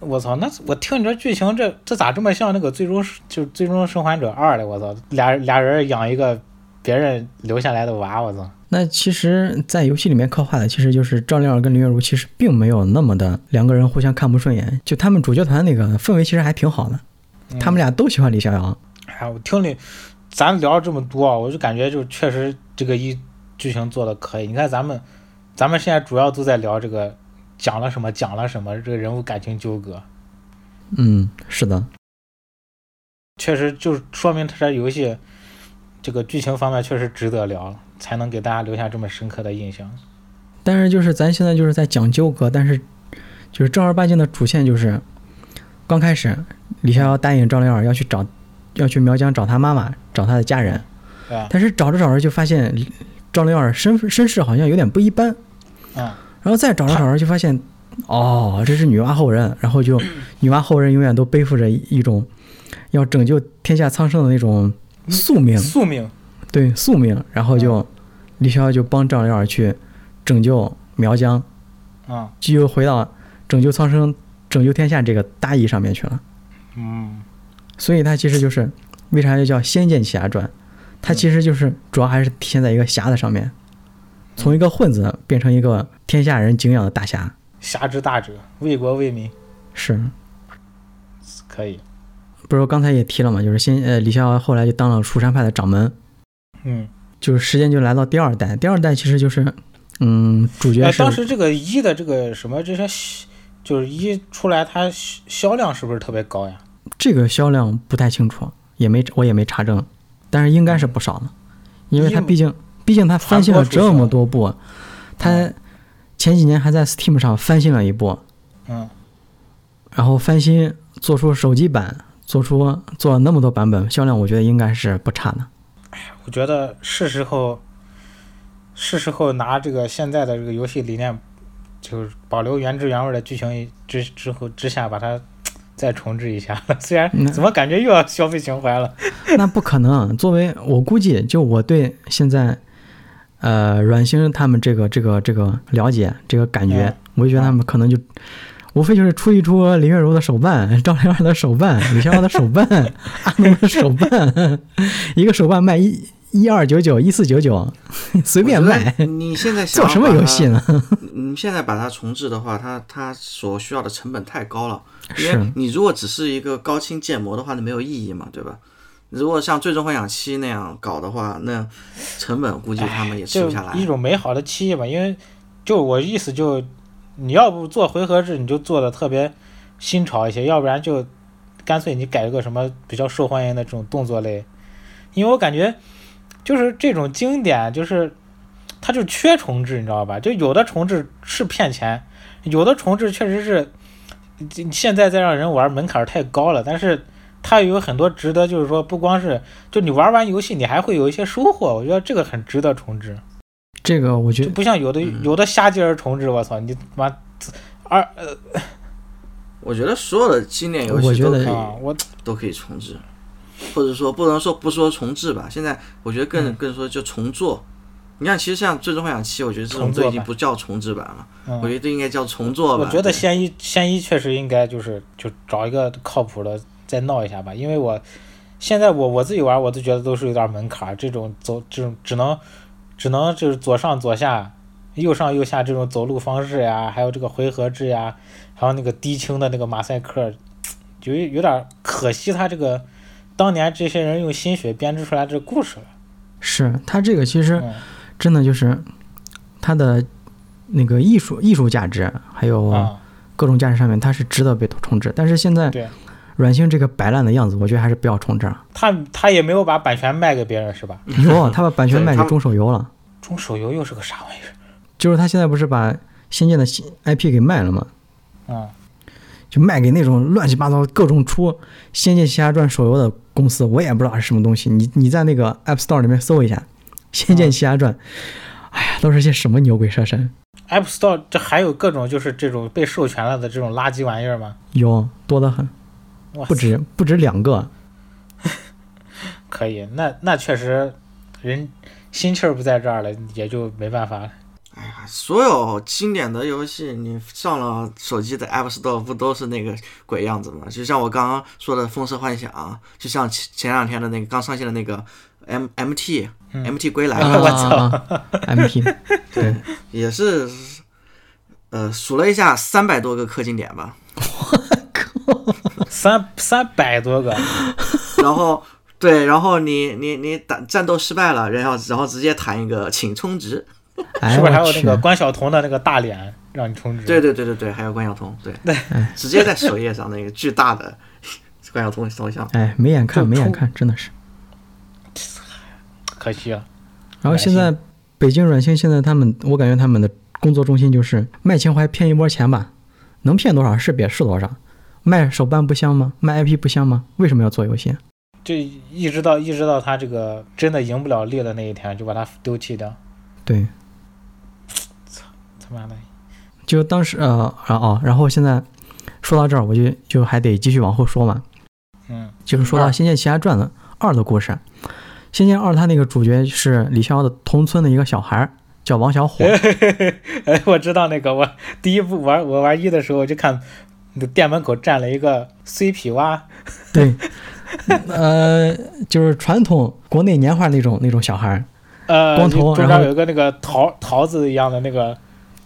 [SPEAKER 3] 我操，那我听你这剧情，这这咋这么像那个最终就是最终生还者二嘞？我操，俩俩人养一个别人留下来的娃，我操，
[SPEAKER 1] 那其实，在游戏里面刻画的，其实就是赵灵儿跟林月如其实并没有那么的两个人互相看不顺眼，就他们主角团那个氛围其实还挺好的，
[SPEAKER 3] 嗯
[SPEAKER 1] 他们俩都喜欢李逍遥。
[SPEAKER 3] 哎，我听你咱聊了这么多啊，我就感觉就确实这个一剧情做的可以。你看咱们咱们现在主要都在聊这个讲了什么讲了什么，这个人物感情纠葛，
[SPEAKER 1] 嗯，是的，
[SPEAKER 3] 确实就是说明他这游戏这个剧情方面确实值得聊，才能给大家留下这么深刻的印象。
[SPEAKER 1] 但是就是咱现在就是在讲纠葛，但是就是正儿八经的主线就是，刚开始李逍遥答应赵灵儿要去找，要去苗疆找他妈妈，找他的家人，
[SPEAKER 3] 对吧？
[SPEAKER 1] 但是找着找着就发现赵灵儿身身世好像有点不一般，
[SPEAKER 3] 嗯，
[SPEAKER 1] 然后再找着找着就发现，哦，这是女娲后人，然后就 女娲后人永远都背负着一一种要拯救天下苍生的那种宿命，
[SPEAKER 3] 宿命，
[SPEAKER 1] 对宿命，然后就李逍遥就帮赵灵儿去拯救苗疆，
[SPEAKER 3] 嗯
[SPEAKER 1] 就又回到拯救苍生、拯救天下这个大义上面去了。
[SPEAKER 3] 嗯。
[SPEAKER 1] 所以它其实就是为啥又叫《仙剑奇侠传》，它其实就是主要还是体现在一个侠的上面，从一个混子变成一个天下人敬仰的大侠。
[SPEAKER 3] 侠之大者，为国为民，
[SPEAKER 1] 是，
[SPEAKER 3] 可以。
[SPEAKER 1] 不是我刚才也提了嘛，就是先呃李逍遥后来就当了蜀山派的掌门，
[SPEAKER 3] 嗯，
[SPEAKER 1] 就是时间就来到第二代，第二代其实就是嗯主角
[SPEAKER 3] 哎，
[SPEAKER 1] 是
[SPEAKER 3] 当时这个一的这个什么这些销，就是一出来，它销销量是不是特别高呀？
[SPEAKER 1] 这个销量不太清楚，也没我也没查证，但是应该是不少的，因为它
[SPEAKER 3] 因为
[SPEAKER 1] 毕竟毕竟它翻新了
[SPEAKER 3] 传播
[SPEAKER 1] 这
[SPEAKER 3] 出去
[SPEAKER 1] 么
[SPEAKER 3] 了
[SPEAKER 1] 多部，啊它前几年还在 Steam 上翻新了一部，
[SPEAKER 3] 嗯，
[SPEAKER 1] 然后翻新做出手机版，做出做了那么多版本，销量我觉得应该是不差的。
[SPEAKER 3] 我觉得是时候，是时候拿这个现在的这个游戏理念，就是保留原汁原味的剧情之之后之下，把它再重置一下。 虽然
[SPEAKER 1] 嗯
[SPEAKER 3] 怎么感觉又要消费情怀了？
[SPEAKER 1] 那不可能，作为我估计，就我对现在呃软星他们这个这个这个了解这个感觉
[SPEAKER 3] 嗯，
[SPEAKER 1] 我就觉得他们可能就。无非就是出一出林月如的手办、赵灵儿的手办、李逍遥的手办、阿奴的手办，一个手办卖一一二九九、一四九九， 随便
[SPEAKER 2] 我觉
[SPEAKER 1] 卖，
[SPEAKER 2] 得你现在 想
[SPEAKER 1] 做
[SPEAKER 2] 要
[SPEAKER 1] 什么
[SPEAKER 2] 把它
[SPEAKER 1] 游戏？呢？
[SPEAKER 2] 你现在把它重置的话，它它所需要的成本太高了，因
[SPEAKER 1] 是
[SPEAKER 2] 为你如果只是一个高清建模的话，那没有意义嘛，对吧？如果像《最终幻想七》那样搞的话，那成本估计他们也吃
[SPEAKER 3] 就
[SPEAKER 2] 不下来。
[SPEAKER 3] 一种美好的期吧。因为就我意思就，你要不做回合制，你就做的特别新潮一些，要不然就干脆你改一个什么比较受欢迎的这种动作类，因为我感觉就是这种经典就是。它就缺重置，你知道吧？就有的重置是骗钱，有的重置确实是这现在再让人玩门槛儿太高了，但是它也有很多值得，就是说不光是就你玩完游戏，你还会有一些收获，我觉得这个很值得重置，
[SPEAKER 1] 这个我觉
[SPEAKER 3] 就
[SPEAKER 1] 得
[SPEAKER 3] 不像有的
[SPEAKER 2] 嗯
[SPEAKER 3] 有的瞎鸡儿重置，我操，你他妈二呃
[SPEAKER 2] 我觉得所有的经典游
[SPEAKER 1] 我
[SPEAKER 2] 戏
[SPEAKER 1] 觉
[SPEAKER 2] 都可
[SPEAKER 1] 得
[SPEAKER 2] 以
[SPEAKER 3] 啊，我
[SPEAKER 2] 都可以重置，或者说不能说不说重置吧，现在我觉得
[SPEAKER 3] 嗯
[SPEAKER 2] 更、更说就重做。你看，其实像《最终幻想七》，我觉得这种
[SPEAKER 3] 重做
[SPEAKER 2] 都
[SPEAKER 3] 版
[SPEAKER 2] 已经不叫重置版了，我
[SPEAKER 3] 嗯，
[SPEAKER 2] 觉得这应该叫重做
[SPEAKER 3] 我
[SPEAKER 2] 版。
[SPEAKER 3] 觉得
[SPEAKER 2] 对
[SPEAKER 3] 仙一仙一确实应该就是就找一个靠谱的再闹一下吧，因为我现在我我自己玩我都觉得都是有点门槛儿，这种走这种只能只能就是左上左下、右上右下这种走路方式呀，还有这个回合制呀，还有那个低清的那个马赛克，就有有点儿可惜他这个当年这些人用心血编织出来这故事了。
[SPEAKER 1] 是它这个其实
[SPEAKER 3] 嗯
[SPEAKER 1] 真的就是它的那个艺术艺术价值，还有
[SPEAKER 3] 啊、
[SPEAKER 1] 各种价值上面，它是值得被重置。但是现在
[SPEAKER 3] 对
[SPEAKER 1] 软星这个摆烂的样子，我觉得还是不要重置 了。
[SPEAKER 3] 他他也没有把版权卖给别人是吧？
[SPEAKER 1] 有，他把版权
[SPEAKER 2] 对
[SPEAKER 1] 卖
[SPEAKER 2] 他
[SPEAKER 1] 给
[SPEAKER 2] 们
[SPEAKER 1] 中手游了。
[SPEAKER 3] 中手游又是个啥玩意儿？
[SPEAKER 1] 就是他现在不是把《仙剑》的新 IP 给卖了吗？
[SPEAKER 3] 嗯，
[SPEAKER 1] 就卖给那种乱七八糟各种出《仙剑奇侠传》手游的公司，我也不知道是什么东西。你你在那个 App Store 里面搜一下《仙剑奇侠传》，哎呀，都是些什么牛鬼蛇神？
[SPEAKER 3] App Store 这还有各种就是这种被授权了的这种垃圾玩意儿吗？
[SPEAKER 1] 有多得很，
[SPEAKER 3] 哇塞，
[SPEAKER 1] 不 止不止两
[SPEAKER 3] 啊
[SPEAKER 1] 个。
[SPEAKER 3] 可以，那那确实人心气儿不在这儿了，也就没办法了。
[SPEAKER 2] 哎呀，所有经典的游戏，你上了手机的 App Store 不都是那个鬼样子吗？就像我刚刚说的《风色幻想》，就像前前两天的那个刚上线的那个 M M T、M
[SPEAKER 3] 嗯
[SPEAKER 2] T 归来，
[SPEAKER 1] 啊
[SPEAKER 3] 我操
[SPEAKER 1] ！MP
[SPEAKER 2] 对，也是，呃，数了一下，三百多个氪金点吧。
[SPEAKER 3] 三三百多个，
[SPEAKER 2] 然后对，然后你你你打战斗失败了，然后然后直接弹一个请充值。
[SPEAKER 1] 哎
[SPEAKER 3] 是不是还有
[SPEAKER 1] 我
[SPEAKER 3] 那
[SPEAKER 1] 去，
[SPEAKER 3] 个关晓彤的那个大脸让你充值？
[SPEAKER 2] 对对对对对，还有关晓彤，对，直接在首页上那个巨大的 关晓彤头像。
[SPEAKER 1] 哎，没眼看
[SPEAKER 3] 就
[SPEAKER 1] 没眼
[SPEAKER 3] 出
[SPEAKER 1] 看，真的是。
[SPEAKER 3] 可惜了。
[SPEAKER 1] 然后现在北京软星现在他们，我感觉他们的工作重心就是卖情怀骗一波钱吧，能骗多少是别是多少。卖手办不香吗？卖 IP 不香吗？为什么要做游戏？
[SPEAKER 3] 就一直到一直到他这个真的赢不了利的那一天，就把他丢弃掉。
[SPEAKER 1] 对，
[SPEAKER 3] 他妈的，
[SPEAKER 1] 就当时呃啊哦，然后现在说到这儿，我就就还得继续往后说嘛，
[SPEAKER 3] 嗯，
[SPEAKER 1] 就是说到
[SPEAKER 3] 二
[SPEAKER 1] 《仙剑奇侠传》的二的故事，《仙剑二》它那个主角是李逍遥的同村的一个小孩儿，叫王小虎。
[SPEAKER 3] 哎，我知道那个，我第一部玩我玩一的时候，我就看那店门口站了一个 CP 蛙，
[SPEAKER 1] 对，呃，就是传统国内年画那种那种小孩儿，
[SPEAKER 3] 呃，
[SPEAKER 1] 光头啊
[SPEAKER 3] 中
[SPEAKER 1] 然
[SPEAKER 3] 间
[SPEAKER 1] 后啊
[SPEAKER 3] 有一个那个桃桃子一样的那个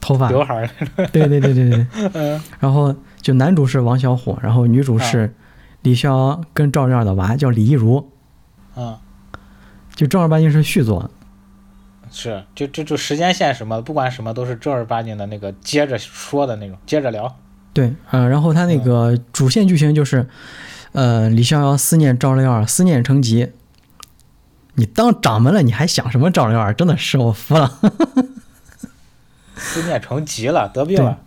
[SPEAKER 1] 头发
[SPEAKER 3] 刘海儿，
[SPEAKER 1] 对对对对对，
[SPEAKER 3] 嗯，
[SPEAKER 1] 然后就男主是王小虎，然后女主是
[SPEAKER 3] 啊
[SPEAKER 1] 李逍遥跟赵亮的娃叫李一如，
[SPEAKER 3] 嗯，
[SPEAKER 1] 就正儿八经是续作。
[SPEAKER 3] 是，就就就时间线什么的，不管什么都是正儿八经的那个接着说的那种，接着聊。
[SPEAKER 1] 对，呃，然后他那
[SPEAKER 3] 嗯
[SPEAKER 1] 个主线剧情就是，呃，李逍遥思念赵亮，思念成疾。你当掌门了，你还想什么赵亮？真的是我服了，
[SPEAKER 3] 思念成疾了，得病了，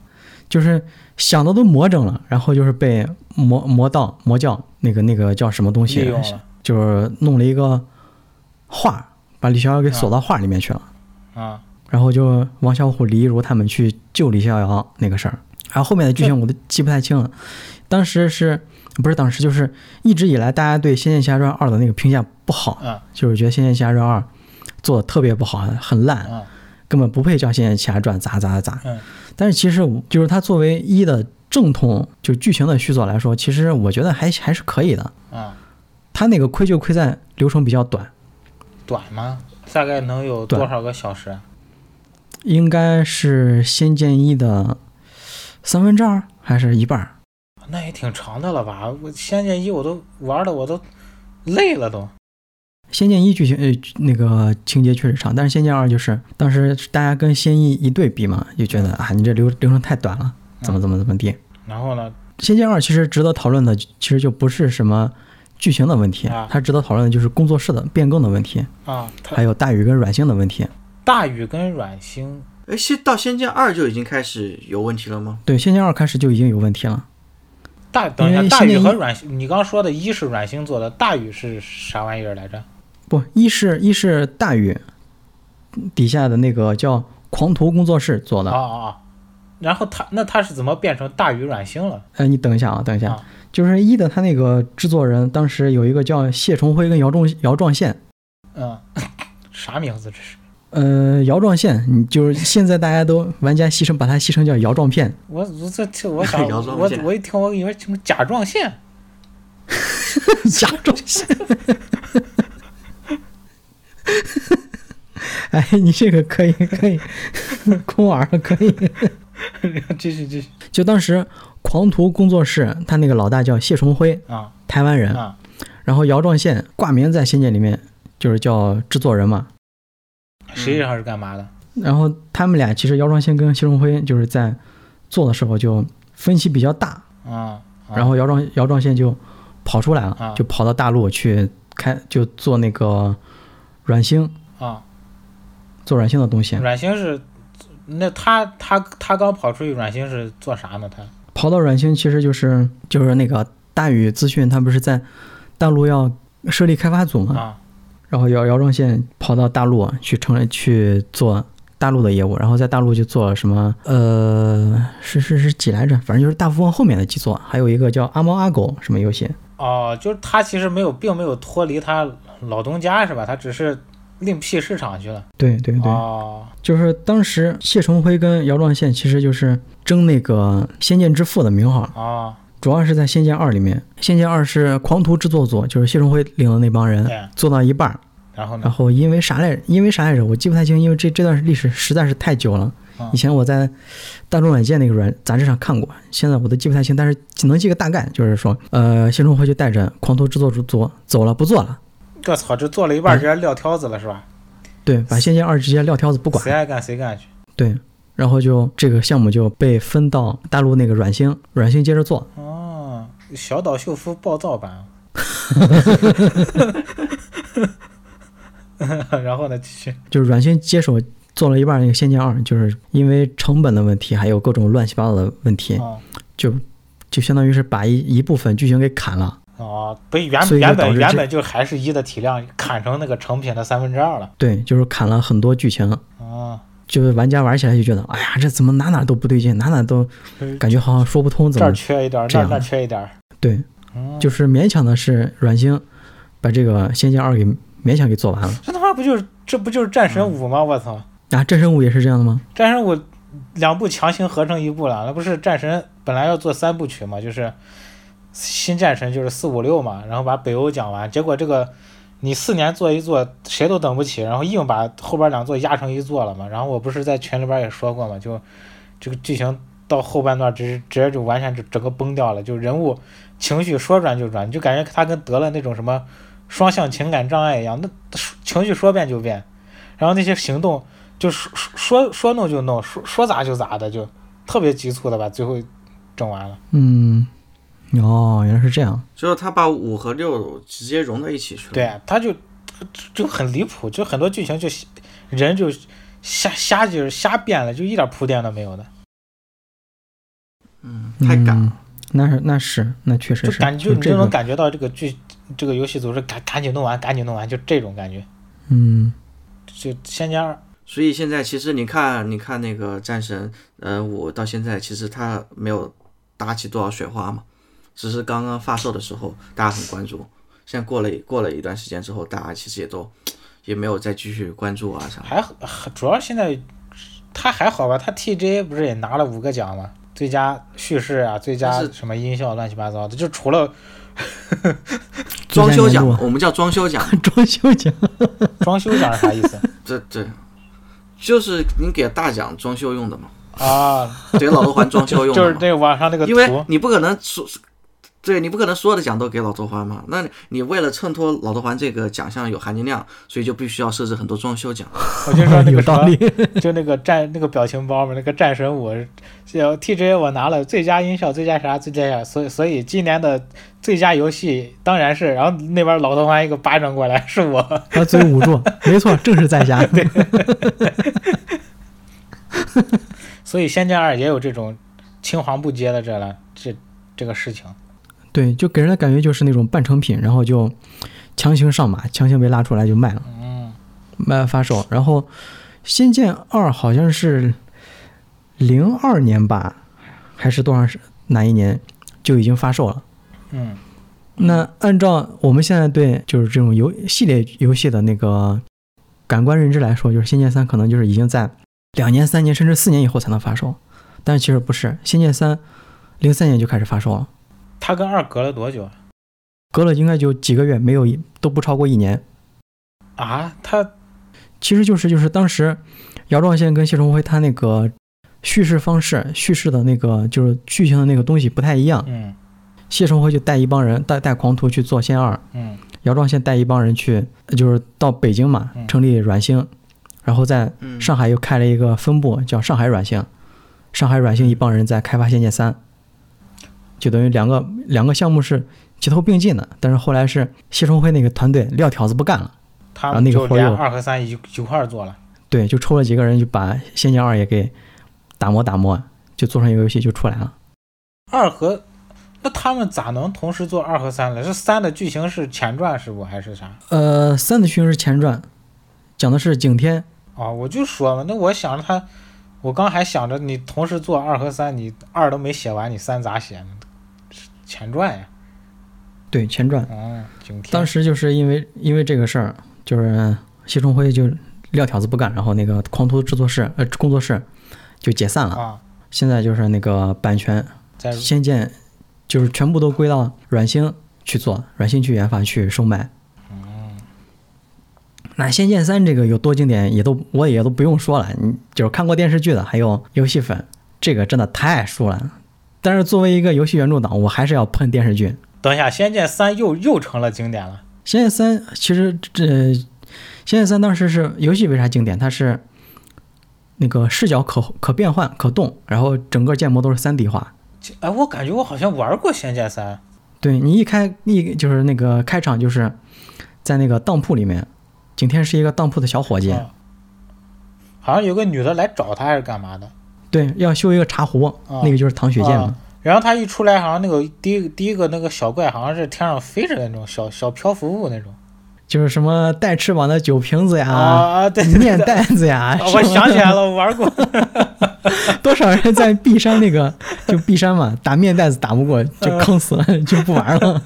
[SPEAKER 1] 就是想的都魔怔了，然后就是被魔魔道魔教那个那个叫什么东
[SPEAKER 3] 利
[SPEAKER 1] 西
[SPEAKER 3] 用，了，
[SPEAKER 1] 就是弄了一个画，把李逍遥给锁到画里面去了。
[SPEAKER 3] 啊、
[SPEAKER 1] 然后就王小虎、李一如他们去救李逍遥那个事儿，然后后面的剧情我都记不太清了。当时是不是当时就是一直以来大家对《仙剑奇侠传二》的那个评价不好，
[SPEAKER 3] 嗯
[SPEAKER 1] 就是觉得《仙剑奇侠传二》做的特别不好，很烂，
[SPEAKER 3] 嗯
[SPEAKER 1] 根本不配叫《仙剑奇侠传》，咋咋咋。
[SPEAKER 3] 嗯
[SPEAKER 1] 但是其实我就是它作为一的正统就剧情的续作来说，其实我觉得还还是可以的。
[SPEAKER 3] 嗯，
[SPEAKER 1] 它那个亏就亏在流程比较短，
[SPEAKER 3] 短吗？大概能有
[SPEAKER 1] 短
[SPEAKER 3] 多少个小时？啊
[SPEAKER 1] 应该是《仙剑一》的三分之二还是一半儿？
[SPEAKER 3] 那也挺长的了吧？我《仙剑一》我都玩的，我都累了都。
[SPEAKER 1] 《仙剑一》剧情呃那个情节确实长，但是《仙剑二》就是当时大家跟《仙一》一对比嘛，就觉得啊你这流流程太短了，怎么怎么怎么地。
[SPEAKER 3] 然后呢，
[SPEAKER 1] 《仙剑二》其实值得讨论的，其实就不是什么剧情的问题
[SPEAKER 3] 啊，
[SPEAKER 1] 它值得讨论的就是工作室的变更的问题，
[SPEAKER 3] 啊，他
[SPEAKER 1] 还有大宇跟阮星的问题。
[SPEAKER 3] 大禹跟阮星
[SPEAKER 2] 哎，仙到《仙剑二》就已经开始有问题了吗？
[SPEAKER 1] 对，《仙剑二》开始就已经有问题了。
[SPEAKER 3] 大等一
[SPEAKER 1] 因
[SPEAKER 3] 下，
[SPEAKER 1] 为
[SPEAKER 3] 大
[SPEAKER 1] 现在
[SPEAKER 3] 禹
[SPEAKER 1] 一
[SPEAKER 3] 和阮星，你刚说的一是阮星做的，大禹是啥玩意儿来着？
[SPEAKER 1] 不，一是一是大宇底下的那个叫狂徒工作室做
[SPEAKER 3] 哦
[SPEAKER 1] 的。
[SPEAKER 3] 哦哦，然后他那他是怎么变成大禹阮星了？
[SPEAKER 1] 哎，你等一下啊，等一下，
[SPEAKER 3] 啊
[SPEAKER 1] 就是一的他那个制作人，当时有一个叫谢崇辉跟姚仲姚壮宪，
[SPEAKER 3] 嗯， 啥名字这是？
[SPEAKER 1] 呃，姚壮宪，你就是现在大家都玩家戏称把它戏称叫姚壮 片，
[SPEAKER 3] 我我这这我想
[SPEAKER 2] 姚壮
[SPEAKER 3] 我
[SPEAKER 2] 宪
[SPEAKER 3] 我一听我以为什么甲状腺，
[SPEAKER 1] 甲状腺。 哎，你这个可以可以，空耳可以。
[SPEAKER 3] 这是这是
[SPEAKER 1] 就当时狂徒工作室，他那个老大叫谢崇辉，
[SPEAKER 3] 啊
[SPEAKER 1] 台湾人，
[SPEAKER 3] 啊
[SPEAKER 1] 然后姚壮宪挂名在《仙剑》里面就是叫制作人嘛。
[SPEAKER 3] 实际上是干嘛的？
[SPEAKER 1] 然后他们俩其实姚壮宪跟谢崇辉就是在做的时候就分歧比较大，
[SPEAKER 3] 啊，啊
[SPEAKER 1] 然后姚壮姚壮宪就跑出来
[SPEAKER 3] 啊
[SPEAKER 1] 了，就跑到大陆去开就做那个软星，
[SPEAKER 3] 啊，
[SPEAKER 1] 做软星的东西。
[SPEAKER 3] 阮星是那他他他刚跑出去，阮星是做啥呢？他
[SPEAKER 1] 跑到软星其实就是就是那个大宇资讯，他不是在大陆要设立开发组嘛，
[SPEAKER 3] 啊
[SPEAKER 1] 然后姚姚壮宪跑到大陆啊去成去做大陆的业务，然后在大陆就做什么呃是是是几来着，反正就是大富翁后面的几座，还有一个叫阿猫阿狗什么游戏，
[SPEAKER 3] 哦，就是他其实没有，并没有脱离他老东家是吧？他只是另辟市场去了。
[SPEAKER 1] 对对对，
[SPEAKER 3] 哦，
[SPEAKER 1] 就是当时谢崇辉跟姚壮宪其实就是争那个《仙剑之父》的名号，
[SPEAKER 3] 哦，
[SPEAKER 1] 主要是在《仙剑二》里面，《仙剑二》是狂徒制作组，就是谢崇辉领的那帮人
[SPEAKER 3] 对，
[SPEAKER 1] 做到一半儿，
[SPEAKER 3] 然后
[SPEAKER 1] 然
[SPEAKER 3] 呢？
[SPEAKER 1] 后因为啥来，因为啥来着，我记不太清，因为这这段历史实在是太久了
[SPEAKER 3] 嗯。
[SPEAKER 1] 以前我在大众软件那个软杂志上看过，现在我都记不太清，但是只能记个大概，就是说，呃，谢崇辉就带着狂徒制作组走了，不做了，
[SPEAKER 3] 我操，这做了一半直接撂挑子了是吧？
[SPEAKER 1] 对，把《仙剑二》直接撂挑子不管
[SPEAKER 3] 谁。爱干谁干去。
[SPEAKER 1] 对，然后就这个项目就被分到大陆那个软星，软星接着做。
[SPEAKER 3] 哦，小岛秀夫暴躁版。啊 然后呢？继续。
[SPEAKER 1] 就是软星接手做了一半那个《仙剑二》，就是因为成本的问题，还有各种乱七八糟的问题，
[SPEAKER 3] 哦
[SPEAKER 1] 就就相当于是把一一部分剧情给砍了。
[SPEAKER 3] 哦，不是原
[SPEAKER 1] 所以就
[SPEAKER 3] 原
[SPEAKER 1] 导
[SPEAKER 3] 本
[SPEAKER 1] 致
[SPEAKER 3] 原
[SPEAKER 1] 这
[SPEAKER 3] 本就还是一的体量，砍成那个成品的三分之二了。
[SPEAKER 1] 对，就是砍了很多剧情，
[SPEAKER 3] 哦，
[SPEAKER 1] 就是玩家玩起来就觉得，哎呀，这怎么哪哪都不对劲，哪哪都感觉好像说不通，怎
[SPEAKER 3] 这儿
[SPEAKER 1] 么
[SPEAKER 3] 缺一点儿，
[SPEAKER 1] 这
[SPEAKER 3] 那儿
[SPEAKER 1] 样啊
[SPEAKER 3] 那儿缺一点儿。
[SPEAKER 1] 对？
[SPEAKER 3] 嗯，
[SPEAKER 1] 就是勉强的是软星把这个《仙剑二》给勉强给做完了。
[SPEAKER 3] 这他妈不就是这不就是战神五吗？我操，
[SPEAKER 1] 啊，战神五也是这样的吗？
[SPEAKER 3] 战神五两部强行合成一部了，那不是战神本来要做三部曲嘛，就是新战神就是四五六嘛，然后把北欧讲完，结果这个你四年做一做，谁都等不起，然后硬把后边两座压成一座了嘛。然后我不是在群里边也说过嘛，就这个剧情到后半段直直接就完全就整个崩掉了，就人物情绪说转就转，你就感觉他跟得了那种什么双向情感障碍一样，那情绪说变就变，然后那些行动就说说说说弄就弄，说说咋就咋的，就特别急促的把最后整完了。
[SPEAKER 1] 嗯，哦，原来是这样。
[SPEAKER 2] 就是他把五和六直接融到一起去了。
[SPEAKER 3] 对，啊他就就很离谱，就很多剧情就人就瞎瞎就是瞎变了，就一点铺垫都没有的，
[SPEAKER 2] 嗯，太赶
[SPEAKER 1] 嗯
[SPEAKER 2] 了。
[SPEAKER 1] 那是那是那确实，
[SPEAKER 3] 就是感觉就你
[SPEAKER 1] 这
[SPEAKER 3] 就能
[SPEAKER 1] 个
[SPEAKER 3] 感觉到这个剧这个游戏组是赶赶紧弄完，赶紧弄完，就这种感觉。
[SPEAKER 1] 嗯，
[SPEAKER 3] 就《仙剑二》
[SPEAKER 2] 所以现在其实你看，你看那个战神，呃，五到现在其实他没有搭起多少水花嘛，只是刚刚发售的时候大家很关注，现在过了过了一段时间之后，大家其实也都也没有再继续关注啊啥。
[SPEAKER 3] 还好主要现在他还好吧，他 TGA 不是也拿了五个奖吗？最佳叙事啊，最佳
[SPEAKER 2] 但是
[SPEAKER 3] 什么音效，乱七八糟的，就除了
[SPEAKER 2] 装修奖
[SPEAKER 1] 最佳年，度
[SPEAKER 2] 我们叫装修奖，
[SPEAKER 1] 装修奖，
[SPEAKER 3] 装修奖是啥意思
[SPEAKER 2] 这这就是你给大奖装修用的嘛，
[SPEAKER 3] 啊？
[SPEAKER 2] 给老罗环装修用
[SPEAKER 3] 就
[SPEAKER 2] 的嘛，
[SPEAKER 3] 是那个网上那个
[SPEAKER 2] 因为
[SPEAKER 3] 图
[SPEAKER 2] 你不可能说对你不可能所有的奖都给老头环嘛，那你你为了衬托老头环这个奖项有含金量，所以就必须要设置很多装修奖。
[SPEAKER 3] 我就说那
[SPEAKER 1] 有
[SPEAKER 3] 个什
[SPEAKER 1] 道
[SPEAKER 3] 么
[SPEAKER 1] 理，
[SPEAKER 3] 就那个战那个表情包嘛，那个战神呃我就 TJ 我拿了最佳音效、最佳啥、最佳啥，所以所以今年的最佳游戏当然是，然后那边老头环一个巴掌过来是我，
[SPEAKER 1] 把嘴捂住，没错，正是在下。
[SPEAKER 3] 所以《仙剑二》也有这种青黄不接的这了这这个事情。
[SPEAKER 1] 对，就给人的感觉就是那种半成品，然后就强行上马，强行被拉出来就卖了，
[SPEAKER 3] 嗯，
[SPEAKER 1] 卖发售。然后《仙剑二》好像是零二年吧，还是多少是哪一年就已经发售了。
[SPEAKER 3] 嗯，
[SPEAKER 1] 那按照我们现在对就是这种游系列游戏的那个感官认知来说，就是《仙剑三》可能就是已经在两年、三年甚至四年以后才能发售，但其实不是，《仙剑三》零三年就开始发售了，
[SPEAKER 3] 他跟二隔了多久啊
[SPEAKER 1] 隔了应该就几个月，没有一都不超过一年。
[SPEAKER 3] 啊？他
[SPEAKER 1] 其实就是就是当时姚壮宪跟谢重辉他那个叙事方式、叙事的那个就是剧情的那个东西不太一样，
[SPEAKER 3] 嗯
[SPEAKER 1] 谢重辉就带一帮人带带狂徒去做《仙二》，
[SPEAKER 3] 嗯
[SPEAKER 1] 姚壮宪带一帮人去，就是到北京嘛，
[SPEAKER 3] 嗯
[SPEAKER 1] 成立软星，然后在
[SPEAKER 2] 嗯，
[SPEAKER 1] 上海又开了一个分部，叫上海软星。上海软星一帮人在开发《仙剑三》，就等于两个两个项目是齐头并进的。但是后来是谢重辉那个团队撂挑子不干了，
[SPEAKER 3] 他
[SPEAKER 1] 然啊后那
[SPEAKER 3] 们
[SPEAKER 1] 个
[SPEAKER 3] 就
[SPEAKER 1] 活
[SPEAKER 3] 连
[SPEAKER 1] 又
[SPEAKER 3] 二和三一一块儿做了。
[SPEAKER 1] 对，就抽了几个人就把《仙剑二》也给打磨打磨，就做成一个游戏就出来了。
[SPEAKER 3] 二和那他们咋能同时做二和三了？是三的剧情是前传是不还是啥？
[SPEAKER 1] 呃，三的剧情是前传，讲的是景天，
[SPEAKER 3] 啊，我就说嘛，那我想着他，我刚还想着你同时做二和三，你二都没写完，你三咋写呢？前传呀，
[SPEAKER 1] 对前传。
[SPEAKER 3] 嗯，景天，
[SPEAKER 1] 当时就是因为因为这个事儿，就是谢崇辉就撂挑子不干，然后那个狂徒制作室呃工作室就解散了。
[SPEAKER 3] 啊，
[SPEAKER 1] 现在就是那个版权
[SPEAKER 3] 在
[SPEAKER 1] 《仙剑》，就是全部都归到软星去做，软星去研发去售卖。那《仙剑三》这个有多经典，也都我也都不用说了，你就是看过电视剧的，还有游戏粉，这个真的太输了。但是作为一个游戏原著党，我还是要喷电视剧。
[SPEAKER 3] 等一下，《仙剑三》又又成了经典了。
[SPEAKER 1] 《仙剑三》其实这《仙剑三》当时是游戏为啥经典？它是那个视角可可变换、可动，然后整个建模都是三 D 化。
[SPEAKER 3] 哎，我感觉我好像玩过《仙剑三》，
[SPEAKER 1] 对你一开一就是那个开场就是在那个当铺里面，景天是一个当铺的小伙计，
[SPEAKER 3] 啊好像有个女的来找他还是干嘛的，
[SPEAKER 1] 对，要修一个茶壶，
[SPEAKER 3] 啊
[SPEAKER 1] 那个就是唐雪见嘛
[SPEAKER 3] 啊。然后他一出来，好像那个第一个第一个那个小怪好像是天上飞着那种小小漂浮物那种
[SPEAKER 1] 就是什么带翅膀的酒瓶子呀、
[SPEAKER 3] 啊，对对对
[SPEAKER 1] 面
[SPEAKER 3] 对
[SPEAKER 1] 袋子呀，
[SPEAKER 3] 啊我
[SPEAKER 1] 什么
[SPEAKER 3] 想起来了，我玩过，
[SPEAKER 1] 多少人在碧山那个就碧山嘛，打面袋子打不过就
[SPEAKER 3] 嗯
[SPEAKER 1] 坑死了，就不玩了。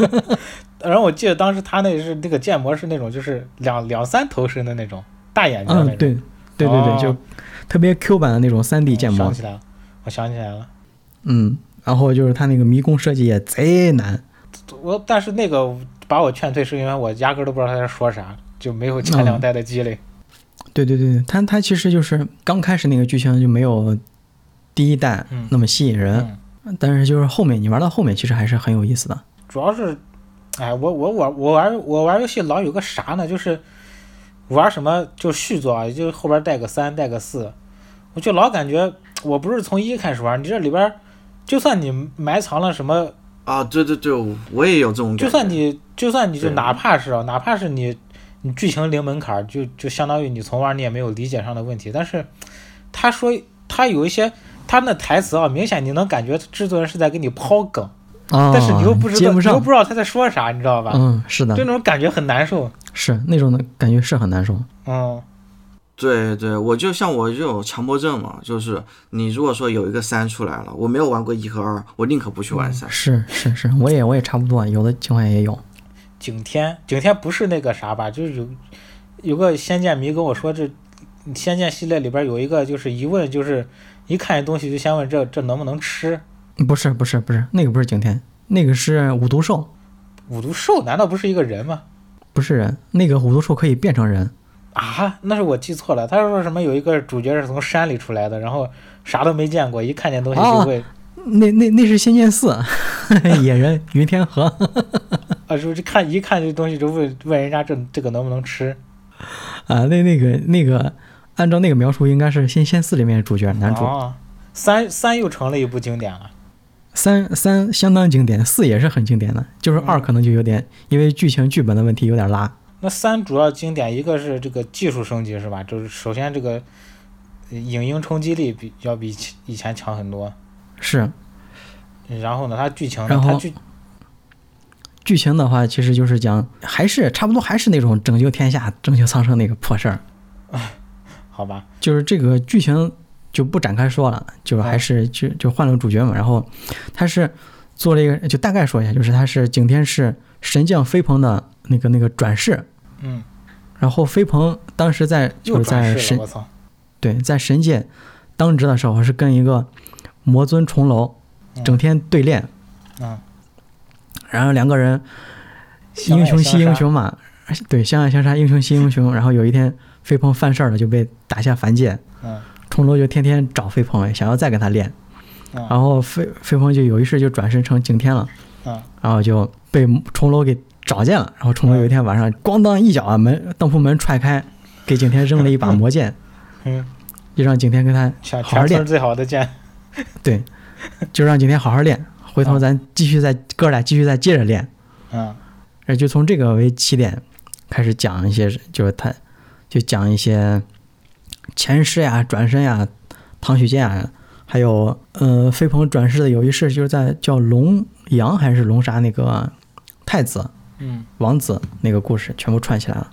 [SPEAKER 3] 然后我记得当时他那是那个建模是那种就是两两三头身的那种大眼睛的
[SPEAKER 1] 嗯
[SPEAKER 3] 那种，，
[SPEAKER 1] 对，对对对，
[SPEAKER 3] 哦
[SPEAKER 1] 就特别 Q 版的那种3 D
[SPEAKER 3] 我
[SPEAKER 1] 建模
[SPEAKER 3] 想，起来了，我想起来了，
[SPEAKER 1] 嗯，然后就是它那个迷宫设计也贼难，
[SPEAKER 3] 我但是那个把我劝退是因为我压根儿都不知道他在说啥，就没有
[SPEAKER 1] 嗯
[SPEAKER 3] 前两代的积累。
[SPEAKER 1] 对对对，它它其实就是刚开始那个剧情就没有第一代
[SPEAKER 3] 嗯
[SPEAKER 1] 那么吸引人，
[SPEAKER 3] 嗯，
[SPEAKER 1] 但是就是后面你玩到后面其实还是很有意思的，
[SPEAKER 3] 主要是，哎，我我我我玩我玩游戏老有个啥呢，就是玩什么就续作啊，也就后边带个三带个四，我就老感觉我不是从一开始玩，你这里边儿就算你埋藏了什么
[SPEAKER 2] 啊，对对对，我也有这种感觉。
[SPEAKER 3] 就算你就算你就
[SPEAKER 2] 对
[SPEAKER 3] 哪怕是啊，哪怕是你你剧情零门槛儿，就就相当于你从玩儿你也没有理解上的问题。但是他说他有一些他那台词啊，明显你能感觉制作人是在给你抛梗，
[SPEAKER 1] 啊，
[SPEAKER 3] 但是你又不知
[SPEAKER 1] 接
[SPEAKER 3] 道
[SPEAKER 1] 不
[SPEAKER 3] 你又
[SPEAKER 1] 上
[SPEAKER 3] 不，知道他在说啥，你知道吧？
[SPEAKER 1] 嗯，是的
[SPEAKER 3] 就，那种感觉很难受。
[SPEAKER 1] 是那种的感觉是很难受，
[SPEAKER 3] 嗯，
[SPEAKER 2] 对对，我就像我这种强迫症嘛，就是你如果说有一个三出来了，我没有玩过一和二，我宁可不去玩三。
[SPEAKER 1] 是是是，我也我也差不多，有的情况也有，
[SPEAKER 3] 景天景天不是那个啥吧？就是有有个仙剑迷跟我说这。仙剑系列里边有一个，就是一问就是一看这东西就先问这这能不能吃，
[SPEAKER 1] 不是不是不是，那个不是景天，那个是五毒兽。
[SPEAKER 3] 五毒兽难道不是一个人吗？
[SPEAKER 1] 不是人，那个虎毒兽可以变成人。
[SPEAKER 3] 啊，那是我记错了。他说什么有一个主角是从山里出来的，然后啥都没见过，一看见东西就会
[SPEAKER 1] 那那那是《仙剑四》 野人于天河，
[SPEAKER 3] 啊，说这看一看这东西就问问人家这这个能不能吃，
[SPEAKER 1] 啊，那那个那个，按照那个描述，应该是《新仙四》里面的主角男主。
[SPEAKER 3] 啊、三三又成了一部经典了。
[SPEAKER 1] 三三相当经典，四也是很经典的，就是
[SPEAKER 3] 嗯
[SPEAKER 1] 二可能就有点因为剧情剧本的问题有点拉。
[SPEAKER 3] 那三主要经典，一个是这个技术升级是吧？就是首先这个呃影音冲击力比要比其以前强很多。
[SPEAKER 1] 是
[SPEAKER 3] 然后呢，它剧情呢，
[SPEAKER 1] 然后
[SPEAKER 3] 它剧
[SPEAKER 1] 剧情的话，其实就是讲还是差不多还是那种拯救天下、拯救苍生那个破事儿，
[SPEAKER 3] 好吧，
[SPEAKER 1] 就是这个剧情就不展开说了，就是还
[SPEAKER 3] 哦
[SPEAKER 1] 是就就换了主角嘛，然后他是做了一个，就大概说一下，就是他是景天是神将飞鹏的那个那个转世，
[SPEAKER 3] 嗯，
[SPEAKER 1] 然后飞鹏当时在就
[SPEAKER 3] 又
[SPEAKER 1] 是
[SPEAKER 3] 转
[SPEAKER 1] 在
[SPEAKER 3] 世
[SPEAKER 1] 神
[SPEAKER 3] 了，我操，
[SPEAKER 1] 对，在神界当值的时候是跟一个魔尊重楼
[SPEAKER 3] 嗯
[SPEAKER 1] 整天对练，
[SPEAKER 3] 嗯，
[SPEAKER 1] 然后两个人
[SPEAKER 3] 相
[SPEAKER 1] 英
[SPEAKER 3] 爱
[SPEAKER 1] 雄惜
[SPEAKER 3] 相
[SPEAKER 1] 英
[SPEAKER 3] 杀，
[SPEAKER 1] 雄嘛，对，相爱相杀，英雄惜英雄。然后有一天飞鹏犯事儿了，就被打下凡界，
[SPEAKER 3] 嗯
[SPEAKER 1] 重楼就天天找飞鹏，想要再跟他练，
[SPEAKER 3] 嗯
[SPEAKER 1] 然后飞飞鹏就有一世就转身成景天了，
[SPEAKER 3] 嗯
[SPEAKER 1] 然后就被重楼给找见了，然后重楼有一天晚上咣当一脚啊门当铺门踹开，给景天扔了一把魔剑，
[SPEAKER 3] 嗯，
[SPEAKER 1] 就让景天跟他
[SPEAKER 3] 全
[SPEAKER 1] 好好
[SPEAKER 3] 全
[SPEAKER 1] 练
[SPEAKER 3] 村最好的剑，
[SPEAKER 1] 对，就让景天好好练，回头咱继续再哥俩继续再接着练，
[SPEAKER 3] 嗯
[SPEAKER 1] 那哎就从这个为起点开始讲一些，就是他就讲一些前世呀、转身呀、唐许剑啊，还有呃飞鹏转世的有一世就是在叫龙阳还是龙啥那个太子
[SPEAKER 3] 嗯
[SPEAKER 1] 王子那个故事全部串起来了，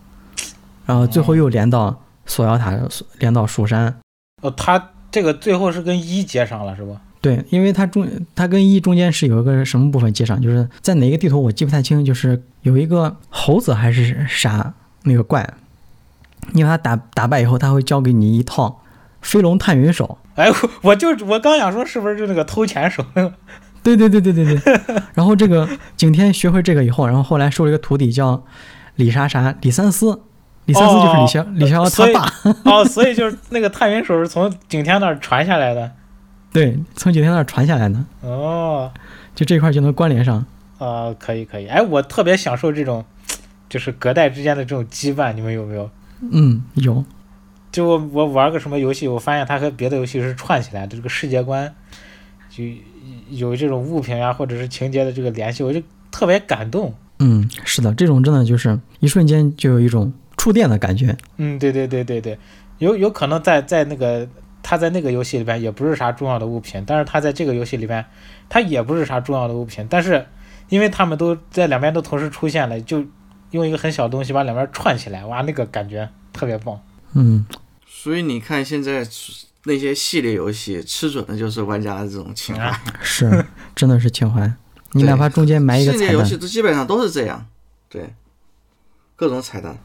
[SPEAKER 1] 然后最后又连到锁妖塔，连到蜀山，
[SPEAKER 3] 哦，它这个最后是跟一接上了是不？
[SPEAKER 1] 对，因为它中它跟一中间是有一个什么部分接上，就是在哪个地图我记不太清，就是有一个猴子还是啥那个怪，你把它打打败以后，它会交给你一套飞龙探云手。
[SPEAKER 3] 哎，我我就我刚想说是不是就那个偷钱手 那个，
[SPEAKER 1] 对对对对对对。 然后这个景天学会这个以后，然后后来收了一个徒弟叫李啥啥李三思，李三思就是李逍、
[SPEAKER 3] 哦
[SPEAKER 1] 李逍遥他
[SPEAKER 3] 所以
[SPEAKER 1] 爸，
[SPEAKER 3] 哦，所以就是那个探云手是从景天那儿传下来的，
[SPEAKER 1] 对，从景天那儿传下来的，
[SPEAKER 3] 哦。
[SPEAKER 1] 就这一块儿就能关联上。
[SPEAKER 3] 啊，可以可以，哎，我特别享受这种，就是隔代之间的这种羁绊，你们有没有？
[SPEAKER 1] 嗯，有，
[SPEAKER 3] 就我我玩个什么游戏，我发现它和别的游戏是串起来的，这个世界观就有这种物品呀、或者是情节的这个联系，我就特别感动。
[SPEAKER 1] 嗯，是的，这种真的就是一瞬间就有一种触电的感觉。
[SPEAKER 3] 嗯，对对对对对，有有可能在在那个他在那个游戏里边也不是啥重要的物品，但是他在这个游戏里边，他也不是啥重要的物品，但是因为他们都在两边都同时出现了，就用一个很小的东西把两边串起来，哇，那个感觉特别棒。
[SPEAKER 1] 嗯，
[SPEAKER 2] 所以你看现在那些系列游戏吃准的就是玩家的这种情怀
[SPEAKER 3] 啊，
[SPEAKER 1] 是，真的是情怀。你
[SPEAKER 2] 对
[SPEAKER 1] 哪怕中间埋一个
[SPEAKER 2] 系列
[SPEAKER 1] 彩
[SPEAKER 2] 游
[SPEAKER 1] 蛋
[SPEAKER 2] 戏，都基本上都是这样，对，各种彩蛋。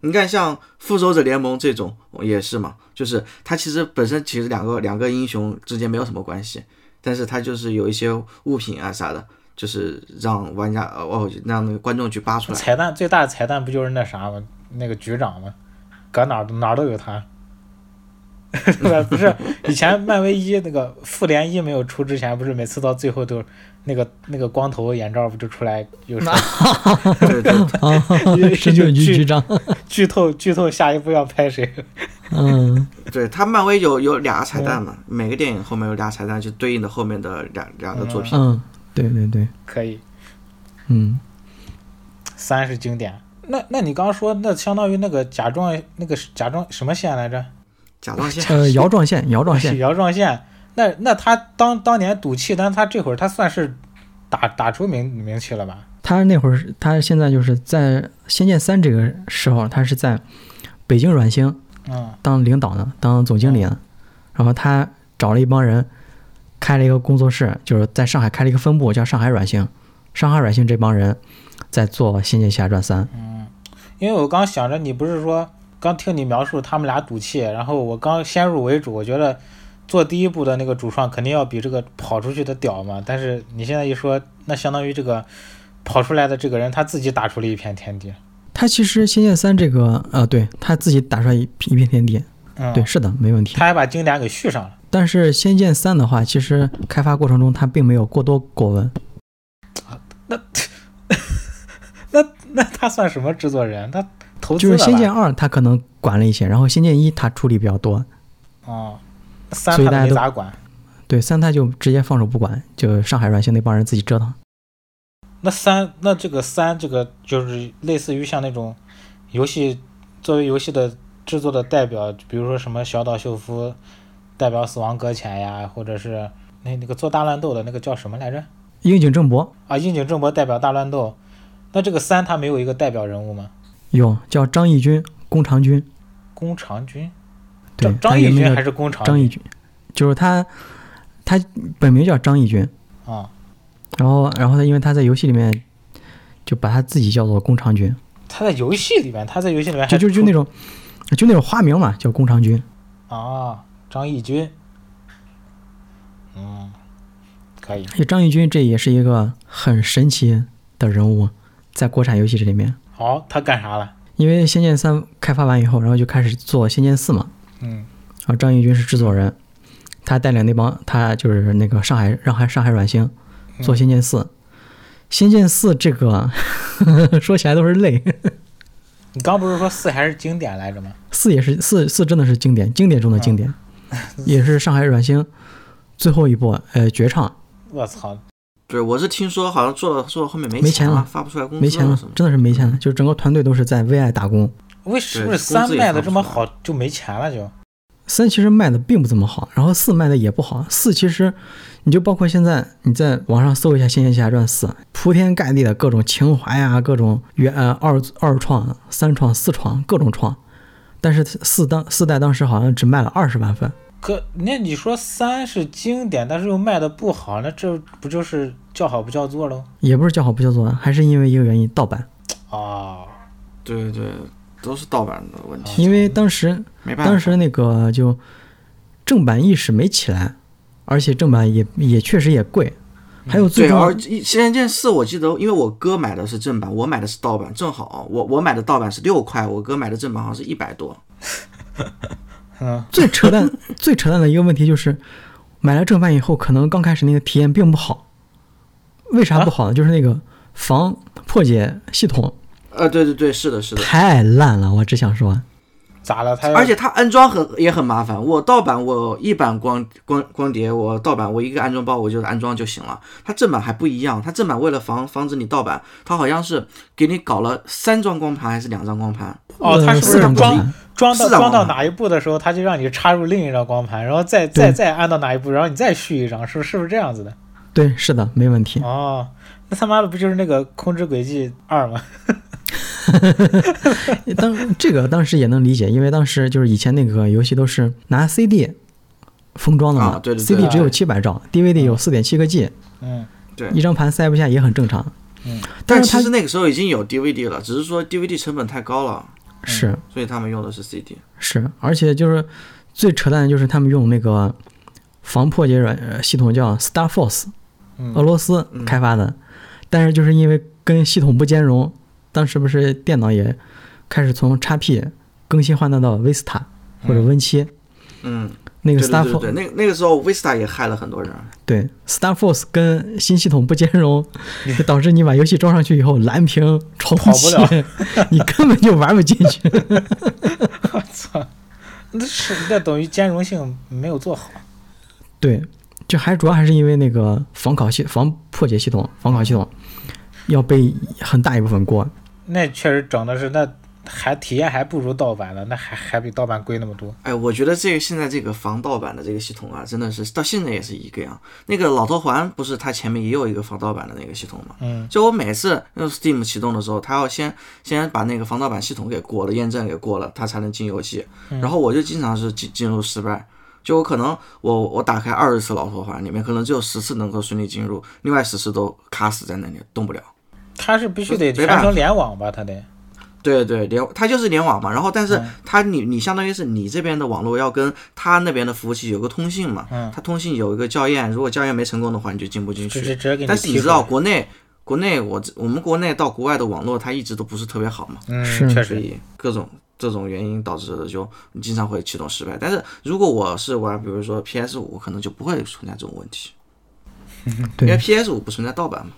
[SPEAKER 2] 你看，像《复仇者联盟》这种也是嘛，就是它其实本身其实两个两个英雄之间没有什么关系，但是它就是有一些物品啊啥的，就是让玩家呃哦让那个观众去 扒出来。
[SPEAKER 3] 彩蛋最大的彩蛋不就是那啥吗？那个局长吗？搁哪儿都哪儿都有他。 不是以前漫威一那个复联一没有出之前，不是每次到最后都那个那个光头眼罩不就出来 有啥
[SPEAKER 2] 对对对，
[SPEAKER 1] 啊， 神盾局局长，
[SPEAKER 3] 剧透剧透下一步要拍谁？
[SPEAKER 1] 嗯，
[SPEAKER 2] 对它漫威有有俩彩蛋嘛，每个电影后面有俩彩蛋，就对应的后面的两两个作品。
[SPEAKER 1] 嗯，对对对，
[SPEAKER 3] 可以，
[SPEAKER 1] 嗯，
[SPEAKER 3] 三是经典。那那你刚刚说那相当于那个甲状那个是甲状什么线来着？
[SPEAKER 2] 甲状腺
[SPEAKER 1] 呃，姚状线，姚状
[SPEAKER 3] 是
[SPEAKER 1] 线，
[SPEAKER 3] 姚状线。那那他当当年赌气，但他这会儿他算是打打出名名气了吧？
[SPEAKER 1] 他那会儿是，他现在就是在《仙剑三》这个时候，他是在北京软星
[SPEAKER 3] 嗯
[SPEAKER 1] 当领导呢，当总经理
[SPEAKER 3] 哦
[SPEAKER 1] 呢，然后他找了一帮人，开了一个工作室，就是在上海开了一个分部，叫上海软星，上海软星这帮人在做《仙剑奇侠传三》，
[SPEAKER 3] 嗯，因为我刚想着你不是说刚听你描述他们俩赌气，然后我刚先入为主，我觉得做第一步的那个主创肯定要比这个跑出去的屌嘛。但是你现在一说，那相当于这个跑出来的这个人他自己打出了一片天地。
[SPEAKER 1] 他其实《仙剑三》这个，呃，对他自己打出来一一片天地，
[SPEAKER 3] 嗯，
[SPEAKER 1] 对，是的，没问题。
[SPEAKER 3] 他还把经典给续上了。
[SPEAKER 1] 但是《仙剑三》的话，其实开发过程中它并没有过多过问，
[SPEAKER 3] 那那那他算什么制作人？他投
[SPEAKER 1] 就
[SPEAKER 3] 资
[SPEAKER 1] 是《
[SPEAKER 3] 了
[SPEAKER 1] 仙
[SPEAKER 3] 吧
[SPEAKER 1] 剑二》它可能管了一些，然后《仙剑一》它处理比较多，
[SPEAKER 3] 哦，三
[SPEAKER 1] 所以
[SPEAKER 3] 他
[SPEAKER 1] 大家
[SPEAKER 3] 没
[SPEAKER 1] 都
[SPEAKER 3] 咋管。
[SPEAKER 1] 对三它就直接放手不管，就上海软星那帮人自己折腾。
[SPEAKER 3] 那三那这个三这个就是类似于像那种游戏作为游戏的制作的代表，比如说什么小岛秀夫代表《死亡搁浅》呀，或者是那那个做大乱斗的那个叫什么来着？
[SPEAKER 1] 樱井正博
[SPEAKER 3] 啊，樱井正博代表大乱斗。那这个三他没有一个代表人物吗？
[SPEAKER 1] 有叫张义军、宫长军，
[SPEAKER 3] 宫长君，
[SPEAKER 1] 对，
[SPEAKER 3] 张
[SPEAKER 1] 他
[SPEAKER 3] 张
[SPEAKER 1] 原
[SPEAKER 3] 义
[SPEAKER 1] 名
[SPEAKER 3] 军
[SPEAKER 1] 叫
[SPEAKER 3] 还是宫长
[SPEAKER 1] 张义军，就是他，他本名叫张义军，
[SPEAKER 3] 啊？
[SPEAKER 1] 然后然后他因为他在游戏里面就把他自己叫做宫长军，
[SPEAKER 3] 他在游戏里面，他在游戏里面还
[SPEAKER 1] 就就就
[SPEAKER 3] 出
[SPEAKER 1] 那种就那种花名嘛，叫宫长军。
[SPEAKER 3] 啊，张义军，嗯，可以
[SPEAKER 1] 这张艺军这也是一个很神奇的人物，在国产游戏这里面，
[SPEAKER 3] 好，他干啥了？
[SPEAKER 1] 因为《仙剑三》开发完以后，然后就开始做《仙剑四》嘛，
[SPEAKER 3] 嗯，
[SPEAKER 1] 然后张艺军是制作人，他带领那帮他就是那个上海上海上海软星
[SPEAKER 2] 嗯
[SPEAKER 3] 嗯
[SPEAKER 1] 做《仙剑四》。仙剑四》这个 说起来都是泪，
[SPEAKER 3] 你刚不是说四还是经典来着吗？
[SPEAKER 1] 四也是四四真的是经典，经典中的经典，
[SPEAKER 2] 啊
[SPEAKER 1] 也是上海软星最后一部呃绝唱，
[SPEAKER 3] 我操，
[SPEAKER 2] 对，我是听说好像做到做到后面没
[SPEAKER 1] 没钱
[SPEAKER 2] 钱
[SPEAKER 1] 了
[SPEAKER 2] 发不出来工资
[SPEAKER 1] 没钱
[SPEAKER 2] 了
[SPEAKER 1] 了
[SPEAKER 2] 什么，的。
[SPEAKER 1] 真的是没钱了，就是整个团队都是在为爱打工。
[SPEAKER 3] 为什
[SPEAKER 2] 对
[SPEAKER 3] 么三
[SPEAKER 2] 工资也
[SPEAKER 3] 卖的
[SPEAKER 2] 发不
[SPEAKER 3] 这么
[SPEAKER 2] 出来
[SPEAKER 3] 好就没钱了就？
[SPEAKER 1] 三其实卖的并不怎么好，然后四卖的也不好。四其实，你就包括现在你在网上搜一下《仙剑奇侠传四》，铺天盖地的各种情怀呀、各种原呃二二创、三创、四创各种创，但是四当四代当时好像只卖了二十万份，
[SPEAKER 3] 可那你说三是经典，但是又卖的不好，那这不就是叫好不叫座喽？
[SPEAKER 1] 也不是叫好不叫座，啊还是因为一个原因盗版。
[SPEAKER 3] 哦，
[SPEAKER 2] 对对，都是盗版的问题，
[SPEAKER 1] 因为当时
[SPEAKER 2] 没办法。
[SPEAKER 1] 嗯当时那个就正版意识没起来，而且正版也也确实也贵，还有最
[SPEAKER 2] 对，
[SPEAKER 1] 重要
[SPEAKER 2] 而《仙剑四》我记得，因为我哥买的是正版，我买的是盗版，正好我我买的盗版是六块，我哥买的正版好像是一百多。
[SPEAKER 3] 嗯，
[SPEAKER 1] 最扯 淡、最扯淡的一个问题就是，买了正版以后，可能刚开始那个体验并不好。为啥不好
[SPEAKER 2] 啊
[SPEAKER 1] 呢？就是那个防破解系统
[SPEAKER 2] 呃，对对对，是的，是的。
[SPEAKER 1] 太烂了，我只想说，
[SPEAKER 3] 咋了？他要
[SPEAKER 2] 而且它安装很也很麻烦。我盗版我一版光光光碟，我盗版我一个安装包我就安装就行了。它正版还不一样，它正版为了防防止你盗版，它好像是给你搞了三张光盘还是两张光盘？
[SPEAKER 3] 哦，他
[SPEAKER 1] 呃
[SPEAKER 3] 是不
[SPEAKER 1] 四
[SPEAKER 3] 是
[SPEAKER 1] 张光
[SPEAKER 3] 装
[SPEAKER 1] 盘，
[SPEAKER 3] 装到
[SPEAKER 2] 四张
[SPEAKER 3] 装到
[SPEAKER 2] 光盘
[SPEAKER 3] 哪一步的时候，他就让你插入另一张光盘，然后再
[SPEAKER 1] 对
[SPEAKER 3] 再再按到哪一步，然后你再续一张，是不是是不是这样子的？
[SPEAKER 1] 对，是的，没问
[SPEAKER 2] 啊
[SPEAKER 1] 题。
[SPEAKER 3] 哦，那他妈的不就是那个《空之轨迹二》吗？
[SPEAKER 1] 当这个当时也能理解，因为当时就是以前那个游戏都是拿 CD 封装的嘛、
[SPEAKER 2] 啊对对对
[SPEAKER 1] c d 只有
[SPEAKER 2] 对
[SPEAKER 1] 七百兆，DVD 有四点七个 G，、
[SPEAKER 3] 嗯，
[SPEAKER 2] 对
[SPEAKER 1] 一。张盘塞不下也很正常。
[SPEAKER 3] 嗯
[SPEAKER 1] 但
[SPEAKER 2] 但
[SPEAKER 1] 是
[SPEAKER 2] 其
[SPEAKER 1] 它
[SPEAKER 2] 实那个时候已经有 DVD 了，只是说 DVD 成本太高了，
[SPEAKER 1] 是
[SPEAKER 2] 所以他们用的是 CD。
[SPEAKER 1] 是，而且就是最扯淡的就是他们用那个防破解软呃系统叫 Star Force，
[SPEAKER 3] 嗯
[SPEAKER 2] 哦
[SPEAKER 1] 俄罗斯开发的，但是就是因为跟系统不兼容，当时不是电脑也开始从 XP 更新换代到 Vista 或者 Win 七、
[SPEAKER 2] 嗯，
[SPEAKER 1] 那
[SPEAKER 2] 对
[SPEAKER 1] 个
[SPEAKER 2] 对
[SPEAKER 1] Star
[SPEAKER 2] 对
[SPEAKER 1] Force
[SPEAKER 2] 对，那那个时候 Vista 也害了很多人。
[SPEAKER 1] 对 Star Force 跟新系统不兼容，就导致你把游戏装上去以后蓝屏重
[SPEAKER 3] 跑不
[SPEAKER 1] 启
[SPEAKER 3] 了，
[SPEAKER 1] 你根本就玩不进去。
[SPEAKER 3] 我操，那是那等于兼容性没有做好。
[SPEAKER 1] 对，就还主要还是因为那个防考系、防破解系统、防考系统要背很大一部分锅。
[SPEAKER 3] 那确实整的是，那还体验还不如盗版的，那还还比盗版贵那么多。
[SPEAKER 2] 哎，我觉得这个现在这个防盗版的这个系统啊，真的是到现在也是一个样。那个老头环不是它前面也有一个防盗版的那个系统吗？
[SPEAKER 3] 嗯，
[SPEAKER 2] 就我每次用 Steam 启动的时候，它要先先把那个防盗版系统给过了，验证给过了，它才能进游戏。
[SPEAKER 1] 嗯
[SPEAKER 2] 然后我就经常是进进入失败，就我可能我我打开二十次老头环，里面可能只有十次能够顺利进入，另外十次都卡死在那里动不了。
[SPEAKER 3] 它是必须得
[SPEAKER 2] 没
[SPEAKER 3] 全
[SPEAKER 2] 办法
[SPEAKER 3] 程联网吧？它得
[SPEAKER 2] 对对，联它就是联网嘛，然后但
[SPEAKER 3] 嗯
[SPEAKER 2] 是它你你相当于是你这边的网络要跟它那边的服务器有个通信嘛，
[SPEAKER 3] 嗯
[SPEAKER 2] 它通信有一个校验，如果校验没成功的话，你就进不进
[SPEAKER 3] 直接
[SPEAKER 2] 去。
[SPEAKER 3] 直接给
[SPEAKER 2] 但是
[SPEAKER 3] 踢
[SPEAKER 2] 你
[SPEAKER 3] 出
[SPEAKER 2] 知道
[SPEAKER 3] 来。
[SPEAKER 2] 国内国内我我们国内到国外的网络它一直都不是特别好嘛，
[SPEAKER 3] 嗯，
[SPEAKER 1] 是
[SPEAKER 3] 确
[SPEAKER 2] 所
[SPEAKER 3] 实，
[SPEAKER 2] 以各种这种原因导致的就你经常会启动失败。但是如果我是玩，比如说 PS 五，可能就不会存在这种问题，因为
[SPEAKER 1] 对，
[SPEAKER 2] PS 五不存在盗版嘛。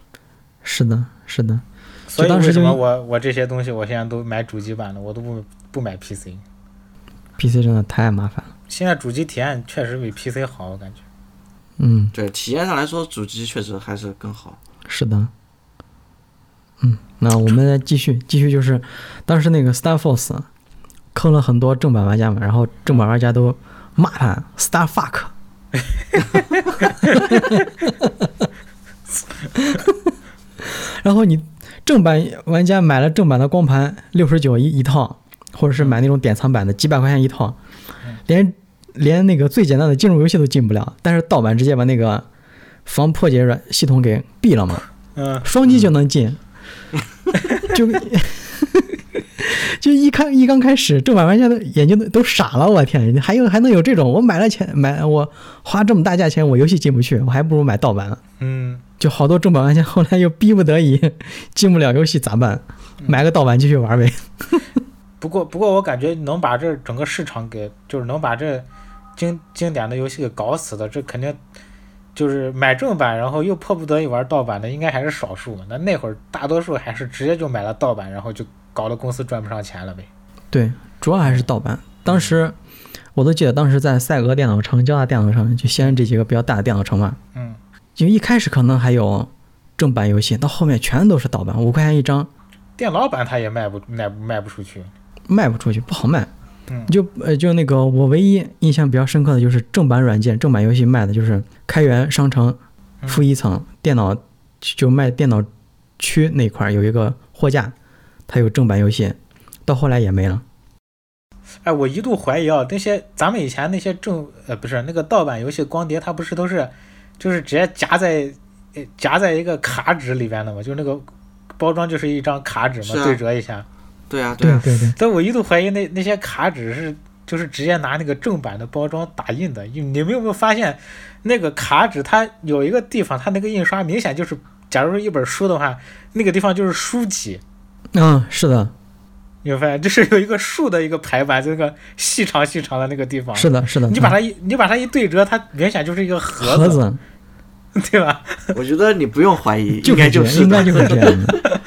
[SPEAKER 1] 是的，是的，
[SPEAKER 3] 所以
[SPEAKER 1] 当时
[SPEAKER 3] 为什
[SPEAKER 1] 就
[SPEAKER 3] 么我我这些东西我现在都买主机版的，我都不不买 PC。
[SPEAKER 1] PC 真的太麻烦了。
[SPEAKER 3] 现在主机体验确实比 PC 好，我感觉。
[SPEAKER 1] 嗯，
[SPEAKER 2] 对，体验上来说，主机确实还是更好。
[SPEAKER 1] 是的。嗯，那我们再继续，继续就是当时那个 Star Force 啊坑了很多正版玩家嘛，然后正版玩家都骂他 Star Fuck。然后你正版玩家买了正版的光盘，六十九一一套，或者是买那种典藏版的，几百块钱一套，连连那个最简单的进入游戏都进不了。但是盗版直接把那个防破解软系统给毙了嘛，
[SPEAKER 3] 嗯，
[SPEAKER 1] 双击就能 进，就就一开一刚开始，正版玩家的眼睛都都傻了，我天，还有还能有这种？我买了钱买我花这么大价钱，我游戏进不去，我还不如买盗版呢。
[SPEAKER 3] 嗯，
[SPEAKER 1] 就好多正版玩家 后来又逼不得已进不了游戏咋办？买个盗版继续玩呗。
[SPEAKER 3] 不过不过我感觉能把这整个市场给，就是能把这经经典的游戏给搞死的，这肯定就是买正版，然后又迫不得已玩盗版的，应该还是少数嘛。那那会儿大多数还是直接就买了盗版，然后就搞得公司赚不上钱了呗。
[SPEAKER 1] 对，主要还是盗版。当时我都记得，当时在赛格电脑城、交大电脑城，就西安这几个比较大的电脑城嘛，
[SPEAKER 3] 嗯，
[SPEAKER 1] 就一开始可能还有正版游戏，到后面全都是盗版，五块钱一张。
[SPEAKER 3] 电脑版它也卖不卖卖不出去。
[SPEAKER 1] 卖不出去，不好卖
[SPEAKER 3] 嗯。
[SPEAKER 1] 就呃，就那个，我唯一印象比较深刻的就是正版软件、正版游戏卖的就是开源商城
[SPEAKER 3] 嗯
[SPEAKER 1] 负一层，电脑就卖电脑区那块儿有一个货架，它有正版游戏，到后来也没了。
[SPEAKER 3] 哎，我一度怀疑啊，那些咱们以前那些正呃不是那个盗版游戏光碟，它不是都是就是直接夹在呃夹在一个卡纸里边的吗？就那个包装就是一张卡纸
[SPEAKER 2] 是
[SPEAKER 3] 嘛，
[SPEAKER 2] 啊
[SPEAKER 3] 对折一下。
[SPEAKER 2] 对啊，对啊，
[SPEAKER 1] 对对，
[SPEAKER 3] 但我一度怀疑那那些卡纸是就是直接拿那个正版的包装打印的。你你们有没有发现，那个卡纸它有一个地方，它那个印刷明显就是，假如是一本书的话，那个地方就是书籍。
[SPEAKER 1] 嗯，是的，
[SPEAKER 3] 你有没有发现，就是有一个竖的一个排版，就那个细长细长的那个地方。
[SPEAKER 1] 是的，是的。
[SPEAKER 3] 你把它一你把它一对折，它明显就是一个盒
[SPEAKER 1] 嗯盒子
[SPEAKER 3] 对吧？
[SPEAKER 2] 我觉得你不用怀疑，
[SPEAKER 1] 就
[SPEAKER 2] 应该
[SPEAKER 1] 这
[SPEAKER 2] 就
[SPEAKER 1] 样
[SPEAKER 2] 是
[SPEAKER 1] 应该
[SPEAKER 2] 的。
[SPEAKER 1] 就是这样的，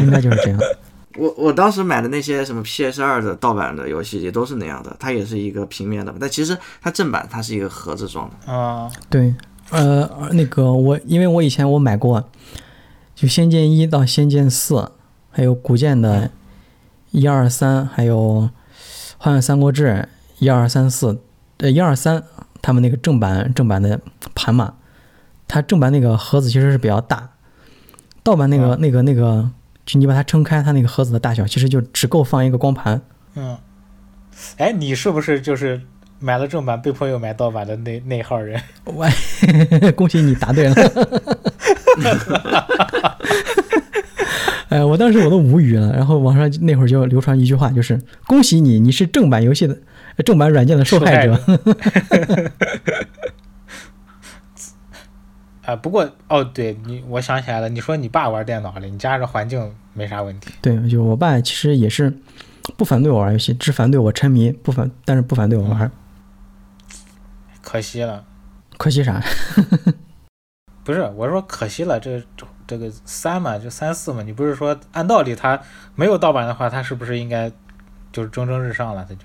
[SPEAKER 2] 对
[SPEAKER 1] 应该就是这样。
[SPEAKER 2] 我我当时买的那些什么 PS 二的盗版的游戏也都是那样的，它也是一个平面的，但其实它正版它是一个盒子装的。
[SPEAKER 3] 啊、
[SPEAKER 1] 对，呃，那个我因为我以前我买过，就《仙剑一》到《仙剑四》，还有古剑的一二三，还有《幻影三国志》一二三四，呃一二三，他们那个正版正版的盘嘛，它正版那个盒子其实是比较大，盗版那个、
[SPEAKER 3] 嗯
[SPEAKER 1] 那个那个，就你把它撑开，它那个盒子的大小其实就只够放一个光盘。
[SPEAKER 3] 嗯，哎，你是不是就是买了正版，被迫又买盗版的那那号人？
[SPEAKER 1] 我 恭喜你答对了。 哎，我当时我都无语了。然后网上那会儿就流传一句话，就是“恭喜你，你是正版游戏的呃正版软件的受害者
[SPEAKER 3] 受 啊、不过哦，对你，我想起来了，你说你爸玩电脑了，你家这环境没啥问题。”。
[SPEAKER 1] 对，就我爸其实也是不反对我玩游戏，只反对我沉迷，不反但是不反对我玩。
[SPEAKER 3] 可惜了，
[SPEAKER 1] 可惜啥？
[SPEAKER 3] 不是我说可惜了，这这这个三嘛，就三四嘛，你不是说按道理它没有盗版的话，它是不是应该就是蒸蒸日上了？它就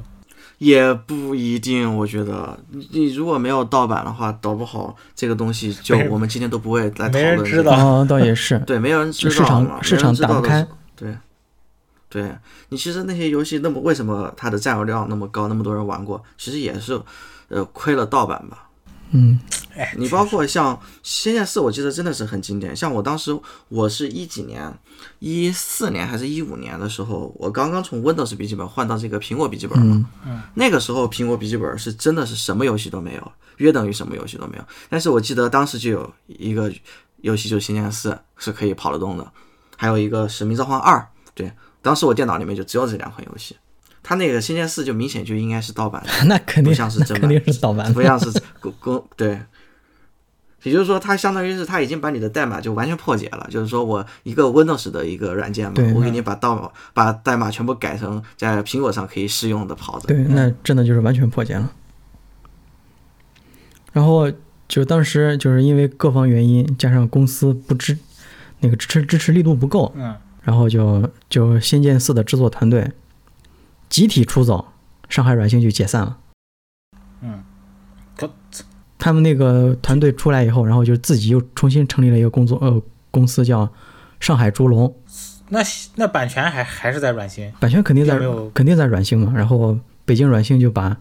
[SPEAKER 2] 也不一定，我觉得你你如果没有盗版的话，搞不好这个东西就
[SPEAKER 3] 没人
[SPEAKER 2] 我们今天都不会来讨
[SPEAKER 3] 没人
[SPEAKER 2] 论
[SPEAKER 3] 知
[SPEAKER 2] 这个。
[SPEAKER 3] 道
[SPEAKER 1] 哦，倒也是
[SPEAKER 2] 对，没有人
[SPEAKER 1] 就
[SPEAKER 2] 知道
[SPEAKER 1] 市
[SPEAKER 2] 嘛
[SPEAKER 1] 场市场打不。
[SPEAKER 2] 没人
[SPEAKER 1] 开
[SPEAKER 2] 知道的时候，对，对你其实那些游戏那么为什么它的占有量那么高，那么多人玩过，其实也是呃亏了盗版吧。
[SPEAKER 1] 嗯，
[SPEAKER 3] 哎，
[SPEAKER 2] 你
[SPEAKER 3] 确
[SPEAKER 2] 包
[SPEAKER 3] 实
[SPEAKER 2] 括像《仙剑四》，我记得真的是很经典。像我当时，我是一几年，一四年还是一五年的时候，我刚刚从 Windows 笔记本换到这个苹果笔记本嘛。
[SPEAKER 3] 嗯
[SPEAKER 2] 那个时候苹果笔记本是真的是什么游戏都没有，约等于什么游戏都没有。但是我记得当时就有一个游戏就是《仙剑四》是可以跑得动的，还有一个《使命召唤二》。对，当时我电脑里面就只有这两款游戏。它那个《仙剑四》就明显就应该是盗版的。
[SPEAKER 1] 那肯定
[SPEAKER 2] 不像是
[SPEAKER 1] 那
[SPEAKER 2] 正版
[SPEAKER 1] 肯定是盗版
[SPEAKER 2] 不
[SPEAKER 1] 的。
[SPEAKER 2] 像是公公对。也就是说，它相当于是它已经把你的代码就完全破解了。就是说我一个 Windows 的一个软件嘛
[SPEAKER 1] 对，
[SPEAKER 2] 我给你把道把代码全部改成在苹果上可以适用的跑着。
[SPEAKER 1] 对，那真的就是完全破解了。然后就当时就是因为各方原因，加上公司不支那个支持支持力度不够，
[SPEAKER 3] 嗯，
[SPEAKER 1] 然后就就《仙剑四》的制作团队集体出走，上海软星就解散了。
[SPEAKER 3] 嗯，可
[SPEAKER 1] 他们那个团队出来以后，然后就自己又重新成立了一个工作呃公司，叫上海猪龙，
[SPEAKER 3] 那那版权还还是在软星，
[SPEAKER 1] 版权肯定在
[SPEAKER 3] 有没有
[SPEAKER 1] 肯定在软星嘛，然后北京软星就把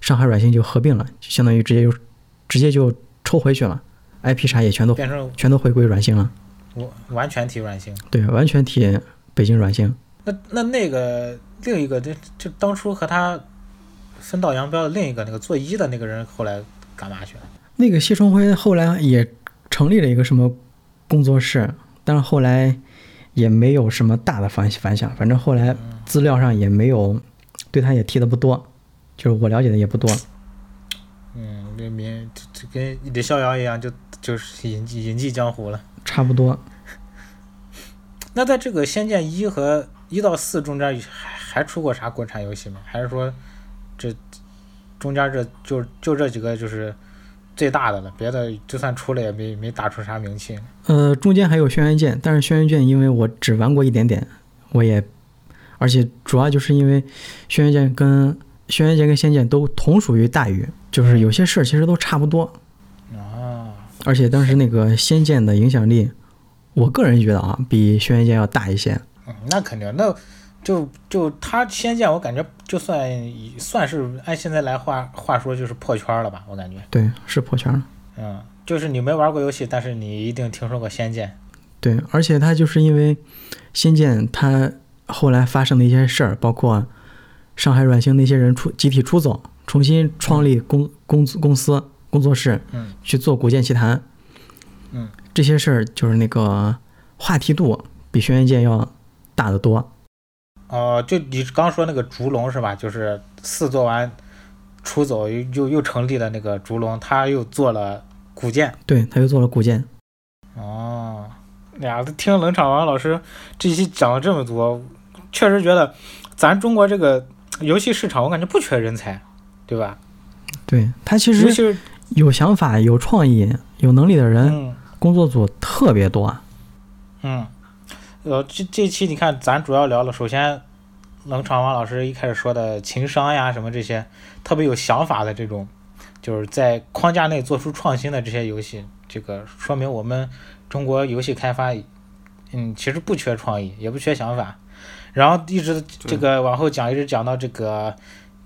[SPEAKER 1] 上海软星就合并了，就相当于直接就直接就抽回去了，IP 啥也全都
[SPEAKER 3] 变成
[SPEAKER 1] 全都回归软星了，
[SPEAKER 3] 完完全体软星。
[SPEAKER 1] 对，完全体北京软星。
[SPEAKER 3] 那那那个另一个，就就当初和他分道扬镳的另一个那个做医的那个人，后来干嘛去了？
[SPEAKER 1] 那个谢春辉后来也成立了一个什么工作室，但是后来也没有什么大的反反响，反正后来资料上也没有对他也提的不多，就是我了解的也不多。
[SPEAKER 3] 嗯，这民这这跟李逍遥一样，就就是隐隐迹江湖了。
[SPEAKER 1] 差不多，
[SPEAKER 3] 那在这个《仙剑一》和一到四中间还还出过啥国产游戏吗？还是说这中间这就就这几个就是最大的了？别的就算出了也没没打出啥名气。
[SPEAKER 1] 呃，中间还有轩辕剑，但是轩辕剑因为我只玩过一点点，我也，而且主要就是因为轩辕剑跟轩辕剑跟仙剑都同属于大鱼，就是有些事儿其实都差不多。
[SPEAKER 3] 啊，
[SPEAKER 1] 而且当时那个仙剑的影响力，我个人觉得啊，比轩辕剑要大一些。
[SPEAKER 3] 嗯，那肯定，那就就他《仙剑》，我感觉就算算是按现在来话话说，就是破圈了吧？我感觉，
[SPEAKER 1] 对，是破圈了。
[SPEAKER 3] 嗯，就是你没玩过游戏，但是你一定听说过《仙剑
[SPEAKER 1] 对，而且它就是因为仙剑，它后来发生的一些事儿，包括上海软星那些人出集体出走，重新创立公公公司工作室，
[SPEAKER 3] 嗯，
[SPEAKER 1] 去做《古剑奇谭》，
[SPEAKER 3] 嗯，
[SPEAKER 1] 这些事儿就是那个话题度比轩辕剑要大得多。》。
[SPEAKER 3] 哦，就你刚说那个烛龙是吧？就是四做完出走，又又又成立了那个烛龙，他又做了古剑。
[SPEAKER 1] 对，他又做了古剑，
[SPEAKER 3] 哦，俩都听冷场王老师这一期讲了这么多，确实觉得咱中国这个游戏市场，我感觉不缺人才，对吧？
[SPEAKER 1] 对他其
[SPEAKER 3] 尤
[SPEAKER 1] 实
[SPEAKER 3] 其是
[SPEAKER 1] 有想法、有创意、有能力的人，
[SPEAKER 3] 嗯
[SPEAKER 1] 工作组特别多。
[SPEAKER 3] 嗯，呃，这这期你看，咱主要聊了，首先冷场王老师一开始说的情商呀什么这些，特别有想法的这种，就是在框架内做出创新的这些游戏，这个说明我们中国游戏开发，嗯，其实不缺创意，也不缺想法。然后一直这个往后讲，一直讲到这个。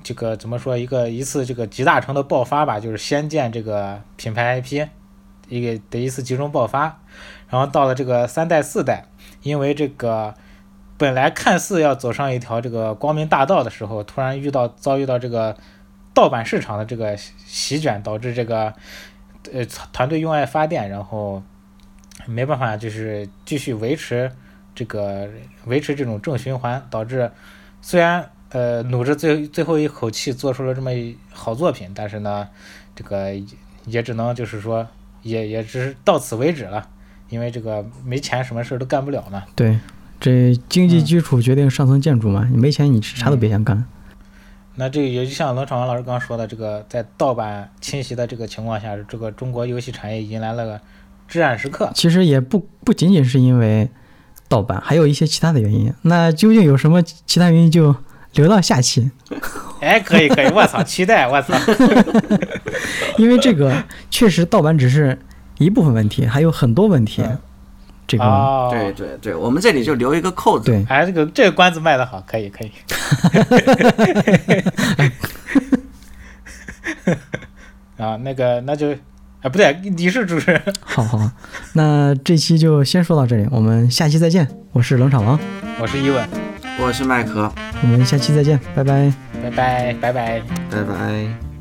[SPEAKER 3] 这个怎么说？一个一次这个集大成的爆发吧，就是《仙剑》这个品牌 IP，一个的一次集中爆发。然后到了这个三代四代，因为这个本来看似要走上一条这个光明大道的时候，突然遇到遭遇到这个盗版市场的这个席卷，导致这个呃团队用爱发电，然后没办法就是继续维持这个维持这种正循环，导致虽然呃努着最最后一口气做出了这么一好作品，但是呢这个也也只能就是说也也只是到此为止了。因为这个没钱，什么事儿都干不了嘛。
[SPEAKER 1] 对，这经济基础决定上层建筑嘛，
[SPEAKER 3] 嗯
[SPEAKER 1] 你没钱你啥都别想干。
[SPEAKER 3] 那这个也就像冷场王老师刚刚说的，这个在盗版侵袭的这个情况下，这个中国游戏产业迎来了个至暗时 刻。
[SPEAKER 1] 其实也不不仅仅是因为盗版，还有一些其他的原因。那究竟有什么其他原因，就留到下期，
[SPEAKER 3] 哎，可以可以，我操，期待，我操，
[SPEAKER 1] 因为这个确实盗版只是一部分问题，还有很多问题。
[SPEAKER 3] 嗯
[SPEAKER 1] 这个、
[SPEAKER 3] 哦，
[SPEAKER 2] 对，对对，我们这里就留一个扣子。
[SPEAKER 1] 对，
[SPEAKER 3] 哎，这个这个关子卖的好，可以 可以。啊，那个那就，啊不对，你是主持人，
[SPEAKER 1] 好好，那这期就先说到这里，我们下期再见。我是冷场王，
[SPEAKER 3] 我是一问，
[SPEAKER 2] 我是麦克，
[SPEAKER 1] 我们下期再见，拜拜。
[SPEAKER 3] 拜拜拜拜。
[SPEAKER 2] 拜拜。